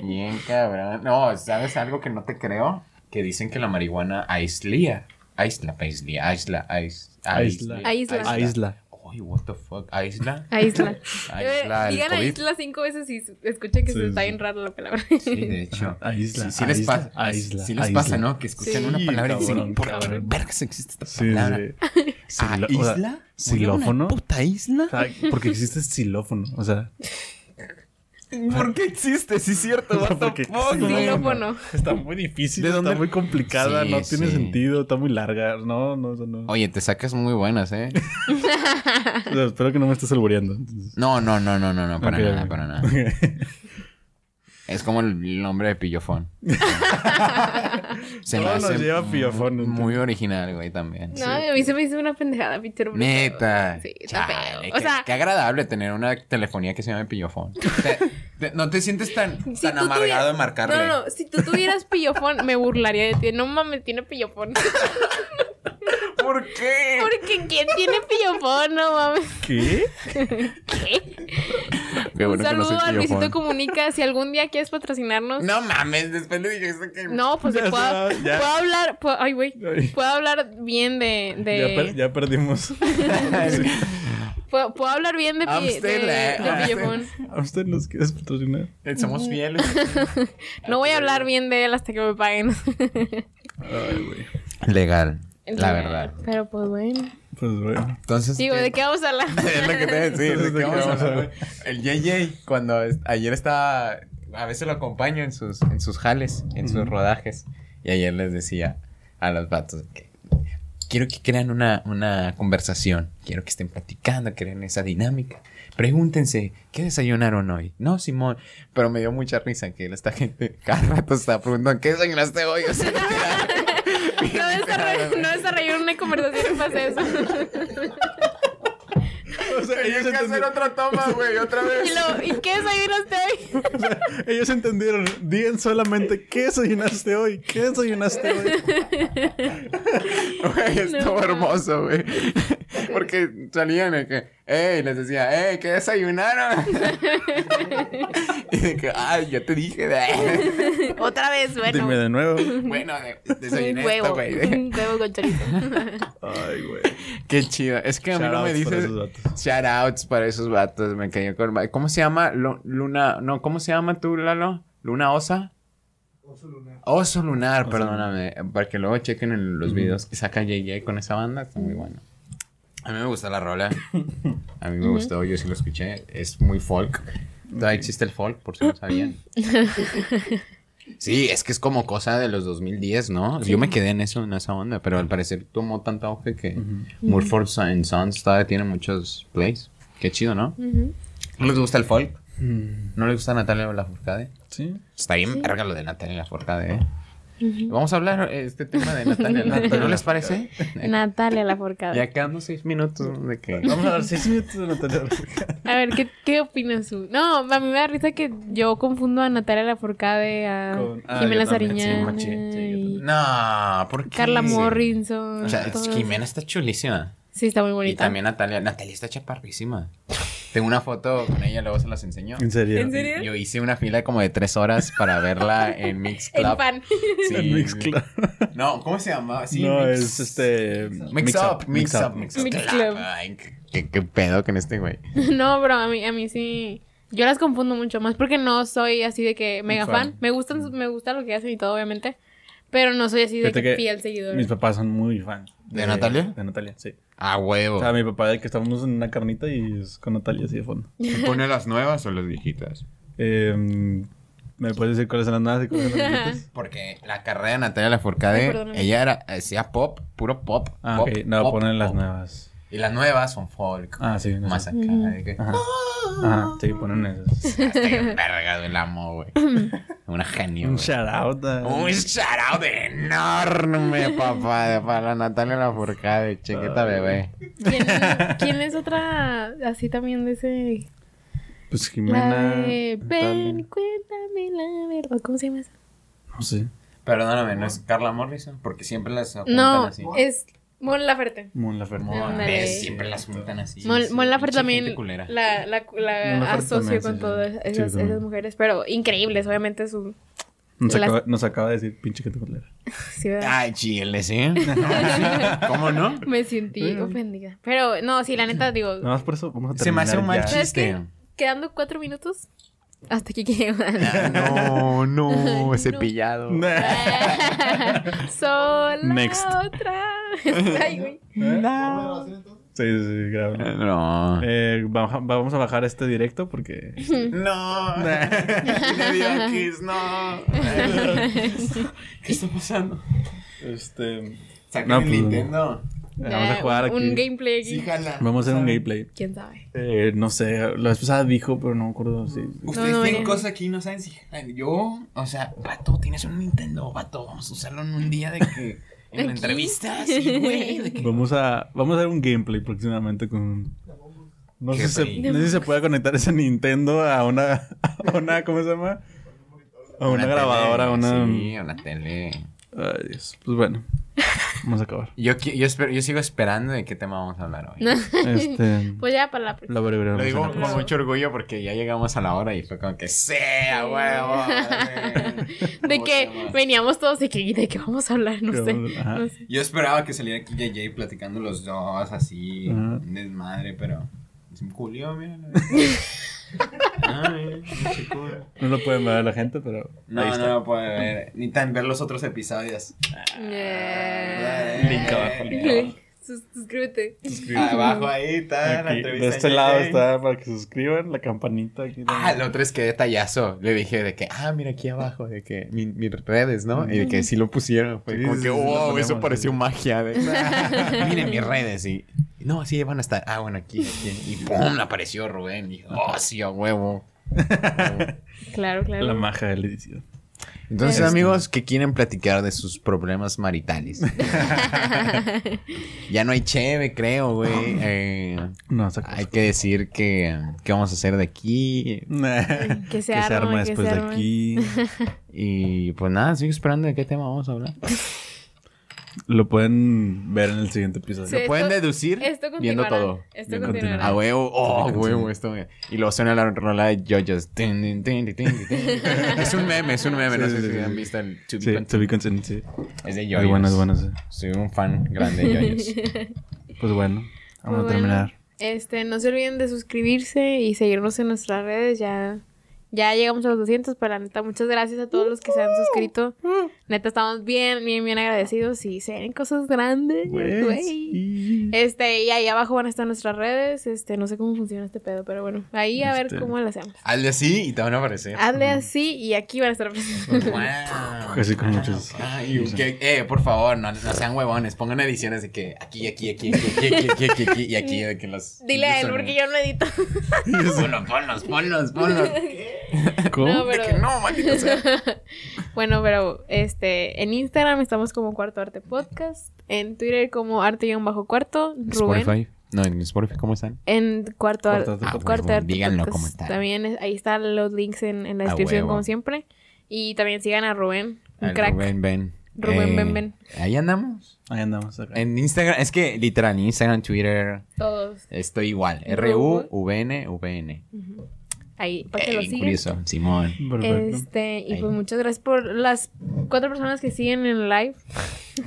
[SPEAKER 2] Bien cabrón. No, ¿sabes algo que no te creo? Que dicen que la marihuana aislía. Aisla, aislía, aisla, ais- aisla.
[SPEAKER 1] Aisla.
[SPEAKER 3] Aisla.
[SPEAKER 1] Aisla.
[SPEAKER 2] Uy, what the fuck, aisla.
[SPEAKER 3] A Isla.
[SPEAKER 2] Aisla,
[SPEAKER 3] Eh,
[SPEAKER 2] el
[SPEAKER 3] Digan a
[SPEAKER 2] COVID.
[SPEAKER 3] Isla cinco veces y se- escuchen que
[SPEAKER 1] Sí,
[SPEAKER 3] se
[SPEAKER 1] sí,
[SPEAKER 3] está
[SPEAKER 1] sí.
[SPEAKER 3] bien rara la palabra.
[SPEAKER 2] Sí, de hecho.
[SPEAKER 1] Aísla,
[SPEAKER 2] Sí, sí les
[SPEAKER 1] aísla,
[SPEAKER 2] pasa.
[SPEAKER 1] aísla,
[SPEAKER 2] sí les
[SPEAKER 1] aísla.
[SPEAKER 2] pasa, ¿no? Que escuchan
[SPEAKER 3] Sí,
[SPEAKER 2] una palabra y
[SPEAKER 1] cabrón,
[SPEAKER 2] dicen, por
[SPEAKER 1] cabrón.
[SPEAKER 2] favor, vergas existe esta
[SPEAKER 1] Sí,
[SPEAKER 2] palabra.
[SPEAKER 1] sí.
[SPEAKER 2] Ah,
[SPEAKER 1] Silo- o sea,
[SPEAKER 2] ¿Isla?
[SPEAKER 1] ¿Xilófono?
[SPEAKER 2] ¿Una puta isla?
[SPEAKER 1] O sea, porque existe xilófono. O sea,
[SPEAKER 2] ¿Por qué existe? Sí, es cierto. What the
[SPEAKER 1] porque
[SPEAKER 2] fuck,
[SPEAKER 1] existe.
[SPEAKER 2] güey.
[SPEAKER 3] Xilófono.
[SPEAKER 1] está muy difícil.
[SPEAKER 2] ¿De dónde?
[SPEAKER 1] Está muy complicada.
[SPEAKER 2] Sí,
[SPEAKER 1] no tiene
[SPEAKER 2] sí.
[SPEAKER 1] sentido. Está muy larga. No, no, eso no.
[SPEAKER 2] Oye, te sacas muy buenas, ¿eh?
[SPEAKER 1] O sea, espero que no me estés albureando. entonces.
[SPEAKER 2] No, no, no, no, no, no, para
[SPEAKER 1] Ok,
[SPEAKER 2] nada,
[SPEAKER 1] ok.
[SPEAKER 2] para nada. Es como el nombre de Pillofón. Se me
[SPEAKER 1] Todo nos
[SPEAKER 2] hace
[SPEAKER 1] lleva a
[SPEAKER 2] mu-
[SPEAKER 1] Pillofón, entonces.
[SPEAKER 2] Muy original, güey, también.
[SPEAKER 3] No, a mí se me hizo una pendejada, pinche bruto.
[SPEAKER 2] Neta.
[SPEAKER 3] Sí, está
[SPEAKER 2] Chale,
[SPEAKER 3] feo.
[SPEAKER 2] qué,
[SPEAKER 3] O sea,
[SPEAKER 2] qué agradable tener una telefonía que se llame Pillofón. Te- te- no te sientes tan,
[SPEAKER 3] si
[SPEAKER 2] tan
[SPEAKER 3] tú
[SPEAKER 2] amargado de
[SPEAKER 3] tuvieras-
[SPEAKER 2] marcarle.
[SPEAKER 3] No, no, no, si tú tuvieras pillofón, me burlaría de ti. No mames, tiene pillofón.
[SPEAKER 2] ¿Por qué?
[SPEAKER 3] Porque ¿quién tiene pillofón? No mames,
[SPEAKER 1] ¿Qué?
[SPEAKER 3] ¿qué?
[SPEAKER 2] Qué bueno
[SPEAKER 3] Un
[SPEAKER 2] que no
[SPEAKER 3] saludo
[SPEAKER 2] soy
[SPEAKER 3] a Luisito
[SPEAKER 2] Pillofón.
[SPEAKER 3] Comunica. Si algún día quieres patrocinarnos.
[SPEAKER 2] No mames, después le dijiste que.
[SPEAKER 3] No, pues
[SPEAKER 1] Ya
[SPEAKER 3] puedo,
[SPEAKER 1] está, ya.
[SPEAKER 3] puedo hablar. puedo- ay, güey.
[SPEAKER 1] Ay.
[SPEAKER 3] Puedo hablar bien de. de-
[SPEAKER 1] Ya, per- ya perdimos.
[SPEAKER 3] puedo, puedo hablar bien de, pi- de,
[SPEAKER 2] Amstel, eh,
[SPEAKER 3] de
[SPEAKER 2] Amstel.
[SPEAKER 3] Pillofón.
[SPEAKER 1] ¿A usted nos quieres patrocinar?
[SPEAKER 2] Somos fieles.
[SPEAKER 3] No voy a hablar bien de él hasta que me paguen.
[SPEAKER 1] Ay, güey.
[SPEAKER 2] Legal, la verdad.
[SPEAKER 3] Pero pues bueno.
[SPEAKER 1] Pues bueno.
[SPEAKER 2] Entonces.
[SPEAKER 3] Digo, ¿de qué vamos a hablar?
[SPEAKER 2] Es lo que te voy a decir.
[SPEAKER 1] Entonces,
[SPEAKER 2] ¿de
[SPEAKER 1] ¿de
[SPEAKER 2] qué
[SPEAKER 1] qué
[SPEAKER 2] vamos a
[SPEAKER 1] vamos a
[SPEAKER 2] hablar? El JJ, cuando es- ayer estaba. A veces lo acompaño en sus, en sus jales, en sus
[SPEAKER 1] Ujú.
[SPEAKER 2] rodajes. Y ayer les decía a los vatos que. Quiero que crean una, una conversación. Quiero que estén platicando, creen esa dinámica. Pregúntense, ¿qué desayunaron hoy? No, Simón. Pero me dio mucha risa que esta gente cada rato está preguntando, ¿qué desayunaste hoy? O sea,
[SPEAKER 3] No desarrollé, no desarrollé una conversación para hacer eso.
[SPEAKER 1] O sea, ellos,
[SPEAKER 2] Tenías que hacer
[SPEAKER 1] entendieron,
[SPEAKER 2] otra toma, güey, otra vez.
[SPEAKER 3] Y, luego, ¿y qué desayunaste hoy?
[SPEAKER 1] ellos entendieron. Digan solamente qué desayunaste hoy. ¿Qué desayunaste hoy?
[SPEAKER 2] Güey, estuvo
[SPEAKER 3] No.
[SPEAKER 2] hermoso, güey. Porque salían de que, ¡ey! Les decía, ¡ey! ¿Qué desayunaron? y de que, ¡ay! Ya te dije.
[SPEAKER 3] Otra vez, bueno.
[SPEAKER 1] Dime de nuevo.
[SPEAKER 2] bueno, de- desayuné
[SPEAKER 3] Un
[SPEAKER 2] esto,
[SPEAKER 3] huevo.
[SPEAKER 2] güey.
[SPEAKER 3] Un huevo con chorizo.
[SPEAKER 1] Ay, güey.
[SPEAKER 2] Qué chido. Es que a mí no me
[SPEAKER 1] Shoutouts para
[SPEAKER 2] dices.
[SPEAKER 1] esos vatos.
[SPEAKER 2] Shoutouts para esos vatos. Me cayó con. ¿Cómo se llama? Lu- Luna. No, ¿cómo se llama tú, Lalo? ¿Luna Osa? Oso Lunar. Oso Lunar, perdóname. Para que luego chequen el- los videos que saca JJ con esa banda. Está muy bueno. A mí me gusta la rola. A mí me gustó, yo sí lo escuché. Es muy folk. Todavía existe el folk, por si no sabían. Sí, es que es como cosa de los 2010, ¿no? Yo me quedé en eso, en esa onda, pero al parecer tomó tanta auge que Murford and Sons todavía tiene muchos plays. Qué chido, ¿no?
[SPEAKER 3] Ujú.
[SPEAKER 2] ¿No les gusta el folk?
[SPEAKER 1] Mm.
[SPEAKER 2] ¿No les gusta Natalia Lafourcade?
[SPEAKER 1] Sí.
[SPEAKER 2] Está bien verga lo de Natalia Lafourcade, ¿eh? Vamos a hablar eh, este tema de Natalia Lafourcade, ¿no les parece?
[SPEAKER 3] Natalia la forcada.
[SPEAKER 2] Ya quedando seis minutos de que...
[SPEAKER 1] Vamos a dar seis minutos de Natalia Lafourcade.
[SPEAKER 3] A ver, ¿qué, qué opinas tú? No, a mí me da risa que yo confundo a Natalia Laforcade, a
[SPEAKER 1] Con- ah,
[SPEAKER 3] Jimena
[SPEAKER 1] yo también, sí,
[SPEAKER 3] Sariñana,
[SPEAKER 1] machín, sí, yo
[SPEAKER 3] y
[SPEAKER 1] también.
[SPEAKER 2] No, ¿por qué?
[SPEAKER 3] Carla Morrison.
[SPEAKER 2] O sea, es-
[SPEAKER 3] todos.
[SPEAKER 2] Jimena está chulísima.
[SPEAKER 3] Sí, está muy
[SPEAKER 2] Y
[SPEAKER 3] bonita.
[SPEAKER 2] también Natalia. Natalia está chaparrísima. Tengo una foto con ella, luego se las enseño.
[SPEAKER 1] ¿En serio?
[SPEAKER 3] ¿En serio?
[SPEAKER 2] Yo hice una fila como de tres horas para verla en Mix Club.
[SPEAKER 3] El pan.
[SPEAKER 2] Sí.
[SPEAKER 1] En Mixcloud.
[SPEAKER 2] No, ¿cómo se llama? Sí,
[SPEAKER 1] no,
[SPEAKER 2] Mix-
[SPEAKER 1] es este.
[SPEAKER 2] Mix Up, Mix Up, Mix Up.
[SPEAKER 3] Mix
[SPEAKER 2] Claro,
[SPEAKER 3] Club.
[SPEAKER 2] ay, qué, qué pedo con este güey.
[SPEAKER 3] No, pero a mí, a mí sí. Yo las confundo mucho más porque no soy así de que mega
[SPEAKER 1] fan.
[SPEAKER 3] fan. Me gustan, sus- me gusta lo que hacen y todo, obviamente. Pero no soy así de
[SPEAKER 1] Fíjate
[SPEAKER 3] que
[SPEAKER 1] que
[SPEAKER 3] fiel seguidor.
[SPEAKER 1] Mis papás son muy fans.
[SPEAKER 2] ¿De Natalia?
[SPEAKER 1] De Natalia, sí.
[SPEAKER 2] Ah,
[SPEAKER 1] O
[SPEAKER 2] huevo.
[SPEAKER 1] sea, mi papá de que estamos en una carnita y es con Natalia así de fondo.
[SPEAKER 2] ¿Pone las nuevas o las viejitas?
[SPEAKER 1] Eh, ¿Me puedes decir cuáles son las nuevas y cuáles son las viejitas?
[SPEAKER 2] Porque la carrera de Natalia
[SPEAKER 3] Ay,
[SPEAKER 2] Lafourcade,
[SPEAKER 3] perdóname.
[SPEAKER 2] ella era, hacía pop, puro pop.
[SPEAKER 1] Ah,
[SPEAKER 2] pop,
[SPEAKER 1] ok. No,
[SPEAKER 2] pop,
[SPEAKER 1] ponen las
[SPEAKER 2] pop.
[SPEAKER 1] nuevas.
[SPEAKER 2] Y las nuevas son folk.
[SPEAKER 1] Ah, sí. No sé.
[SPEAKER 2] más acá. de que-
[SPEAKER 1] Ajá. Ajá, sí, ponen esas.
[SPEAKER 2] Hasta que verga del amo, güey. Una genio.
[SPEAKER 1] Un
[SPEAKER 2] güey.
[SPEAKER 1] shout out.
[SPEAKER 2] Un shout enorme, papá, para Natalia Lafourcade, chiquita bebé.
[SPEAKER 3] ¿Quién, quién es otra así también de ese?
[SPEAKER 1] Pues
[SPEAKER 3] La
[SPEAKER 1] Jimena.
[SPEAKER 3] de Ven,
[SPEAKER 1] Natalia.
[SPEAKER 3] cuéntame la verdad. ¿Cómo se llama esa?
[SPEAKER 1] No sé.
[SPEAKER 2] Perdóname, ¿no es Carla Morrison? Porque siempre las juntan
[SPEAKER 3] No,
[SPEAKER 2] así.
[SPEAKER 3] es Mon Laferte.
[SPEAKER 1] Mon Laferte.
[SPEAKER 2] Como,
[SPEAKER 3] Ándale.
[SPEAKER 2] ¿ves? Siempre las juntan así.
[SPEAKER 3] Mon,
[SPEAKER 2] Sí,
[SPEAKER 3] Mon Laferte
[SPEAKER 2] pinche gente
[SPEAKER 3] también
[SPEAKER 2] culera.
[SPEAKER 3] la, la, la
[SPEAKER 1] Mon Laferte
[SPEAKER 3] asocio
[SPEAKER 1] también,
[SPEAKER 3] con
[SPEAKER 1] sí,
[SPEAKER 3] todas
[SPEAKER 1] sí. Sí,
[SPEAKER 3] esas,
[SPEAKER 1] también.
[SPEAKER 3] esas mujeres, pero increíbles, obviamente su...
[SPEAKER 1] Nos,
[SPEAKER 3] Las-
[SPEAKER 1] acaba, nos acaba de decir pinche que te culera.
[SPEAKER 3] sí, ¿verdad?
[SPEAKER 1] Ah,
[SPEAKER 2] Ay, chile, ¿sí? ¿Cómo no?
[SPEAKER 3] Me sentí ofendida. Pero no, sí, la neta, digo,
[SPEAKER 1] Nada más por eso vamos a terminar.
[SPEAKER 2] Se me hace un mal
[SPEAKER 1] ya.
[SPEAKER 2] chiste.
[SPEAKER 3] ¿sabes qué? Quedando cuatro minutos, hasta aquí queda.
[SPEAKER 2] No, no,
[SPEAKER 3] No.
[SPEAKER 2] cepillado.
[SPEAKER 3] Sola
[SPEAKER 1] Next.
[SPEAKER 3] otra. vez. Ay, güey.
[SPEAKER 2] No.
[SPEAKER 1] Sí, sí, sí, grave.
[SPEAKER 2] No.
[SPEAKER 1] Eh, baja- vamos a bajar este directo porque.
[SPEAKER 2] No. Medioquis, no. ¿Qué está pasando?
[SPEAKER 1] Este.
[SPEAKER 2] Saquen
[SPEAKER 1] No,
[SPEAKER 2] el
[SPEAKER 1] pues,
[SPEAKER 2] Nintendo.
[SPEAKER 1] Vamos a
[SPEAKER 3] Ya,
[SPEAKER 1] jugar aquí.
[SPEAKER 3] Un gameplay aquí.
[SPEAKER 2] Sí, jala.
[SPEAKER 1] Vamos a hacer un gameplay.
[SPEAKER 3] ¿Quién sabe?
[SPEAKER 1] Eh, no sé, la vez pasada dijo, pero no me acuerdo si.
[SPEAKER 2] Ustedes
[SPEAKER 3] No, no,
[SPEAKER 2] tienen
[SPEAKER 3] ya.
[SPEAKER 2] cosas aquí, no saben si jalan. Yo, o sea, vato, tienes un Nintendo, vato. Vamos a usarlo en un día de que. En la
[SPEAKER 3] ¿Aquí?
[SPEAKER 2] entrevista, sí, güey. de que-
[SPEAKER 1] Vamos a, vamos a hacer un gameplay próximamente con. No sé,
[SPEAKER 2] Qué
[SPEAKER 1] si se,
[SPEAKER 2] frío.
[SPEAKER 1] no sé si se puede conectar ese Nintendo a una. A una ¿Cómo se llama? A una,
[SPEAKER 2] tele,
[SPEAKER 1] grabadora, a una.
[SPEAKER 2] Sí, una mm. tele.
[SPEAKER 1] Ay, Dios. Pues bueno, vamos a acabar.
[SPEAKER 2] Yo, qui- yo, espero- yo sigo esperando de qué tema vamos a hablar hoy.
[SPEAKER 1] Este.
[SPEAKER 3] Pues ya para la próxima.
[SPEAKER 1] Lo abreviaremos
[SPEAKER 2] Lo
[SPEAKER 1] en
[SPEAKER 2] digo
[SPEAKER 1] la próxima.
[SPEAKER 2] con mucho orgullo porque ya llegamos a la hora y fue como que sea, huevo. ¿Cómo
[SPEAKER 3] De
[SPEAKER 2] se
[SPEAKER 3] que
[SPEAKER 2] llama?
[SPEAKER 3] veníamos todos de que, de que vamos a hablar, no
[SPEAKER 1] Que
[SPEAKER 3] sé.
[SPEAKER 1] vamos- ajá.
[SPEAKER 3] No sé.
[SPEAKER 2] Yo esperaba que saliera aquí JJ platicando los dos así,
[SPEAKER 1] Ajá.
[SPEAKER 2] un desmadre, pero se me culió, mira. Ay, no se cubre.
[SPEAKER 1] No lo pueden ver la gente, pero. ahí
[SPEAKER 2] eh, No,
[SPEAKER 1] está.
[SPEAKER 2] no lo puede ver, ni tan ver los otros episodios. Ah, eh,
[SPEAKER 3] Yeah.
[SPEAKER 1] Link abajo, link
[SPEAKER 3] Sus- Suscríbete.
[SPEAKER 2] Abajo ahí está la
[SPEAKER 1] Aquí,
[SPEAKER 2] entrevista.
[SPEAKER 1] de este
[SPEAKER 2] JJ.
[SPEAKER 1] lado está para que se suscriban, la campanita aquí
[SPEAKER 2] Ah,
[SPEAKER 1] también.
[SPEAKER 2] lo otro es que detallazo. Le dije de que, ah, mira aquí abajo, de que mi- mis redes, ¿no? Y de que sí lo pusieron. Fue
[SPEAKER 1] Sí,
[SPEAKER 2] como
[SPEAKER 1] sí,
[SPEAKER 2] que,
[SPEAKER 1] sí, lo
[SPEAKER 2] wow, eso
[SPEAKER 1] ponemos,
[SPEAKER 2] pareció
[SPEAKER 1] sí.
[SPEAKER 2] magia. de- Miren mis redes y. No, así van a estar. Ah, bueno, aquí, aquí. Y pum, apareció Rubén. Y, oh, sí, a huevo.
[SPEAKER 3] Claro, claro.
[SPEAKER 1] La maja de la edición.
[SPEAKER 2] Entonces,
[SPEAKER 1] Este.
[SPEAKER 2] amigos que quieren platicar de sus problemas maritales. ya no hay cheve, creo, güey. Eh,
[SPEAKER 1] No, saca.
[SPEAKER 2] hay que decir que, que vamos a hacer de aquí.
[SPEAKER 3] Que se arma, que
[SPEAKER 1] después
[SPEAKER 3] se
[SPEAKER 1] de
[SPEAKER 3] arma.
[SPEAKER 1] aquí.
[SPEAKER 2] Y pues nada, sigo esperando de qué tema vamos a hablar.
[SPEAKER 1] Lo pueden ver en el siguiente episodio.
[SPEAKER 3] Sí. Esto-
[SPEAKER 2] Pueden deducir
[SPEAKER 3] esto continuará,
[SPEAKER 2] viendo todo.
[SPEAKER 3] esto
[SPEAKER 2] Viendo-
[SPEAKER 3] continuará.
[SPEAKER 2] A huevo, oh,
[SPEAKER 1] Sí,
[SPEAKER 2] a
[SPEAKER 1] continúa.
[SPEAKER 2] huevo, esto. me- Y luego suena la rola de JoJo's. Tin, tin, tin, tin, tin, tin. Es un meme, es un meme.
[SPEAKER 1] Sí,
[SPEAKER 2] no
[SPEAKER 1] sí,
[SPEAKER 2] sé
[SPEAKER 1] sí,
[SPEAKER 2] si
[SPEAKER 1] sí.
[SPEAKER 2] han visto el To Be
[SPEAKER 1] Sí,
[SPEAKER 2] Continued.
[SPEAKER 1] to be continued, sí.
[SPEAKER 2] Es de
[SPEAKER 1] Muy
[SPEAKER 2] JoJo's.
[SPEAKER 1] buenas, buenas. sí.
[SPEAKER 2] Soy un fan grande de JoJo's.
[SPEAKER 1] Pues bueno, vamos a
[SPEAKER 3] Pues bueno,
[SPEAKER 1] terminar.
[SPEAKER 3] Este, no se olviden de suscribirse y seguirnos en nuestras redes. Ya, Ya llegamos a los 200, pero la neta, muchas gracias a todos los que se han suscrito. Neta, estamos bien, bien, bien agradecidos y se ven cosas grandes,
[SPEAKER 1] Pues,
[SPEAKER 3] güey.
[SPEAKER 1] sí.
[SPEAKER 3] Este, y ahí abajo van a estar nuestras redes. Este, no sé cómo funciona este pedo, pero bueno, ahí a
[SPEAKER 1] Este.
[SPEAKER 3] ver cómo lo hacemos.
[SPEAKER 2] Hazle así y te van a aparecer.
[SPEAKER 3] Hazle así y aquí van a estar presentes.
[SPEAKER 2] Wow.
[SPEAKER 1] Así con muchos-
[SPEAKER 2] Ay, que- eh, por favor, no, no sean huevones. Pongan ediciones de que aquí, aquí, aquí, aquí, aquí, aquí, aquí, aquí, aquí, y aquí, de que los.
[SPEAKER 3] Dile a él porque yo no edito.
[SPEAKER 2] Ponlos, ponlos, ponlos, ponlos.
[SPEAKER 1] ¿Cómo?
[SPEAKER 3] No, pero-
[SPEAKER 2] De que no, maldito sea.
[SPEAKER 3] Bueno, pero este, en Instagram estamos como Cuarto Arte Podcast, en Twitter como Arte-Cuarto, Rubén.
[SPEAKER 2] Spotify. No, en Spotify, ¿cómo están?
[SPEAKER 3] En Cuarto, Ar-
[SPEAKER 1] Cuarto Arte
[SPEAKER 3] ah,
[SPEAKER 2] Podcast.
[SPEAKER 3] Cuarto Arte
[SPEAKER 2] Díganlo
[SPEAKER 3] Podcast.
[SPEAKER 2] cómo está.
[SPEAKER 3] También es- ahí están los links en, en la
[SPEAKER 2] A
[SPEAKER 3] descripción
[SPEAKER 2] huevo.
[SPEAKER 3] como siempre. Y también sigan a Rubén, un
[SPEAKER 2] Al
[SPEAKER 3] crack.
[SPEAKER 2] Rubén Ben.
[SPEAKER 3] Rubén Ben Ben.
[SPEAKER 2] Ahí andamos.
[SPEAKER 1] Ahí andamos. acá.
[SPEAKER 2] En Instagram, es que literal, en Instagram, Twitter,
[SPEAKER 3] Todos
[SPEAKER 2] estoy igual.
[SPEAKER 3] Rubén.
[SPEAKER 2] R-U-V-N, V-N.
[SPEAKER 3] ahí para que
[SPEAKER 2] Eh,
[SPEAKER 3] lo
[SPEAKER 2] bien
[SPEAKER 3] sigan.
[SPEAKER 2] curioso, Simón.
[SPEAKER 1] Perfecto.
[SPEAKER 3] Este, y
[SPEAKER 2] Ahí.
[SPEAKER 3] pues muchas gracias por las cuatro personas que siguen en live.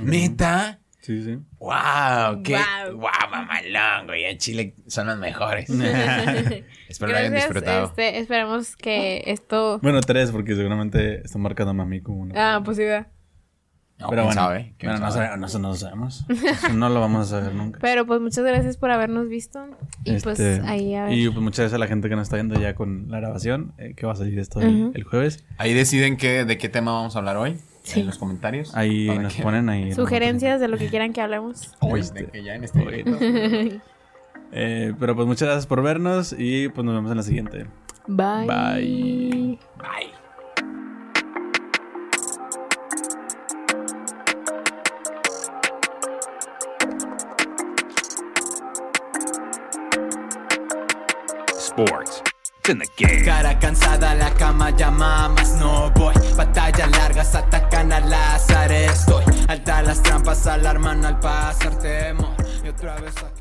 [SPEAKER 2] ¿Neta?
[SPEAKER 1] Sí, sí.
[SPEAKER 2] ¡Wow! ¡Qué
[SPEAKER 3] Guau.
[SPEAKER 2] wow, mamalón, güey! En Chile son los mejores. Espero lo hayan
[SPEAKER 3] Gracias,
[SPEAKER 2] disfrutado.
[SPEAKER 3] este, esperemos que esto
[SPEAKER 1] Bueno, tres, porque seguramente está marcada mami como una.
[SPEAKER 3] ah, pues sí, ¿verdad?
[SPEAKER 2] No,
[SPEAKER 1] pero
[SPEAKER 2] quién
[SPEAKER 1] bueno,
[SPEAKER 2] sabe, quién
[SPEAKER 1] bueno, no,
[SPEAKER 2] sabe.
[SPEAKER 1] sabe- no, eso no lo sabemos. Eso no lo vamos a saber nunca.
[SPEAKER 3] Pero pues muchas gracias por habernos visto. Y pues
[SPEAKER 1] Este,
[SPEAKER 3] ahí a ver.
[SPEAKER 1] Y pues muchas gracias a la gente que nos está viendo ya con la grabación, eh, que va a salir esto el-
[SPEAKER 3] Ujú.
[SPEAKER 1] el jueves.
[SPEAKER 2] Ahí deciden qué, de qué tema vamos a hablar hoy.
[SPEAKER 3] Sí.
[SPEAKER 2] En los comentarios.
[SPEAKER 1] Ahí
[SPEAKER 2] Para
[SPEAKER 1] nos
[SPEAKER 2] que-
[SPEAKER 1] ponen ahí.
[SPEAKER 3] Sugerencias de lo que quieran que hablemos.
[SPEAKER 2] Hoy, de que ya en este directo.
[SPEAKER 1] Eh, pero pues muchas gracias por vernos y pues nos vemos en la siguiente.
[SPEAKER 3] Bye.
[SPEAKER 1] Bye.
[SPEAKER 2] Bye.
[SPEAKER 4] Sports. It's in the game.
[SPEAKER 5] Cara cansada, la cama ya mamas, no voy. Batallas largas atacan al azar, estoy. Alta las trampas alarman al pasar temor. Y otra vez aquí.